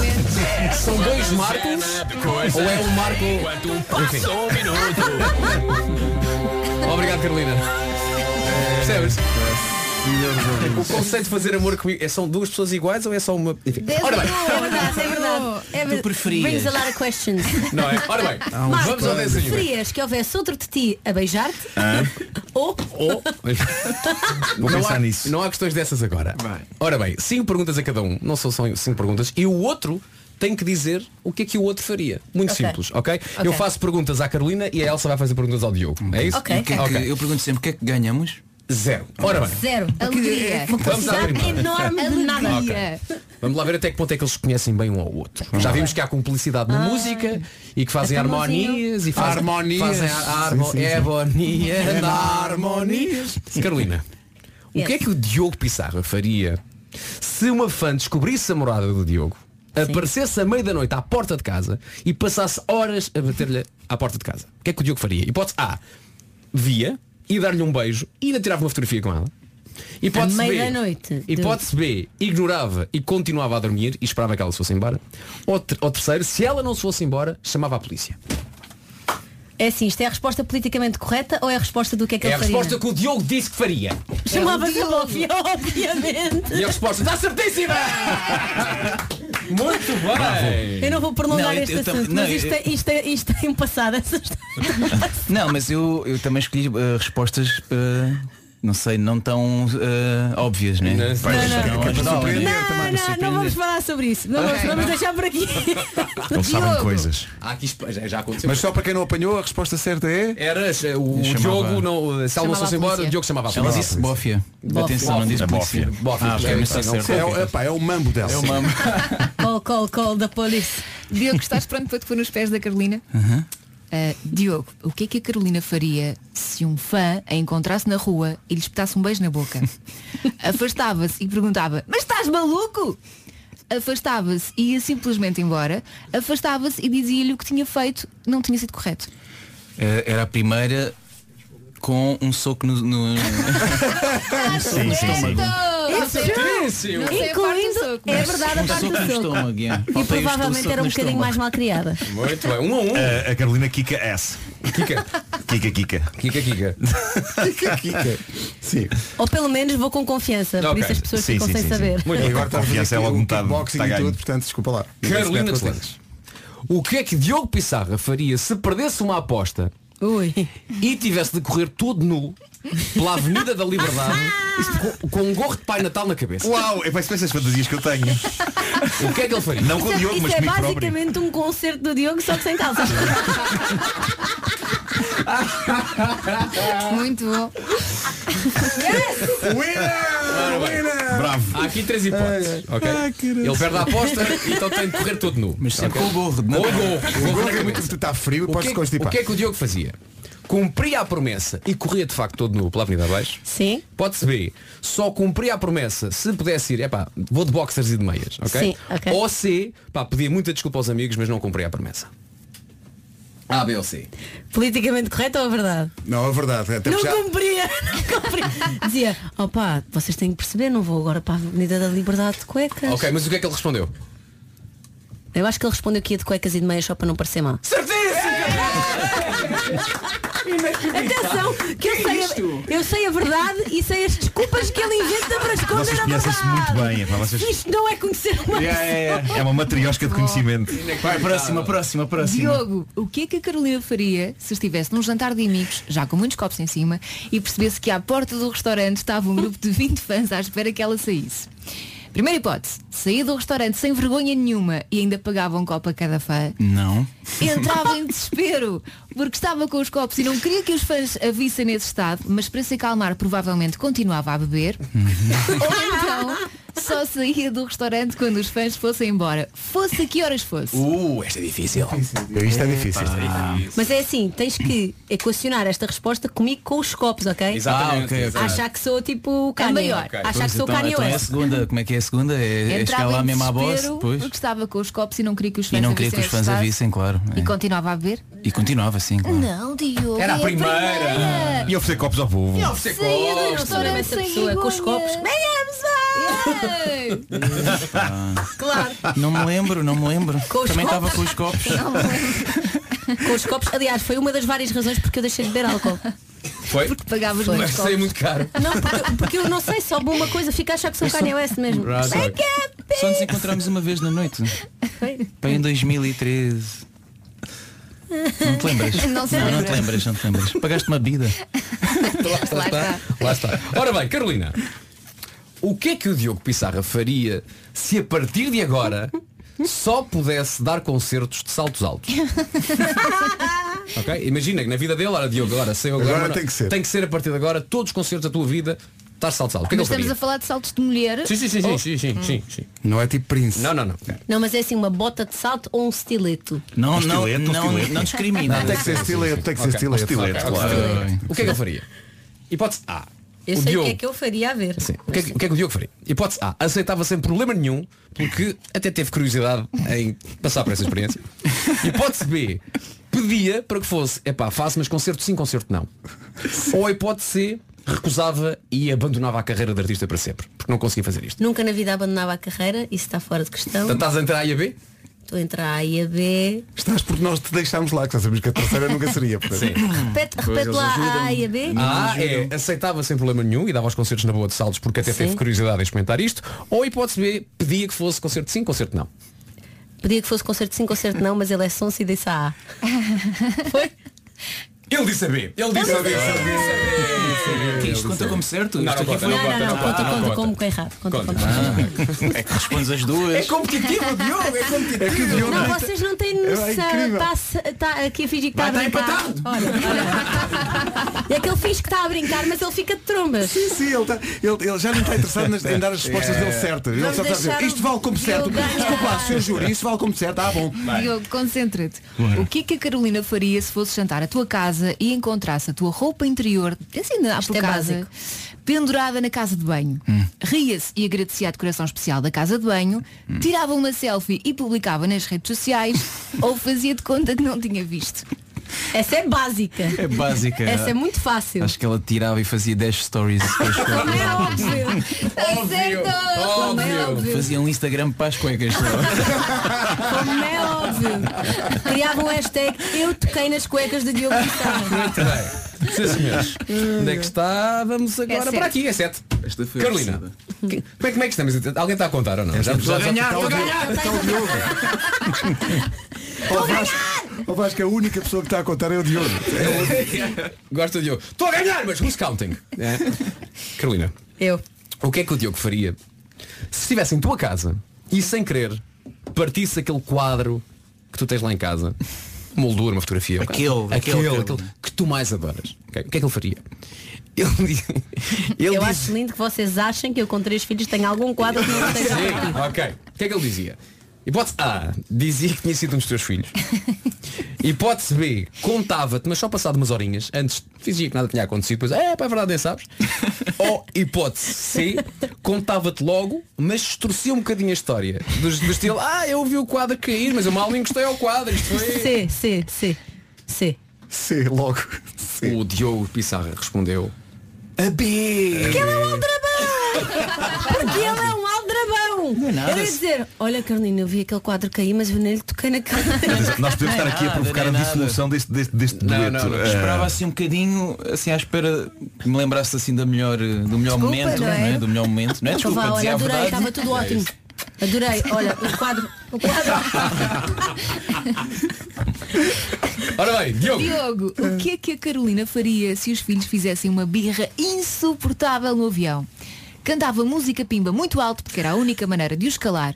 [SPEAKER 7] São dois Marcos? Ou é um Marco? um Enfim. Obrigado, Carolina. Percebes? O conceito de fazer amor comigo é são duas pessoas iguais ou é só uma. Enfim.
[SPEAKER 16] Deus
[SPEAKER 7] Ora bem.
[SPEAKER 16] me deu, é verdade, é verdade. É verdade.
[SPEAKER 18] preferias?
[SPEAKER 16] Brings a lot of questions.
[SPEAKER 7] Não é? Ora bem. Vamos ao
[SPEAKER 16] Marco,
[SPEAKER 7] 10 aí.
[SPEAKER 16] preferias que houvesse outro de ti a beijar-te? Ou
[SPEAKER 7] Ou-
[SPEAKER 13] Vou
[SPEAKER 7] não
[SPEAKER 13] pensar
[SPEAKER 7] há,
[SPEAKER 13] nisso.
[SPEAKER 7] Não há questões dessas agora. Ora bem, cinco perguntas a cada um. Não são só cinco perguntas. E o outro tem que dizer o que é que o outro faria. Muito
[SPEAKER 16] Ok.
[SPEAKER 7] simples, ok?
[SPEAKER 16] Ok.
[SPEAKER 7] Eu faço perguntas à Carolina e a Elsa vai fazer perguntas ao Diogo. É isso?
[SPEAKER 16] Ok.
[SPEAKER 18] E o que é que-
[SPEAKER 7] Ok.
[SPEAKER 18] Eu pergunto sempre o que é que ganhamos?
[SPEAKER 7] Zero. Ora bem.
[SPEAKER 16] zero? é
[SPEAKER 1] Alegria.
[SPEAKER 16] Uma
[SPEAKER 7] Vamos à
[SPEAKER 16] quantidade
[SPEAKER 7] primeira.
[SPEAKER 16] enorme de nada.
[SPEAKER 1] Alegria.
[SPEAKER 7] Vamos lá ver até que ponto é que eles se conhecem bem um ao outro. Já vimos que há cumplicidade
[SPEAKER 1] Ah.
[SPEAKER 7] na música e que fazem
[SPEAKER 1] Então,
[SPEAKER 16] Até mãozinha.
[SPEAKER 7] harmonias e fazem,
[SPEAKER 5] Harmonias.
[SPEAKER 7] fazem a harmo- é harmonia da harmonia. Carolina, o que é que o Diogo Pissarra faria se uma fã descobrisse a morada do Diogo, aparecesse à meia-da-noite à porta de casa e passasse horas a bater-lhe à porta de casa? O que é que o Diogo faria? Hipótese A, via e dar-lhe um beijo e ainda tirava uma fotografia com ela. Hipótese B,
[SPEAKER 16] meia-da-noite.
[SPEAKER 7] Hipótese B, ignorava e continuava a dormir e esperava que ela se fosse embora. Ou, ter- ou terceiro, se ela não se fosse embora, chamava a polícia.
[SPEAKER 16] É assim, isto é a resposta politicamente correta ou é a resposta do que é que
[SPEAKER 7] É
[SPEAKER 16] ele
[SPEAKER 7] a
[SPEAKER 16] faria?
[SPEAKER 7] resposta que o Diogo disse que faria.
[SPEAKER 1] É
[SPEAKER 16] Chamava-se Lófia, obviamente.
[SPEAKER 7] E a resposta está certíssima! Muito bem.
[SPEAKER 16] Eu não vou prolongar
[SPEAKER 18] É. Não, eu-
[SPEAKER 16] este
[SPEAKER 18] eu tam-
[SPEAKER 16] assunto,
[SPEAKER 18] não,
[SPEAKER 16] mas
[SPEAKER 18] eu-
[SPEAKER 16] isto, é- isto, é- isto é um passado assustador.
[SPEAKER 18] Não, mas eu, eu também escolhi eh, respostas, eh, não sei, não tão eh, óbvias, né?
[SPEAKER 7] Não,
[SPEAKER 16] não,
[SPEAKER 18] Mas
[SPEAKER 16] não,
[SPEAKER 18] óbvias.
[SPEAKER 16] não, não, não vamos falar sobre isso. Não vamos,
[SPEAKER 18] Ok.
[SPEAKER 16] vamos deixar por aqui.
[SPEAKER 18] Eles sabem
[SPEAKER 16] Diogo.
[SPEAKER 18] coisas.
[SPEAKER 7] Há aqui esp- já- já aconteceu.
[SPEAKER 5] Ah, Mas só para quem não apanhou, a resposta certa é.
[SPEAKER 7] Era eh, o
[SPEAKER 5] Chamava-
[SPEAKER 7] Diogo, não,
[SPEAKER 5] Chamava
[SPEAKER 7] se alguém fosse
[SPEAKER 5] a
[SPEAKER 7] embora,
[SPEAKER 5] polícia.
[SPEAKER 7] o Diogo chamava a
[SPEAKER 5] Ela
[SPEAKER 7] polícia.
[SPEAKER 5] disse bófia.
[SPEAKER 7] Bófia.
[SPEAKER 18] Atenção, não disse
[SPEAKER 7] A
[SPEAKER 18] polícia.
[SPEAKER 7] Bófia.
[SPEAKER 18] Ah, ok, mas está
[SPEAKER 5] Sim,
[SPEAKER 18] certo.
[SPEAKER 5] É, epá, é o mambo dela.
[SPEAKER 18] É o mambo.
[SPEAKER 16] Call, call, call da polícia.
[SPEAKER 1] Diogo, estás pronto para te pôr nos pés da Carolina? Ah, Diogo, o que é que a Carolina faria se um fã a encontrasse na rua e lhe espetasse um beijo na boca? Afastava-se e perguntava, mas estás maluco? Afastava-se e ia simplesmente embora. Afastava-se e dizia-lhe o que tinha feito não tinha sido correto.
[SPEAKER 18] Eh, Era a primeira com um soco no. no... sim,
[SPEAKER 16] é
[SPEAKER 7] certíssimo.
[SPEAKER 16] Incluindo, é verdade, a
[SPEAKER 18] Um
[SPEAKER 16] parte
[SPEAKER 18] soco
[SPEAKER 16] do
[SPEAKER 18] no
[SPEAKER 16] soco.
[SPEAKER 18] estômago. yeah.
[SPEAKER 16] E
[SPEAKER 18] Falta aí o
[SPEAKER 16] provavelmente
[SPEAKER 18] soco
[SPEAKER 16] era um
[SPEAKER 18] no
[SPEAKER 16] bocadinho
[SPEAKER 18] estômago.
[SPEAKER 16] mais mal criada.
[SPEAKER 7] Muito bem, um a um.
[SPEAKER 13] É, A, a Carolina Kika S.
[SPEAKER 7] Kika.
[SPEAKER 13] Kika Kika.
[SPEAKER 7] Kika Kika.
[SPEAKER 13] Kika Kika. Sim.
[SPEAKER 16] Ou pelo menos vou com confiança, por
[SPEAKER 13] Ok.
[SPEAKER 16] isso as pessoas
[SPEAKER 13] Sim,
[SPEAKER 16] ficam
[SPEAKER 13] sim,
[SPEAKER 16] sem
[SPEAKER 13] sim, sim.
[SPEAKER 16] saber.
[SPEAKER 13] Muito bem.
[SPEAKER 5] Agora está a fazer
[SPEAKER 13] Confiança é
[SPEAKER 5] aqui
[SPEAKER 13] logo
[SPEAKER 5] o
[SPEAKER 13] metade,
[SPEAKER 5] kickboxing
[SPEAKER 13] está
[SPEAKER 5] e
[SPEAKER 13] ganho.
[SPEAKER 5] tudo, portanto, desculpa lá.
[SPEAKER 7] Carolina
[SPEAKER 5] Não sei se
[SPEAKER 7] de Slanges. O que é que Diogo Pissarra faria se perdesse uma aposta e tivesse de correr todo nu pela Avenida da Liberdade com, com um gorro de Pai Natal na cabeça?
[SPEAKER 13] Uau, é para essas fantasias que eu tenho.
[SPEAKER 7] O que é que ele faria?
[SPEAKER 13] Não com o
[SPEAKER 16] Isso é-
[SPEAKER 13] Diogo, mas
[SPEAKER 16] isso é
[SPEAKER 13] comigo próprio.
[SPEAKER 16] basicamente um concerto do Diogo só que sem calças.
[SPEAKER 1] Muito bom.
[SPEAKER 7] Ora bem.
[SPEAKER 13] Bravo.
[SPEAKER 7] Há aqui três hipóteses. ok? Ele perde a aposta, então tem de correr todo nu. Mas
[SPEAKER 5] sempre com o gorro,
[SPEAKER 7] Com
[SPEAKER 5] não
[SPEAKER 7] o
[SPEAKER 5] é?
[SPEAKER 7] gorro.
[SPEAKER 5] O gorro é muito- está
[SPEAKER 13] tá
[SPEAKER 5] frio e
[SPEAKER 7] O que
[SPEAKER 5] pode-se
[SPEAKER 7] é que-
[SPEAKER 5] constipar.
[SPEAKER 7] O que é que o Diogo fazia? Cumpria a promessa e corria de facto todo nu pela avenida abaixo.
[SPEAKER 16] Sim.
[SPEAKER 7] Pode-se ver. Só cumpria a promessa se pudesse ir. É pá, vou de boxers e de meias. ok?
[SPEAKER 16] Sim, ok.
[SPEAKER 7] Ou C, pá, pedia muita desculpa aos amigos, mas não cumpria a promessa. A, B ou C.
[SPEAKER 16] Politicamente correto ou a verdade?
[SPEAKER 5] Não, é verdade. Até
[SPEAKER 16] não
[SPEAKER 5] porque já-
[SPEAKER 16] cumpria, não cumpria. Dizia, opá, vocês têm que perceber, não vou agora para a Avenida da Liberdade de cuecas.
[SPEAKER 7] Ok, mas o que é que ele respondeu?
[SPEAKER 16] Eu acho que ele respondeu que ia de cuecas e de meias só para não parecer má. Atenção, que, eu, sei a, eu sei a verdade e sei as desculpas que ele inventa para esconder
[SPEAKER 13] Vocês
[SPEAKER 16] a
[SPEAKER 13] conhecem-se muito
[SPEAKER 16] verdade.
[SPEAKER 13] bem. É, pá, vocês...
[SPEAKER 16] Isto não é conhecer uma
[SPEAKER 13] Yeah,
[SPEAKER 16] pessoa.
[SPEAKER 13] é, é, é uma matriosca de conhecimento.
[SPEAKER 18] Vai, próxima, próxima, próxima.
[SPEAKER 1] Diogo, o que é que a Carolina faria se estivesse num jantar de amigos, já com muitos copos em cima, e percebesse que à porta do restaurante estava um grupo de 20 fãs à espera que ela saísse? Primeira hipótese, saía do restaurante sem vergonha nenhuma e ainda pagava um copo a cada fã.
[SPEAKER 18] Não.
[SPEAKER 1] Entrava em desespero, porque estava com os copos e não queria que os fãs a vissem nesse estado, mas para se acalmar provavelmente continuava a beber. Ou então só saía do restaurante quando os fãs fossem embora, fosse a que horas fosse.
[SPEAKER 7] Uh, esta é difícil.
[SPEAKER 5] Isto é difícil.
[SPEAKER 16] Mas é assim, tens que equacionar esta resposta comigo com os copos, ok?
[SPEAKER 18] Exatamente, Ah, ok, ok.
[SPEAKER 16] Achar que sou tipo
[SPEAKER 7] É
[SPEAKER 16] o Kanye.
[SPEAKER 1] maior.
[SPEAKER 16] Achar
[SPEAKER 18] Pois,
[SPEAKER 16] que sou o
[SPEAKER 18] então,
[SPEAKER 16] Kanye
[SPEAKER 18] então é a
[SPEAKER 16] West.
[SPEAKER 18] segunda, como é que é a segunda? É, é chegar
[SPEAKER 1] Entrava
[SPEAKER 18] lá
[SPEAKER 1] em
[SPEAKER 18] mesmo à boss,
[SPEAKER 1] desespero
[SPEAKER 18] pois.
[SPEAKER 1] porque estava com os copos e não queria que os fãs
[SPEAKER 18] E não queria que os
[SPEAKER 1] avissem
[SPEAKER 18] fãs é.
[SPEAKER 1] esse
[SPEAKER 18] a
[SPEAKER 1] estado.
[SPEAKER 18] vissem, claro.
[SPEAKER 1] E continuava a ver?
[SPEAKER 18] E continuava assim, claro.
[SPEAKER 1] Não, Diogo.
[SPEAKER 7] Era a
[SPEAKER 1] é
[SPEAKER 7] primeira.
[SPEAKER 13] E oferecer copos ao povo.
[SPEAKER 7] Não, você
[SPEAKER 1] Saía do
[SPEAKER 7] gosta.
[SPEAKER 1] restaurante
[SPEAKER 16] Essa
[SPEAKER 1] sem
[SPEAKER 16] pessoa com os
[SPEAKER 1] vergonha.
[SPEAKER 16] copos.
[SPEAKER 1] Yeah.
[SPEAKER 16] Claro.
[SPEAKER 18] Não me lembro, não me lembro.
[SPEAKER 16] Com os
[SPEAKER 18] Também estava
[SPEAKER 16] copos.
[SPEAKER 18] com os copos.
[SPEAKER 16] Com os copos. Aliás, foi uma das várias razões porque eu deixei de beber álcool.
[SPEAKER 7] Foi?
[SPEAKER 1] Porque pagavas
[SPEAKER 7] Mas
[SPEAKER 1] muitos
[SPEAKER 7] saiu
[SPEAKER 1] copos.
[SPEAKER 7] muito caro.
[SPEAKER 16] Não, porque, porque eu não sei, só uma coisa, fica a achar que sou o Kanye West mesmo. é.
[SPEAKER 18] Right.
[SPEAKER 16] Wake up!
[SPEAKER 18] Só nos encontramos uma vez na noite. Para em 2013. Não te lembras?
[SPEAKER 1] Não se
[SPEAKER 18] não,
[SPEAKER 1] lembra.
[SPEAKER 18] te lembras, não te lembras. Pagaste uma bebida.
[SPEAKER 1] Lá está.
[SPEAKER 7] Lá está. Ora bem, Carolina, o que é que o Diogo Pissarra faria se a partir de agora só pudesse dar concertos de saltos altos? ok? Imagina que na vida dele, ora Diogo, agora sei agora,
[SPEAKER 5] Agora
[SPEAKER 7] mas
[SPEAKER 5] tem que ser.
[SPEAKER 7] Tem que ser a partir de agora, todos os concertos da tua vida, estar de saltos Oh. altos. O que é
[SPEAKER 1] Mas
[SPEAKER 7] que ele
[SPEAKER 1] estamos Oh. a
[SPEAKER 7] faria?
[SPEAKER 1] falar de saltos de mulher.
[SPEAKER 7] Sim, sim, sim, sim, sim, sim, sim, sim.
[SPEAKER 5] Não é tipo príncipe.
[SPEAKER 7] Não, não, não.
[SPEAKER 16] Não, mas é assim, uma bota de salto ou um estileto?
[SPEAKER 18] Não, não,
[SPEAKER 13] Estilete, um
[SPEAKER 18] não,
[SPEAKER 13] estilete.
[SPEAKER 18] não discrimina.
[SPEAKER 5] Não, tem que ser estileto, tem que ser
[SPEAKER 7] Ok,
[SPEAKER 5] estileto.
[SPEAKER 13] Estilete,
[SPEAKER 7] Ok, ok.
[SPEAKER 13] claro.
[SPEAKER 7] O que é que ele faria? Hipótese A.
[SPEAKER 16] Eu
[SPEAKER 7] o
[SPEAKER 16] sei o
[SPEAKER 7] Diogo
[SPEAKER 16] que é que eu faria a ver.
[SPEAKER 7] Sim. O que, é que, o que é que o Diogo faria? Hipótese A, aceitava sem problema nenhum, porque até teve curiosidade em passar por essa experiência. Hipótese B, pedia para que fosse, epá, faço mas concerto sim, concerto não. Ou a hipótese C, recusava e abandonava a carreira de artista para sempre, porque não conseguia fazer isto.
[SPEAKER 16] Nunca na vida abandonava a carreira, isso está fora de questão.
[SPEAKER 7] Portanto, Então estás a entrar A e a B?
[SPEAKER 16] Estou entre a A e a B.
[SPEAKER 5] Estás porque nós te deixámos lá, que já sabemos que a terceira nunca seria. portanto. Ah,
[SPEAKER 16] Repete,
[SPEAKER 5] Pois,
[SPEAKER 16] repete
[SPEAKER 5] eles
[SPEAKER 16] lá a A
[SPEAKER 5] ajudam-me.
[SPEAKER 16] e a B.
[SPEAKER 7] A Hum. é aceitava sem problema nenhum e dava os concertos na boa de saldos porque até
[SPEAKER 16] Sim.
[SPEAKER 7] teve curiosidade em experimentar isto. Ou a hipótese B pedia que fosse concerto sim, concerto não.
[SPEAKER 16] Pedia que fosse concerto sim, concerto não, mas ele é sonso e disse ah. Foi?
[SPEAKER 8] Ele disse a B. Ele disse a B.
[SPEAKER 18] Que isto conta como certo?
[SPEAKER 8] Não,
[SPEAKER 18] Isto
[SPEAKER 8] não
[SPEAKER 18] aqui
[SPEAKER 8] conta,
[SPEAKER 18] foi-
[SPEAKER 8] não conta, não conta,
[SPEAKER 16] Conta,
[SPEAKER 8] não
[SPEAKER 16] conta,
[SPEAKER 8] conta.
[SPEAKER 16] como que é errado. Conta, conta.
[SPEAKER 18] Ah, é que respondes as duas.
[SPEAKER 16] competitivo, Diogo, é competitivo. Não, vocês não têm noção.
[SPEAKER 18] incrível.
[SPEAKER 16] Está tá aqui a fingir que está a
[SPEAKER 18] Vai, tá
[SPEAKER 16] brincar.
[SPEAKER 18] empatado.
[SPEAKER 16] Olha, olha. E aquele finge que está a brincar, mas ele fica de trombas.
[SPEAKER 5] Sim, sim, ele, tá- ele- ele já não está interessado nas- em dar as respostas
[SPEAKER 6] É.
[SPEAKER 5] dele certas. Ele
[SPEAKER 6] Vamos
[SPEAKER 5] só está a dizer,
[SPEAKER 6] deixar o
[SPEAKER 5] isto vale como certo.
[SPEAKER 6] Diogo ganhar.
[SPEAKER 5] Desculpa lá, senhor júri, isto vale como certo. Ah, bom.
[SPEAKER 1] Diogo, concentra-te.
[SPEAKER 5] Bora.
[SPEAKER 1] O que é que a Carolina faria se fosse jantar à tua casa e encontrasse a tua roupa interior, assim na por
[SPEAKER 16] é
[SPEAKER 1] casa, pendurada na casa de banho?
[SPEAKER 18] Hum.
[SPEAKER 1] Ria-se e agradecia a decoração especial da casa de banho,
[SPEAKER 18] Hum.
[SPEAKER 1] tirava uma selfie e publicava nas redes sociais ou fazia de conta que não tinha visto.
[SPEAKER 16] Essa é básica.
[SPEAKER 18] É básica.
[SPEAKER 16] Essa é muito fácil.
[SPEAKER 18] Acho que ela tirava e fazia 10 stories. depois com-
[SPEAKER 16] Como é óbvio. Está certo. Como é óbvio.
[SPEAKER 18] Fazia um Instagram para as cuecas. é?
[SPEAKER 16] Como é óbvio. Criava um hashtag Eu toquei nas cuecas de Diogo Pissarro.
[SPEAKER 7] Muito bem. Sim, senhores. Onde é que está? Vamos
[SPEAKER 16] É
[SPEAKER 7] agora
[SPEAKER 16] sete.
[SPEAKER 7] para aqui. É 7.
[SPEAKER 18] Esta foi É
[SPEAKER 7] Carolina. que- Como é, como é que estamos? Alguém está a contar ou não? Já, já, já-
[SPEAKER 5] Estou a
[SPEAKER 7] Está a
[SPEAKER 5] ganhar,
[SPEAKER 7] ouvir.
[SPEAKER 5] está o Diogo. Ó Vasco, ó Vasco, a única pessoa que está a contar é o Diogo.
[SPEAKER 7] Gosto do Diogo. Estou a ganhar, mas who's counting? É. Carolina.
[SPEAKER 16] Eu.
[SPEAKER 7] O que é que o Diogo faria se estivesse em tua casa e sem querer partisse aquele quadro que tu tens lá em casa? Moldura, uma fotografia. ok?
[SPEAKER 18] Aquele, aquele,
[SPEAKER 7] aquele, aquele,
[SPEAKER 18] aquele.
[SPEAKER 7] que tu mais adoras. Ok, O que é que ele faria? Ele, ele
[SPEAKER 16] Eu
[SPEAKER 7] diz-
[SPEAKER 16] acho lindo que vocês achem que eu com três filhos tenho algum quadro que não esteja
[SPEAKER 7] Sim,
[SPEAKER 16] aqui.
[SPEAKER 7] ok. O que é que ele dizia? Hipótese A, dizia que tinha sido um dos teus filhos. Hipótese B, contava-te, mas só passado umas horinhas, antes fingia que nada tinha acontecido, depois, é, para a verdade, nem sabes. Ou hipótese C, contava-te logo, mas distorcia um bocadinho a história. Do, do estilo, ah, eu vi o quadro cair, mas eu mal me encostei ao quadro. Isto foi...
[SPEAKER 16] C, C, C, C.
[SPEAKER 7] C, logo. O Diogo Pissarra respondeu. A B!
[SPEAKER 16] Porque ele é um aldrabão! Porque ele é um aldrabão!
[SPEAKER 7] é nada.
[SPEAKER 16] Eu ia dizer, olha Carolina, eu vi aquele quadro cair, mas eu nem lhe toquei na cara.
[SPEAKER 13] Nós podemos estar aqui a
[SPEAKER 18] Nada,
[SPEAKER 13] provocar a
[SPEAKER 18] nem
[SPEAKER 13] dissolução deste, deste, deste
[SPEAKER 18] Não,
[SPEAKER 13] dueto.
[SPEAKER 18] não, não.
[SPEAKER 13] Ah,
[SPEAKER 18] Esperava assim um bocadinho, assim à espera que me lembrasse assim da melhor, eh, do melhor
[SPEAKER 16] Desculpa,
[SPEAKER 18] momento,
[SPEAKER 16] não
[SPEAKER 18] não
[SPEAKER 16] é?
[SPEAKER 18] é? Do melhor momento. Não é
[SPEAKER 16] Então
[SPEAKER 18] desculpa,
[SPEAKER 16] vá,
[SPEAKER 18] dizer
[SPEAKER 16] olha,
[SPEAKER 18] a
[SPEAKER 16] adorei,
[SPEAKER 18] verdade. É
[SPEAKER 16] estava tudo ótimo. Adorei, olha, o quadro. O quadro.
[SPEAKER 7] Ora bem, Diogo.
[SPEAKER 1] Diogo, o que é que a Carolina faria se os filhos fizessem uma birra insuportável no avião? Cantava música pimba muito alto, porque era a única maneira de os calar.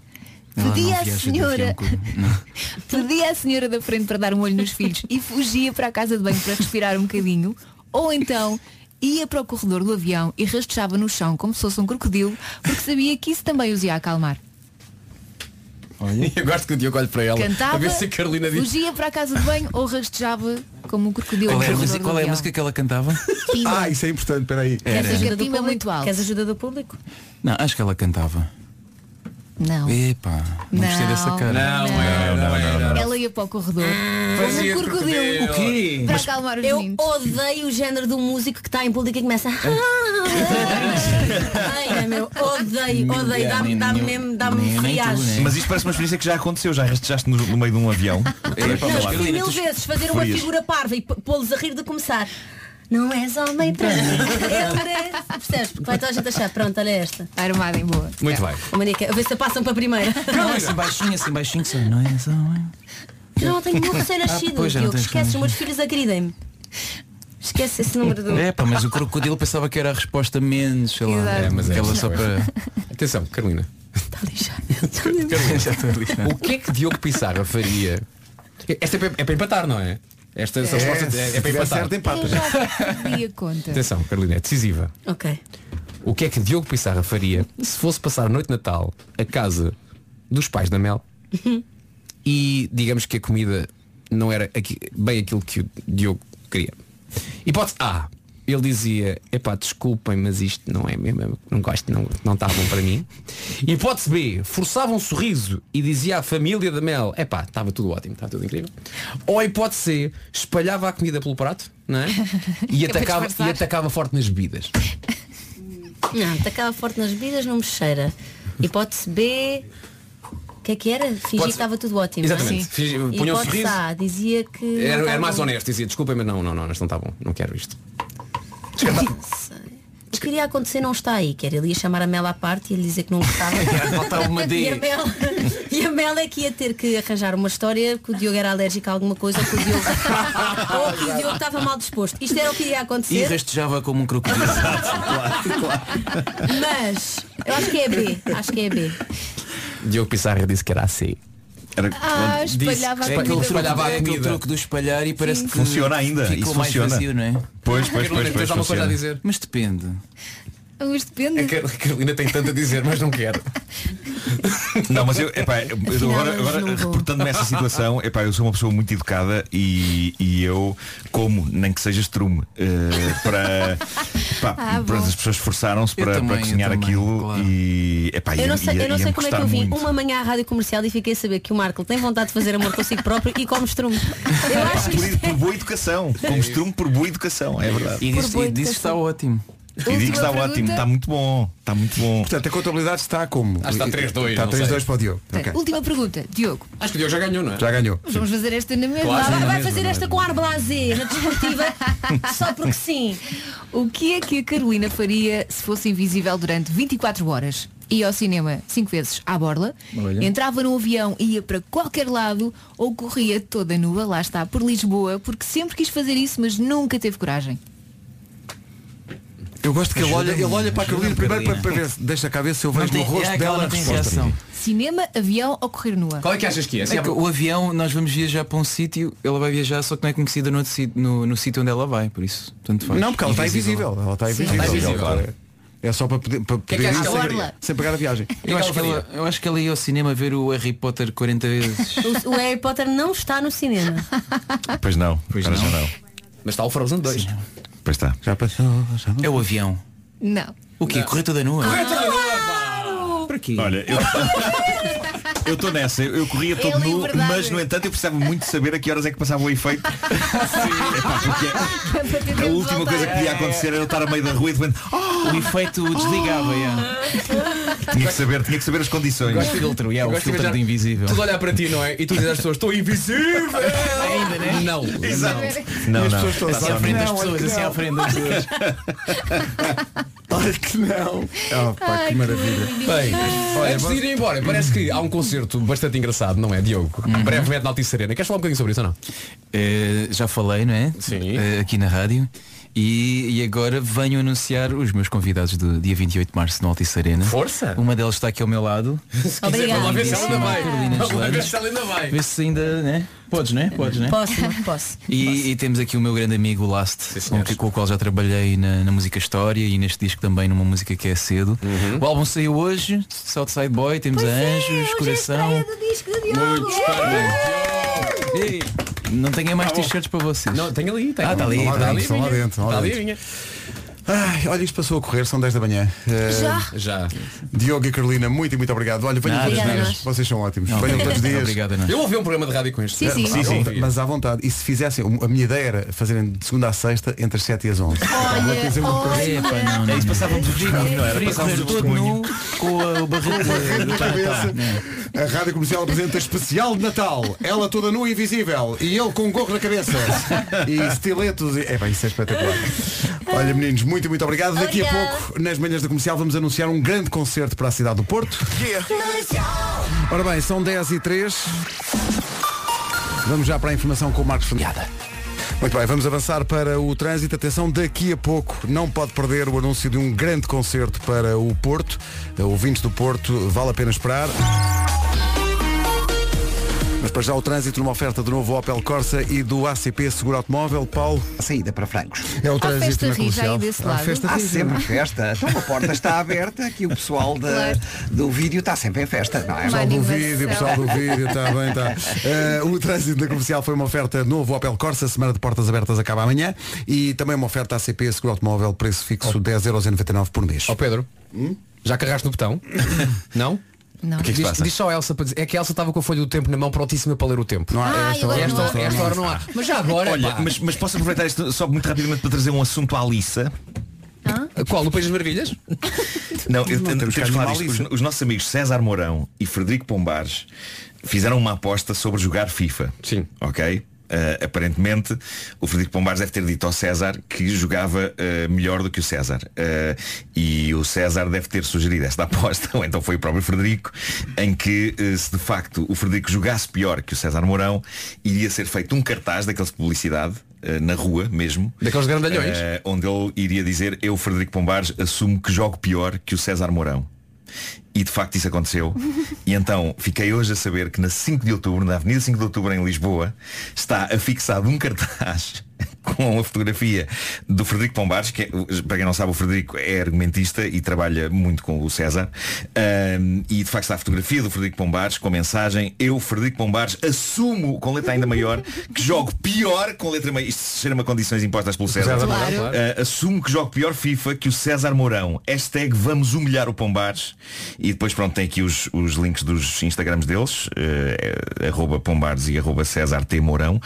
[SPEAKER 18] Ela não
[SPEAKER 1] Pedia à
[SPEAKER 18] viaja de
[SPEAKER 1] senhora,
[SPEAKER 18] avião, Cuba.
[SPEAKER 1] pedia à senhora da frente para dar um olho nos filhos e fugia para a casa de banho para respirar um bocadinho, ou então ia para o corredor do avião e rastejava no chão como se fosse um crocodilo, porque sabia que isso também os ia acalmar.
[SPEAKER 7] Eu gosto que o Diogo olhe para ela.
[SPEAKER 1] Cantava,
[SPEAKER 7] a ver se a Carolina diz.
[SPEAKER 1] fugia para a casa de banho ou rastejava como um crocodilo.
[SPEAKER 18] Qual
[SPEAKER 1] no
[SPEAKER 18] é a
[SPEAKER 1] corredor
[SPEAKER 18] música-
[SPEAKER 1] do
[SPEAKER 18] qual é a
[SPEAKER 1] avião.
[SPEAKER 18] música que ela cantava?
[SPEAKER 5] Ah, isso é importante, peraí.
[SPEAKER 18] Era.
[SPEAKER 1] ajuda do público? Queres
[SPEAKER 16] ajuda do público?
[SPEAKER 18] Não, acho que ela cantava.
[SPEAKER 1] Não.
[SPEAKER 18] Epá, não gostei
[SPEAKER 1] Não.
[SPEAKER 18] dessa cara.
[SPEAKER 1] Não,
[SPEAKER 18] não, não, não,
[SPEAKER 1] Ela ia para o corredor.
[SPEAKER 18] Fazia
[SPEAKER 1] como um crocodilo.
[SPEAKER 18] crocodilo. O quê?
[SPEAKER 1] Para
[SPEAKER 18] Mas- É.
[SPEAKER 1] acalmar os
[SPEAKER 16] Ah. Eu
[SPEAKER 1] meninos.
[SPEAKER 16] odeio o género do músico que está em público e começa. Ai, meu, odeio, odeio, dá-me dá mesmo, dá-me
[SPEAKER 18] né?
[SPEAKER 16] friagem.
[SPEAKER 13] Mas isto parece uma experiência que já aconteceu, já rastejaste no, no meio de um avião. Para
[SPEAKER 16] Não,
[SPEAKER 13] falar.
[SPEAKER 16] escolhi mil vezes fazer uma
[SPEAKER 13] Furias.
[SPEAKER 16] figura parva e p- pô-los a rir de começar. Não és homem para mim. Eu mereço. Percebes? Porque vai toda a gente achar. Pronto, olha esta.
[SPEAKER 1] Armada em boa.
[SPEAKER 7] Muito bem.
[SPEAKER 16] A Manica, a ver se a passam para a primeira.
[SPEAKER 18] Não, assim baixinho, assim baixinho, só não é só.
[SPEAKER 16] Não, tenho muito recém-nascido,
[SPEAKER 18] Ah, pois, já não
[SPEAKER 16] Diogo.
[SPEAKER 18] tens
[SPEAKER 16] Esquece, os
[SPEAKER 18] como.
[SPEAKER 16] meus filhos agridem-me. Esquece esse número do.
[SPEAKER 18] É pá, mas o crocodilo pensava que era a resposta menos, sei lá.
[SPEAKER 16] Exato. É, mas é
[SPEAKER 18] aquela
[SPEAKER 16] isso,
[SPEAKER 18] só
[SPEAKER 16] pois.
[SPEAKER 18] para.
[SPEAKER 7] Atenção, Carolina.
[SPEAKER 18] Carolina, já estou a lixar.
[SPEAKER 7] O que é que Diogo Pissarra faria? Esta é para, é para empatar, não é? Esta esta
[SPEAKER 1] É,
[SPEAKER 7] resposta é,
[SPEAKER 5] se
[SPEAKER 7] é para
[SPEAKER 5] tiver
[SPEAKER 7] empatar.
[SPEAKER 5] certo, empata.
[SPEAKER 1] Eu já perdi a conta.
[SPEAKER 7] Atenção, Carolina, é decisiva.
[SPEAKER 16] Ok.
[SPEAKER 7] O que é que Diogo Pissarra faria se fosse passar a noite de Natal a casa dos pais da Mel e digamos que a comida não era aqui- bem aquilo que o Diogo queria? Hipótese A. Ele dizia, epá, desculpem, mas isto não é mesmo, eu não gosto, não não está bom para mim. Hipótese B, forçava um sorriso e dizia à família da Mel, epá, estava tudo ótimo, estava tudo incrível. Ou hipótese C, espalhava a comida pelo prato, não é? E
[SPEAKER 16] É para
[SPEAKER 7] atacava,
[SPEAKER 16] disfarçar.
[SPEAKER 7] e atacava forte nas bebidas.
[SPEAKER 16] Não, atacava forte nas bebidas, não me cheira. Hipótese B. O que é que era? Fingi que
[SPEAKER 7] Hipótese-
[SPEAKER 16] estava tudo ótimo.
[SPEAKER 7] Exatamente.
[SPEAKER 16] Não? é?
[SPEAKER 7] Fingi- punha um
[SPEAKER 16] Hipótese
[SPEAKER 7] sorriso.
[SPEAKER 16] A, dizia que. não
[SPEAKER 7] Era,
[SPEAKER 16] estava
[SPEAKER 7] era mais
[SPEAKER 16] bom.
[SPEAKER 7] tá honesto, dizia, desculpem, mas não, não, não, isto não está bom, não quero isto.
[SPEAKER 16] O que iria acontecer não está aí, quer ele ia chamar a Mela à parte e ele dizer que não gostava.
[SPEAKER 18] faltar Tá uma D.
[SPEAKER 16] e, a Mel, e a Mel é que ia ter que arranjar uma história que o Diogo era alérgico a alguma coisa ou que o Diogo, ou que o Diogo estava mal disposto. Isto era o que iria
[SPEAKER 18] E
[SPEAKER 16] acontecer,
[SPEAKER 18] rastejava como um crocodilo.
[SPEAKER 16] mas eu acho que é B, acho que é B.
[SPEAKER 7] Diogo Pissarra disse que era assim.
[SPEAKER 13] Era,
[SPEAKER 16] Ah,
[SPEAKER 18] Disse-
[SPEAKER 16] espalhava a
[SPEAKER 18] é
[SPEAKER 16] comida.
[SPEAKER 18] aquele truque-
[SPEAKER 7] Espalhava a
[SPEAKER 18] é aquele
[SPEAKER 7] comida.
[SPEAKER 18] truque do espalhar e parece que
[SPEAKER 13] Funciona ainda,
[SPEAKER 18] ficou
[SPEAKER 13] isso
[SPEAKER 18] mais
[SPEAKER 13] funciona.
[SPEAKER 18] vazio, não é?
[SPEAKER 13] Pois, pois,
[SPEAKER 7] Ah, Carolina,
[SPEAKER 13] pois,
[SPEAKER 7] tens
[SPEAKER 13] pois,
[SPEAKER 7] alguma coisa a
[SPEAKER 13] funciona.
[SPEAKER 7] dizer?
[SPEAKER 18] Mas depende.
[SPEAKER 16] Ah,
[SPEAKER 1] Mas depende.
[SPEAKER 7] A Car- a Carolina tem tanto a dizer, mas não quer.
[SPEAKER 13] Não, mas eu, epá, eu
[SPEAKER 16] Afinal,
[SPEAKER 13] agora,
[SPEAKER 16] eles
[SPEAKER 13] agora
[SPEAKER 16] não vão.
[SPEAKER 13] reportando-me essa situação, epá, eu sou uma pessoa muito educada e, e eu como, nem que seja estrume, eh, para, pá,
[SPEAKER 16] Ah, bom.
[SPEAKER 13] pronto, as pessoas esforçaram-se
[SPEAKER 18] Eu
[SPEAKER 13] para,
[SPEAKER 18] também,
[SPEAKER 13] para
[SPEAKER 18] eu
[SPEAKER 13] cozinhar
[SPEAKER 18] também,
[SPEAKER 13] aquilo
[SPEAKER 18] claro.
[SPEAKER 13] e epá,
[SPEAKER 16] Eu
[SPEAKER 13] ia-
[SPEAKER 16] não sei,
[SPEAKER 13] ia-
[SPEAKER 16] eu não sei
[SPEAKER 13] ia-me
[SPEAKER 16] como é que
[SPEAKER 13] custar
[SPEAKER 16] eu vim
[SPEAKER 13] muito.
[SPEAKER 16] uma manhã à rádio comercial e fiquei a saber que o Marco tem vontade de fazer amor consigo próprio e come estrume. Eu acho que
[SPEAKER 13] Por,
[SPEAKER 16] isto
[SPEAKER 13] por boa educação, como estrume por boa educação, é verdade.
[SPEAKER 18] E disse, e disse está ótimo.
[SPEAKER 13] E digo que está ótimo, está muito bom, está muito bom.
[SPEAKER 5] Portanto, a contabilidade está como?
[SPEAKER 7] Ah, está 3-2,
[SPEAKER 5] Está
[SPEAKER 7] não
[SPEAKER 5] 3-2
[SPEAKER 7] sei.
[SPEAKER 5] para o Diogo.
[SPEAKER 1] Portanto,
[SPEAKER 5] Ok.
[SPEAKER 1] Última pergunta, Diogo.
[SPEAKER 7] Acho que o Diogo já ganhou, não é?
[SPEAKER 5] Já ganhou.
[SPEAKER 1] Vamos fazer esta na mesma.
[SPEAKER 7] Claro,
[SPEAKER 1] Vai-
[SPEAKER 16] Vai,
[SPEAKER 1] vai-
[SPEAKER 16] vai fazer esta com ar blasé na desportiva só porque sim.
[SPEAKER 1] O que é que a Carolina faria se fosse invisível durante 24 horas? Ia ao cinema cinco vezes à borla,
[SPEAKER 18] Olha.
[SPEAKER 1] entrava num avião, ia para qualquer lado ou corria toda nua, lá está, por Lisboa, porque sempre quis fazer isso, mas nunca teve coragem.
[SPEAKER 5] Eu gosto que ele olha, ele olha para a Carolina
[SPEAKER 18] Ajuda-me,
[SPEAKER 5] primeiro para,
[SPEAKER 18] Carolina.
[SPEAKER 5] para ver se deixa cá ver se eu
[SPEAKER 18] Não
[SPEAKER 5] vejo
[SPEAKER 18] tem-
[SPEAKER 5] no rosto
[SPEAKER 18] é aquela
[SPEAKER 5] dela a
[SPEAKER 18] não tem
[SPEAKER 5] resposta.
[SPEAKER 18] reação.
[SPEAKER 1] Cinema, avião ou correr nua?
[SPEAKER 7] Qual é que achas que é? Se
[SPEAKER 18] É
[SPEAKER 7] há-
[SPEAKER 18] que o avião, nós vamos viajar para um sítio, ela vai viajar, só que não é conhecida no, outro sítio- no, no sítio onde ela vai, por isso, tanto faz. tá
[SPEAKER 5] Não, porque
[SPEAKER 13] tá
[SPEAKER 5] ela está invisível. Ela está invisível.
[SPEAKER 7] Está invisível.
[SPEAKER 5] Ela- É só para poder, para
[SPEAKER 7] que
[SPEAKER 5] poder
[SPEAKER 7] é que
[SPEAKER 5] ir
[SPEAKER 7] achas
[SPEAKER 5] sem-
[SPEAKER 7] que ela faria?
[SPEAKER 5] sem pagar a viagem.
[SPEAKER 18] Eu acho, que ela, eu acho que ela ia ao cinema ver o Harry Potter 40 vezes.
[SPEAKER 16] O, o Harry Potter não está no cinema.
[SPEAKER 13] Pois não,
[SPEAKER 18] Pois
[SPEAKER 13] agora
[SPEAKER 18] não.
[SPEAKER 13] já não.
[SPEAKER 7] Mas está o Frozen 2.
[SPEAKER 13] Pois tá. está.
[SPEAKER 5] Já passou, já não.
[SPEAKER 18] É o avião.
[SPEAKER 1] Não.
[SPEAKER 18] O quê? Correr toda nua?
[SPEAKER 7] Ah,
[SPEAKER 18] Para quê?
[SPEAKER 13] Olha, eu. Eu estou nessa, eu eu corria todo
[SPEAKER 1] Ele,
[SPEAKER 13] nu,
[SPEAKER 1] verdade.
[SPEAKER 13] mas no entanto eu precisava muito saber a que horas é que passava o efeito. Epá, porque
[SPEAKER 1] Para ter
[SPEAKER 13] a
[SPEAKER 1] tempo de
[SPEAKER 13] última
[SPEAKER 1] voltar.
[SPEAKER 13] coisa que podia acontecer era eu estar a meio da rua e de repente "Oh!"
[SPEAKER 18] O efeito desligava, é.
[SPEAKER 13] tinha que saber, tinha que saber as condições.
[SPEAKER 18] O filtro, é, o
[SPEAKER 7] Gosto de
[SPEAKER 18] filtro
[SPEAKER 7] imaginar
[SPEAKER 18] de invisível.
[SPEAKER 7] Tudo olhar para ti, não é? E tu dizes às pessoas, estou invisível! Ainda, né? Não.
[SPEAKER 13] Exato. Não, não.
[SPEAKER 6] É
[SPEAKER 18] Assim à frente das pessoas, assim à frente das pessoas.
[SPEAKER 5] Olha que não. Oh, pá, que maravilha.
[SPEAKER 7] Bem, antes de ir embora, parece que há um concerto bastante engraçado, não é, Diogo? Brevemente na Altice Arena. Queres falar um bocadinho sobre isso ou não?
[SPEAKER 18] Eh, já falei, não é?
[SPEAKER 7] Sim.
[SPEAKER 18] Eh, aqui na rádio. E, e agora venho anunciar os meus convidados do dia 28 de março no Altice Arena.
[SPEAKER 7] Força!
[SPEAKER 18] Uma delas está aqui ao meu lado.
[SPEAKER 16] Obrigada.
[SPEAKER 7] Vamos lá ver se ela ainda vai.
[SPEAKER 18] Carolina
[SPEAKER 7] Vamos lá ver
[SPEAKER 18] Geladas.
[SPEAKER 7] se ela ainda vai.
[SPEAKER 18] Vê se ainda, né? Podes, né? Podes, né?
[SPEAKER 16] Posso, Marco, posso.
[SPEAKER 18] E, e temos aqui o meu grande amigo Last, com, que- com o qual já trabalhei na, na música História e neste disco também numa música que é cedo.
[SPEAKER 7] Uhum.
[SPEAKER 18] O álbum saiu hoje, Southside Boy, temos
[SPEAKER 7] é,
[SPEAKER 18] Anjos, Coração.
[SPEAKER 16] é
[SPEAKER 18] Ei, não tenho mais t-shirts para vocês.
[SPEAKER 7] Tá Não, tem ali, tem
[SPEAKER 18] Ah, tá ali, tá ali,
[SPEAKER 5] estão lá
[SPEAKER 7] minha.
[SPEAKER 5] dentro, estão lá
[SPEAKER 7] Tá ali,
[SPEAKER 5] dentro.
[SPEAKER 7] minha.
[SPEAKER 5] Ai, olha, isto passou a correr, são 10 da manhã. Eh,
[SPEAKER 7] Já.
[SPEAKER 5] Diogo e Carolina, muito e muito obrigado. Olha, venham
[SPEAKER 18] Nada,
[SPEAKER 5] todos os
[SPEAKER 16] nada.
[SPEAKER 5] dias. Vocês são ótimos.
[SPEAKER 18] Não,
[SPEAKER 5] venham
[SPEAKER 3] um
[SPEAKER 5] todos os dias.
[SPEAKER 18] Obrigado, Ana.
[SPEAKER 7] Eu ouvi um programa de rádio com este.
[SPEAKER 1] Sim, sim.
[SPEAKER 5] Mas à
[SPEAKER 7] sim.
[SPEAKER 5] vontade- Mas à vontade. E se fizessem, a minha ideia era fazerem de segunda a sexta entre as 7 e as 11. Alguma coisa, alguma coisa.
[SPEAKER 18] É, pá, não, não.
[SPEAKER 13] É isso passávamos o testemunho, não era?
[SPEAKER 18] Preferia
[SPEAKER 13] Passávamos
[SPEAKER 18] correr
[SPEAKER 13] o
[SPEAKER 18] todo
[SPEAKER 13] testemunho.
[SPEAKER 18] nu com a- o barril
[SPEAKER 5] Na
[SPEAKER 18] Tá,
[SPEAKER 5] cabeça.
[SPEAKER 18] tá, né.
[SPEAKER 5] A Rádio Comercial apresenta especial de Natal. Ela toda nua e invisível. E ele com um gorro na cabeça. E estiletos. e- É bem, isso é espetacular. Olha, meninos, muito, muito obrigado. Daqui a
[SPEAKER 16] Obrigada.
[SPEAKER 5] pouco, nas manhãs da comercial, vamos anunciar um grande concerto para a cidade do Porto. Ora bem, são 10 e 3. Vamos já para a informação com o Marcos Fernandes. Muito bem, vamos avançar para o trânsito. Atenção, daqui a pouco não pode perder o anúncio de um grande concerto para o Porto. Eh, Ouvintes do Porto, vale a pena esperar. Mas para já o trânsito numa oferta do novo Opel Corsa e do ACP Seguro Automóvel. Paulo,
[SPEAKER 3] A saída para Francos.
[SPEAKER 5] é o
[SPEAKER 1] trânsito festa na rija aí comercial. desse
[SPEAKER 5] A
[SPEAKER 1] lado.
[SPEAKER 5] festa
[SPEAKER 3] Há
[SPEAKER 5] rija.
[SPEAKER 3] sempre festa. Então a porta está aberta aqui o pessoal da-
[SPEAKER 1] Claro.
[SPEAKER 3] do vídeo está sempre em festa, não é?
[SPEAKER 1] Uma
[SPEAKER 5] Pessoal do
[SPEAKER 1] animação.
[SPEAKER 5] vídeo, pessoal do vídeo, está bem, está. Eh, o trânsito da comercial foi uma oferta novo Opel Corsa, semana de portas abertas acaba amanhã e também uma oferta ACP Seguro Automóvel, preço fixo 10,99€ por mês. Hum?
[SPEAKER 7] Ó Oh. Pedro, já carregaste no botão? não?
[SPEAKER 1] Não.
[SPEAKER 13] que é que se
[SPEAKER 7] diz,
[SPEAKER 13] passa?
[SPEAKER 7] diz só a Elsa para dizer. É que a Elsa estava com a folha do tempo na mão prontíssima para ler o tempo.
[SPEAKER 5] Não há-
[SPEAKER 1] Ah,
[SPEAKER 5] esta
[SPEAKER 1] eu
[SPEAKER 5] hora
[SPEAKER 1] gosto
[SPEAKER 5] não há,
[SPEAKER 1] de
[SPEAKER 7] Esta,
[SPEAKER 1] Não,
[SPEAKER 7] esta hora não
[SPEAKER 18] Ah.
[SPEAKER 7] há. Mas já agora.
[SPEAKER 13] Olha,
[SPEAKER 7] pá.
[SPEAKER 13] mas, mas posso aproveitar isto só muito rapidamente para trazer um assunto à Alissa?
[SPEAKER 7] Qual? No País das Maravilhas?
[SPEAKER 13] Não, eu,
[SPEAKER 5] Não, temos
[SPEAKER 13] temos
[SPEAKER 5] que
[SPEAKER 13] que falar
[SPEAKER 5] animar
[SPEAKER 13] disto. Os,
[SPEAKER 5] isso.
[SPEAKER 13] os nossos amigos César Mourão e Frederico Pombares fizeram uma aposta sobre jogar FIFA.
[SPEAKER 7] Sim.
[SPEAKER 13] Ok? Uh, aparentemente, o Frederico Pombares deve ter dito ao César que jogava uh, melhor do que o César. Uh, e o César deve ter sugerido esta aposta, ou então foi o próprio Frederico, em que eh, se de facto o Frederico jogasse pior que o César Mourão, iria ser feito um cartaz daqueles de publicidade eh, na rua mesmo.
[SPEAKER 7] Daqueles grandalhões.
[SPEAKER 13] Eh, onde ele iria dizer, eu, Frederico Pombares, assumo que jogo pior que o César Mourão. E de facto isso aconteceu. E então fiquei hoje a saber que na 5 de outubro, na Avenida 5 de Outubro em Lisboa, está afixado um cartaz com a fotografia do Frederico Pombares, que é, para quem não sabe o Frederico é argumentista e trabalha muito com o César. Um, e de facto está a fotografia do Frederico Pombares com a mensagem Eu, Frederico Pombares, assumo com letra ainda maior que jogo pior com letra maior. Isto chama condições impostas pelo César.
[SPEAKER 7] Claro.
[SPEAKER 13] Uh, assumo que jogo pior FIFA que o César Mourão. Hashtag vamos humilhar o Pombares. E depois pronto, tem aqui os, os links dos Instagrams deles, uh, é, arroba Pombares e arroba César T. Mourão.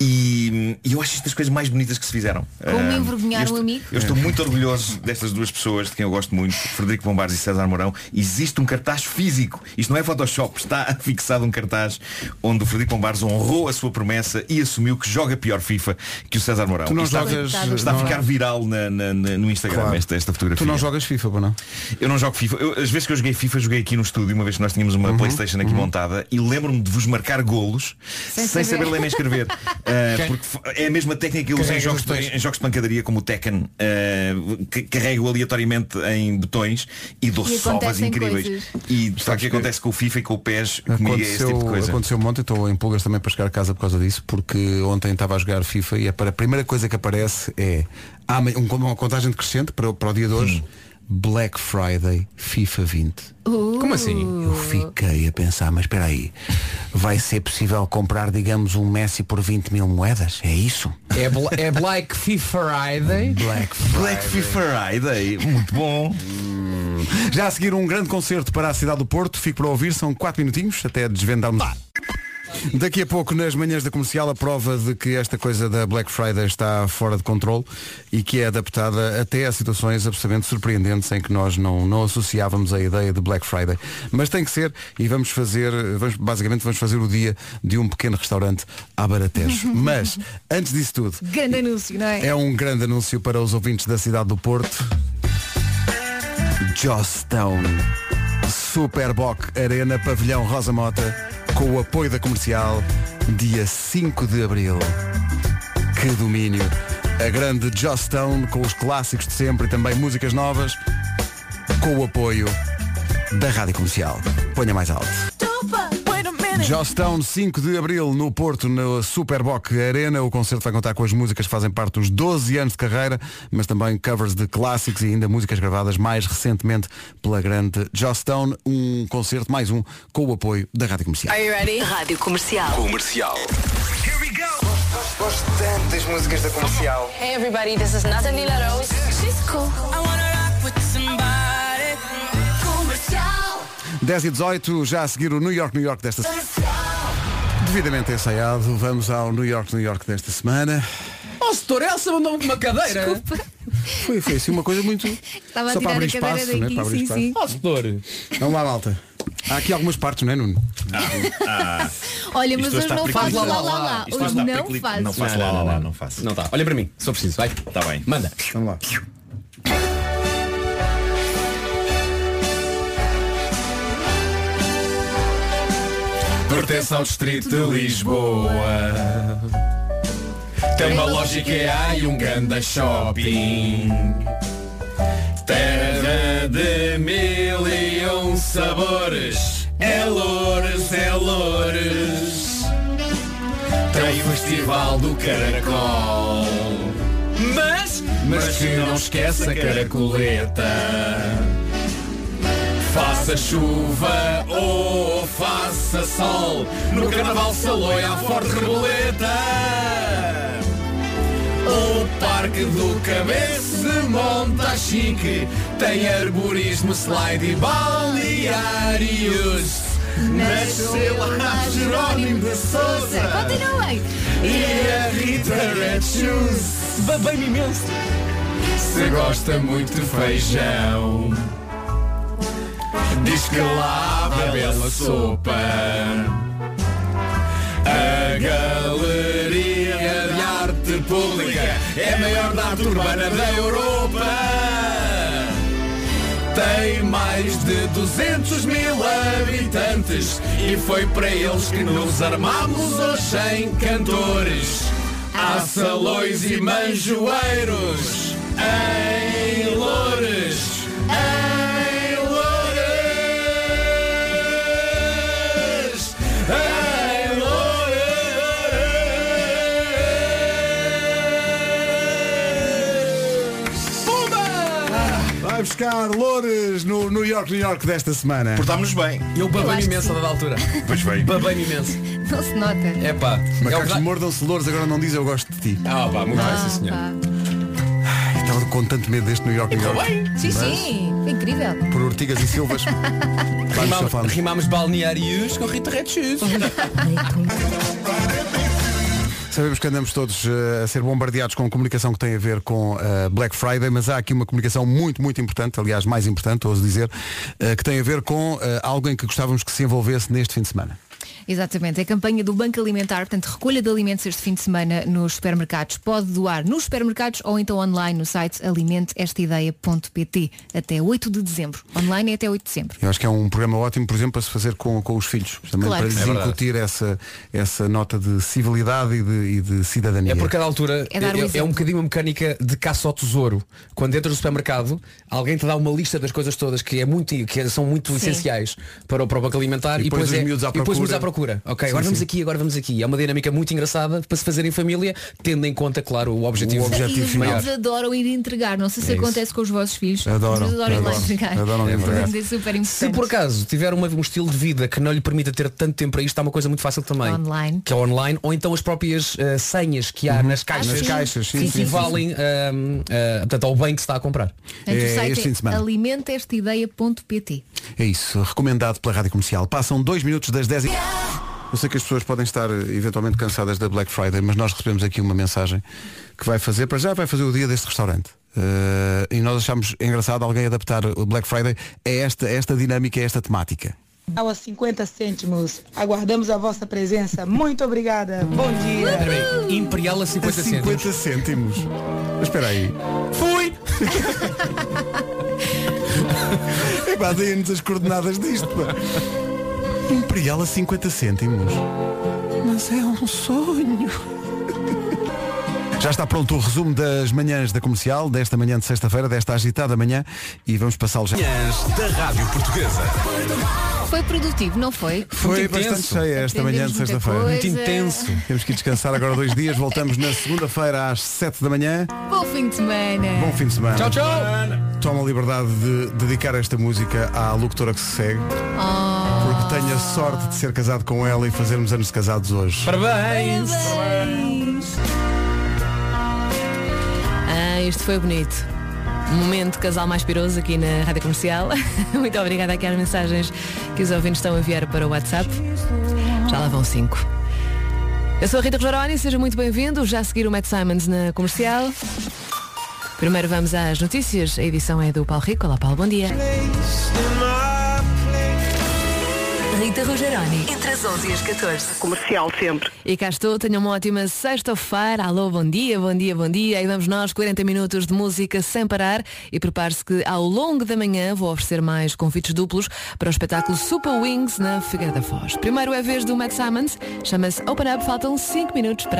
[SPEAKER 13] E, e eu acho isto das coisas mais bonitas que se fizeram.
[SPEAKER 1] Como
[SPEAKER 13] Ah,
[SPEAKER 1] envergonhar
[SPEAKER 13] eu
[SPEAKER 1] um
[SPEAKER 13] estou-
[SPEAKER 1] amigo?
[SPEAKER 13] Eu estou muito orgulhoso destas duas pessoas, de quem eu gosto muito, Frederico Pombares e César Mourão. Existe um cartaz físico. Isto não é Photoshop. Está fixado um cartaz onde o Frederico Pombares honrou a sua promessa e assumiu que joga pior FIFA que o César Mourão.
[SPEAKER 5] Tu não
[SPEAKER 13] E está,
[SPEAKER 5] jogas- eh,
[SPEAKER 13] está a
[SPEAKER 5] não- é?
[SPEAKER 13] ficar viral na- na- na- no Instagram
[SPEAKER 5] Claro.
[SPEAKER 13] esta, esta fotografia.
[SPEAKER 5] Tu não jogas FIFA, ou não?
[SPEAKER 13] Eu não jogo FIFA. Eu, as vezes que eu joguei FIFA, joguei aqui no estúdio, uma vez que nós tínhamos uma
[SPEAKER 5] Uhum.
[SPEAKER 13] Playstation aqui montada e lembro-me de vos marcar golos
[SPEAKER 6] Sem
[SPEAKER 13] sem,
[SPEAKER 6] saber.
[SPEAKER 13] saber ler nem escrever. Ah, porque f- é a mesma técnica que eu uso em
[SPEAKER 6] Carregas
[SPEAKER 13] jogos,
[SPEAKER 6] os botões.
[SPEAKER 13] de, em jogos de pancadaria como o Tekken. Ah, que- carrego aleatoriamente em botões e dou
[SPEAKER 1] E
[SPEAKER 13] sovas
[SPEAKER 1] acontecem
[SPEAKER 13] incríveis.
[SPEAKER 1] coisas.
[SPEAKER 13] E de facto o que acontece com o FIFA e com o PES comigo é esse
[SPEAKER 5] Aconteceu,
[SPEAKER 13] tipo de coisa.
[SPEAKER 5] aconteceu ontem, estou em pulgas também para chegar a casa por causa disso, porque ontem estava a jogar FIFA e a para- a primeira coisa que aparece é amanhã- um- uma contagem decrescente para, o- para o dia de hoje,
[SPEAKER 7] Hum.
[SPEAKER 5] Black Friday FIFA 20.
[SPEAKER 7] Como assim?
[SPEAKER 5] Eu fiquei a pensar, mas espera aí, vai ser possível comprar, digamos, um Messi por 20 mil moedas? É isso?
[SPEAKER 7] É, bla- é Black FIFA Friday.
[SPEAKER 5] Black
[SPEAKER 13] Black FIFA Friday, muito bom.
[SPEAKER 5] Já a seguir um grande concerto para a cidade do Porto, fico para ouvir, são 4 minutinhos, até desvendarmos. Daqui a pouco, nas manhãs da comercial, a prova de que esta coisa da Black Friday está fora de controle e que é adaptada até a situações absolutamente surpreendentes em que nós não, não associávamos a ideia de Black Friday. Mas tem que ser e vamos fazer, vamos, basicamente vamos fazer o dia de um pequeno restaurante à Baratejo. Mas, antes disso tudo,
[SPEAKER 19] Grande anúncio, não é?
[SPEAKER 5] é um grande anúncio para os ouvintes da cidade do Porto. Josstown. Superboc Arena, Pavilhão Rosa Mota, com o apoio da comercial, dia 5 de abril. Que domínio! A grande Josstown, com os clássicos de sempre e também músicas novas, com o apoio da Rádio Comercial. Ponha mais alto. Jostão, 5 de Abril, no Porto, na Superboc Arena. O concerto vai contar com as músicas que fazem parte dos 12 anos de carreira, mas também covers de clássicos e ainda músicas gravadas mais recentemente pela grande Jostão. Um concerto, mais um, com o apoio da Rádio Comercial.
[SPEAKER 20] Are you ready? Rádio Comercial.
[SPEAKER 5] Comercial.
[SPEAKER 3] Gosto tanto das músicas da comercial.
[SPEAKER 20] Hey everybody, this is Natalie Rose. She's cool. I wanna rock with somebody. Comercial.
[SPEAKER 5] 10 e 18, já a seguir o New York, New York desta semana. Devidamente ensaiado, vamos ao New York, New York desta semana.
[SPEAKER 7] Oh, setor Elsa mandou-me uma cadeira.
[SPEAKER 5] Foi, foi assim uma coisa muito.
[SPEAKER 19] Estava
[SPEAKER 5] Só
[SPEAKER 19] a tirar
[SPEAKER 5] para abrir
[SPEAKER 19] a cadeira
[SPEAKER 5] espaço,
[SPEAKER 19] daqui,
[SPEAKER 5] né? Para abrir
[SPEAKER 19] sim,
[SPEAKER 5] espaço.
[SPEAKER 19] sim.
[SPEAKER 5] Vamos lá, malta. Há aqui algumas partes, não é, Nuno?
[SPEAKER 13] Ah,
[SPEAKER 19] Olha,
[SPEAKER 5] Isto
[SPEAKER 19] mas
[SPEAKER 5] hoje
[SPEAKER 1] um
[SPEAKER 19] hoje
[SPEAKER 5] está
[SPEAKER 19] não faz lá
[SPEAKER 5] periclito.
[SPEAKER 19] lá lá. lá.
[SPEAKER 5] Isto
[SPEAKER 19] Hoje
[SPEAKER 5] está
[SPEAKER 19] não
[SPEAKER 5] periclito.
[SPEAKER 19] faz.
[SPEAKER 5] Não faz Tá lá, lá, lá, não
[SPEAKER 13] faço.
[SPEAKER 7] Não tá. Olha para mim, só preciso, vai.
[SPEAKER 13] Está bem.
[SPEAKER 7] Manda.
[SPEAKER 5] Vamos lá.
[SPEAKER 6] Pertence ao distrito de Lisboa Tem uma loja IKEA e um ganda shopping Terra de mil e um sabores É Loures, é Loures Tem o festival do caracol Mas, mas que não esquece a caracoleta Faça chuva ou faça sol No carnaval saloia a forte reboleta O parque do cabeça monta chique Tem arborismo, slide e balneários Nasceu lá Jerónimo de Souza
[SPEAKER 19] Continuem.
[SPEAKER 6] E a Rita Red Shoes Babei-me imenso Se gosta muito de feijão Diz que lá há bela sopa A galeria É a maior data urbana da Europa Tem mais de 200 mil habitantes E foi para eles que nos armamos hoje em cantores Há salões e manjoeiros Em Loures Em Loures Em Loures Pumba!
[SPEAKER 5] Vai buscar Loures no New York, New York desta semana.
[SPEAKER 13] Portámos-nos bem.
[SPEAKER 7] Eu babei-me
[SPEAKER 19] acho que
[SPEAKER 7] imenso
[SPEAKER 19] sim.
[SPEAKER 7] a dada altura.
[SPEAKER 13] Pois bem.
[SPEAKER 7] Babei-me imenso.
[SPEAKER 19] Não se nota.
[SPEAKER 7] É pá.
[SPEAKER 5] Macacos mordam-se louros, agora não diz eu gosto de ti.
[SPEAKER 7] Ah, pá, muito
[SPEAKER 19] Ah, pá.
[SPEAKER 5] Ai, Estava com tanto medo deste New York, New York.
[SPEAKER 19] Sim,
[SPEAKER 5] Mas,
[SPEAKER 19] sim.
[SPEAKER 1] é
[SPEAKER 19] Foi incrível.
[SPEAKER 5] Por Ortigas e Silvas.
[SPEAKER 7] Rimamos, rimamos balneários com Rita Red Shoes.
[SPEAKER 5] Sabemos que andamos todos eh, a ser bombardeados com comunicação que tem a ver com eh, Black Friday, mas há aqui uma comunicação muito, muito importante, aliás, mais importante, ouso dizer, eh, que tem a ver com eh, algo em que gostávamos que se envolvesse neste fim de semana.
[SPEAKER 1] Exatamente, é a campanha do Banco Alimentar, portanto, recolha de alimentos este fim de semana nos supermercados. Pode doar nos supermercados ou então online no site alimentestaideia.pt até 8 de dezembro. Online é até 8 de dezembro.
[SPEAKER 5] Eu acho que é um programa ótimo, por exemplo, para se fazer com, com os filhos. Também
[SPEAKER 1] Claro.
[SPEAKER 5] para lhes
[SPEAKER 1] É verdade.
[SPEAKER 5] incutir essa, essa nota de civilidade e de, e de cidadania.
[SPEAKER 7] É por cada altura
[SPEAKER 1] É
[SPEAKER 7] é,
[SPEAKER 1] dar o
[SPEAKER 7] é
[SPEAKER 1] exemplo.
[SPEAKER 7] um bocadinho uma mecânica de caça ao tesouro. Quando entras no supermercado, alguém te dá uma lista das coisas todas que, é muito, que são muito
[SPEAKER 1] Sim.
[SPEAKER 7] essenciais para o próprio alimentar
[SPEAKER 5] E pões os
[SPEAKER 7] é-
[SPEAKER 5] miúdos à
[SPEAKER 7] e pões os miúdos
[SPEAKER 5] procura.
[SPEAKER 7] à procura. Ok,
[SPEAKER 5] Sim,
[SPEAKER 7] agora vamos
[SPEAKER 5] sim.
[SPEAKER 7] aqui, agora vamos aqui. É uma dinâmica muito engraçada para se fazer em família, tendo em conta, claro, o objetivo,
[SPEAKER 5] O um objetivo
[SPEAKER 1] e os
[SPEAKER 5] final.
[SPEAKER 1] miúdos adoram ir entregar. Não sei se
[SPEAKER 7] É isso.
[SPEAKER 1] acontece com os vossos filhos.
[SPEAKER 5] Adoram,
[SPEAKER 1] Mas adoram ir lá
[SPEAKER 5] adoram,
[SPEAKER 1] entregar.
[SPEAKER 5] adoram ir entregar.
[SPEAKER 1] Portanto, É super
[SPEAKER 7] Se
[SPEAKER 1] importante.
[SPEAKER 7] por acaso tiver uma- um estilo de vida que não lhe permita ter tanto tempo para isto, está uma coisa muito fácil também.
[SPEAKER 1] Online.
[SPEAKER 7] Que é online, ou então as próprias eh, senhas que há nas caixas.
[SPEAKER 5] Uhum. Nas caixas, sim,
[SPEAKER 7] que
[SPEAKER 5] sim, sim,
[SPEAKER 7] equivalem ahm, ah, portanto, ao bem que se está a comprar.
[SPEAKER 1] Portanto, o site é alimentestaideia.pt
[SPEAKER 5] É isso, recomendado pela Rádio Comercial. Passam dois minutos das 10 e... Eu sei que as pessoas podem estar eh, eventualmente cansadas da Black Friday, mas nós recebemos aqui uma mensagem que vai fazer, para já vai fazer o dia deste restaurante. Eh, e nós achámos engraçado alguém adaptar o Black Friday a esta, a esta dinâmica, a esta temática.
[SPEAKER 21] Ao a 50 cêntimos. Aguardamos a vossa presença. Muito obrigada. Bom dia.
[SPEAKER 7] Espera aí, Imperial a 50 cêntimos.
[SPEAKER 5] 50 cêntimos. Mas espera aí.
[SPEAKER 7] Fui!
[SPEAKER 5] É pá, deem-nos as coordenadas disto. pá. Imperial a 50 cêntimos. Mas é um sonho. Já está pronto o resumo das manhãs da comercial, desta manhã de sexta-feira, desta agitada manhã, e vamos passá-lo já.
[SPEAKER 13] da Rádio Portuguesa.
[SPEAKER 1] Foi produtivo, não foi?
[SPEAKER 5] Foi bastante cheia esta manhã de
[SPEAKER 1] Aprendemos muita
[SPEAKER 5] sexta-feira.
[SPEAKER 1] coisa. Muito intenso.
[SPEAKER 5] Temos que descansar agora dois dias. Voltamos na segunda-feira às 7 da manhã.
[SPEAKER 1] Bom fim de semana.
[SPEAKER 5] Bom fim de semana.
[SPEAKER 1] Tchau, tchau.
[SPEAKER 5] Toma a liberdade de dedicar esta música à locutora que se segue.
[SPEAKER 1] Oh.
[SPEAKER 5] Porque tenho a sorte de ser casado com ela e fazermos anos de casados hoje.
[SPEAKER 7] Parabéns!
[SPEAKER 4] Ah, este foi bonito. Momento de casal mais piroso aqui na Rádio Comercial. Muito obrigada aqui às mensagens que os ouvintes estão a enviar para o WhatsApp. Já lá vão cinco. Eu sou a Rita Rogeroni, seja muito bem-vindo. Já a seguir o Matt Simons na Comercial. Primeiro vamos às notícias. A edição é do Paulo Rico. Olá Paulo, bom dia. Rita Rogeroni, entre as 11 e as 14. Comercial sempre. E cá estou, tenham uma ótima sexta-feira. Alô, bom dia, bom dia, bom dia. Aí vamos nós, 40 minutos de música sem parar. E prepare-se que ao longo da manhã vou oferecer mais convites duplos para o espetáculo Super Wings na Figueira da Foz. Primeiro é a vez do Matt Simons, chama-se Open Up, faltam 5 minutos para.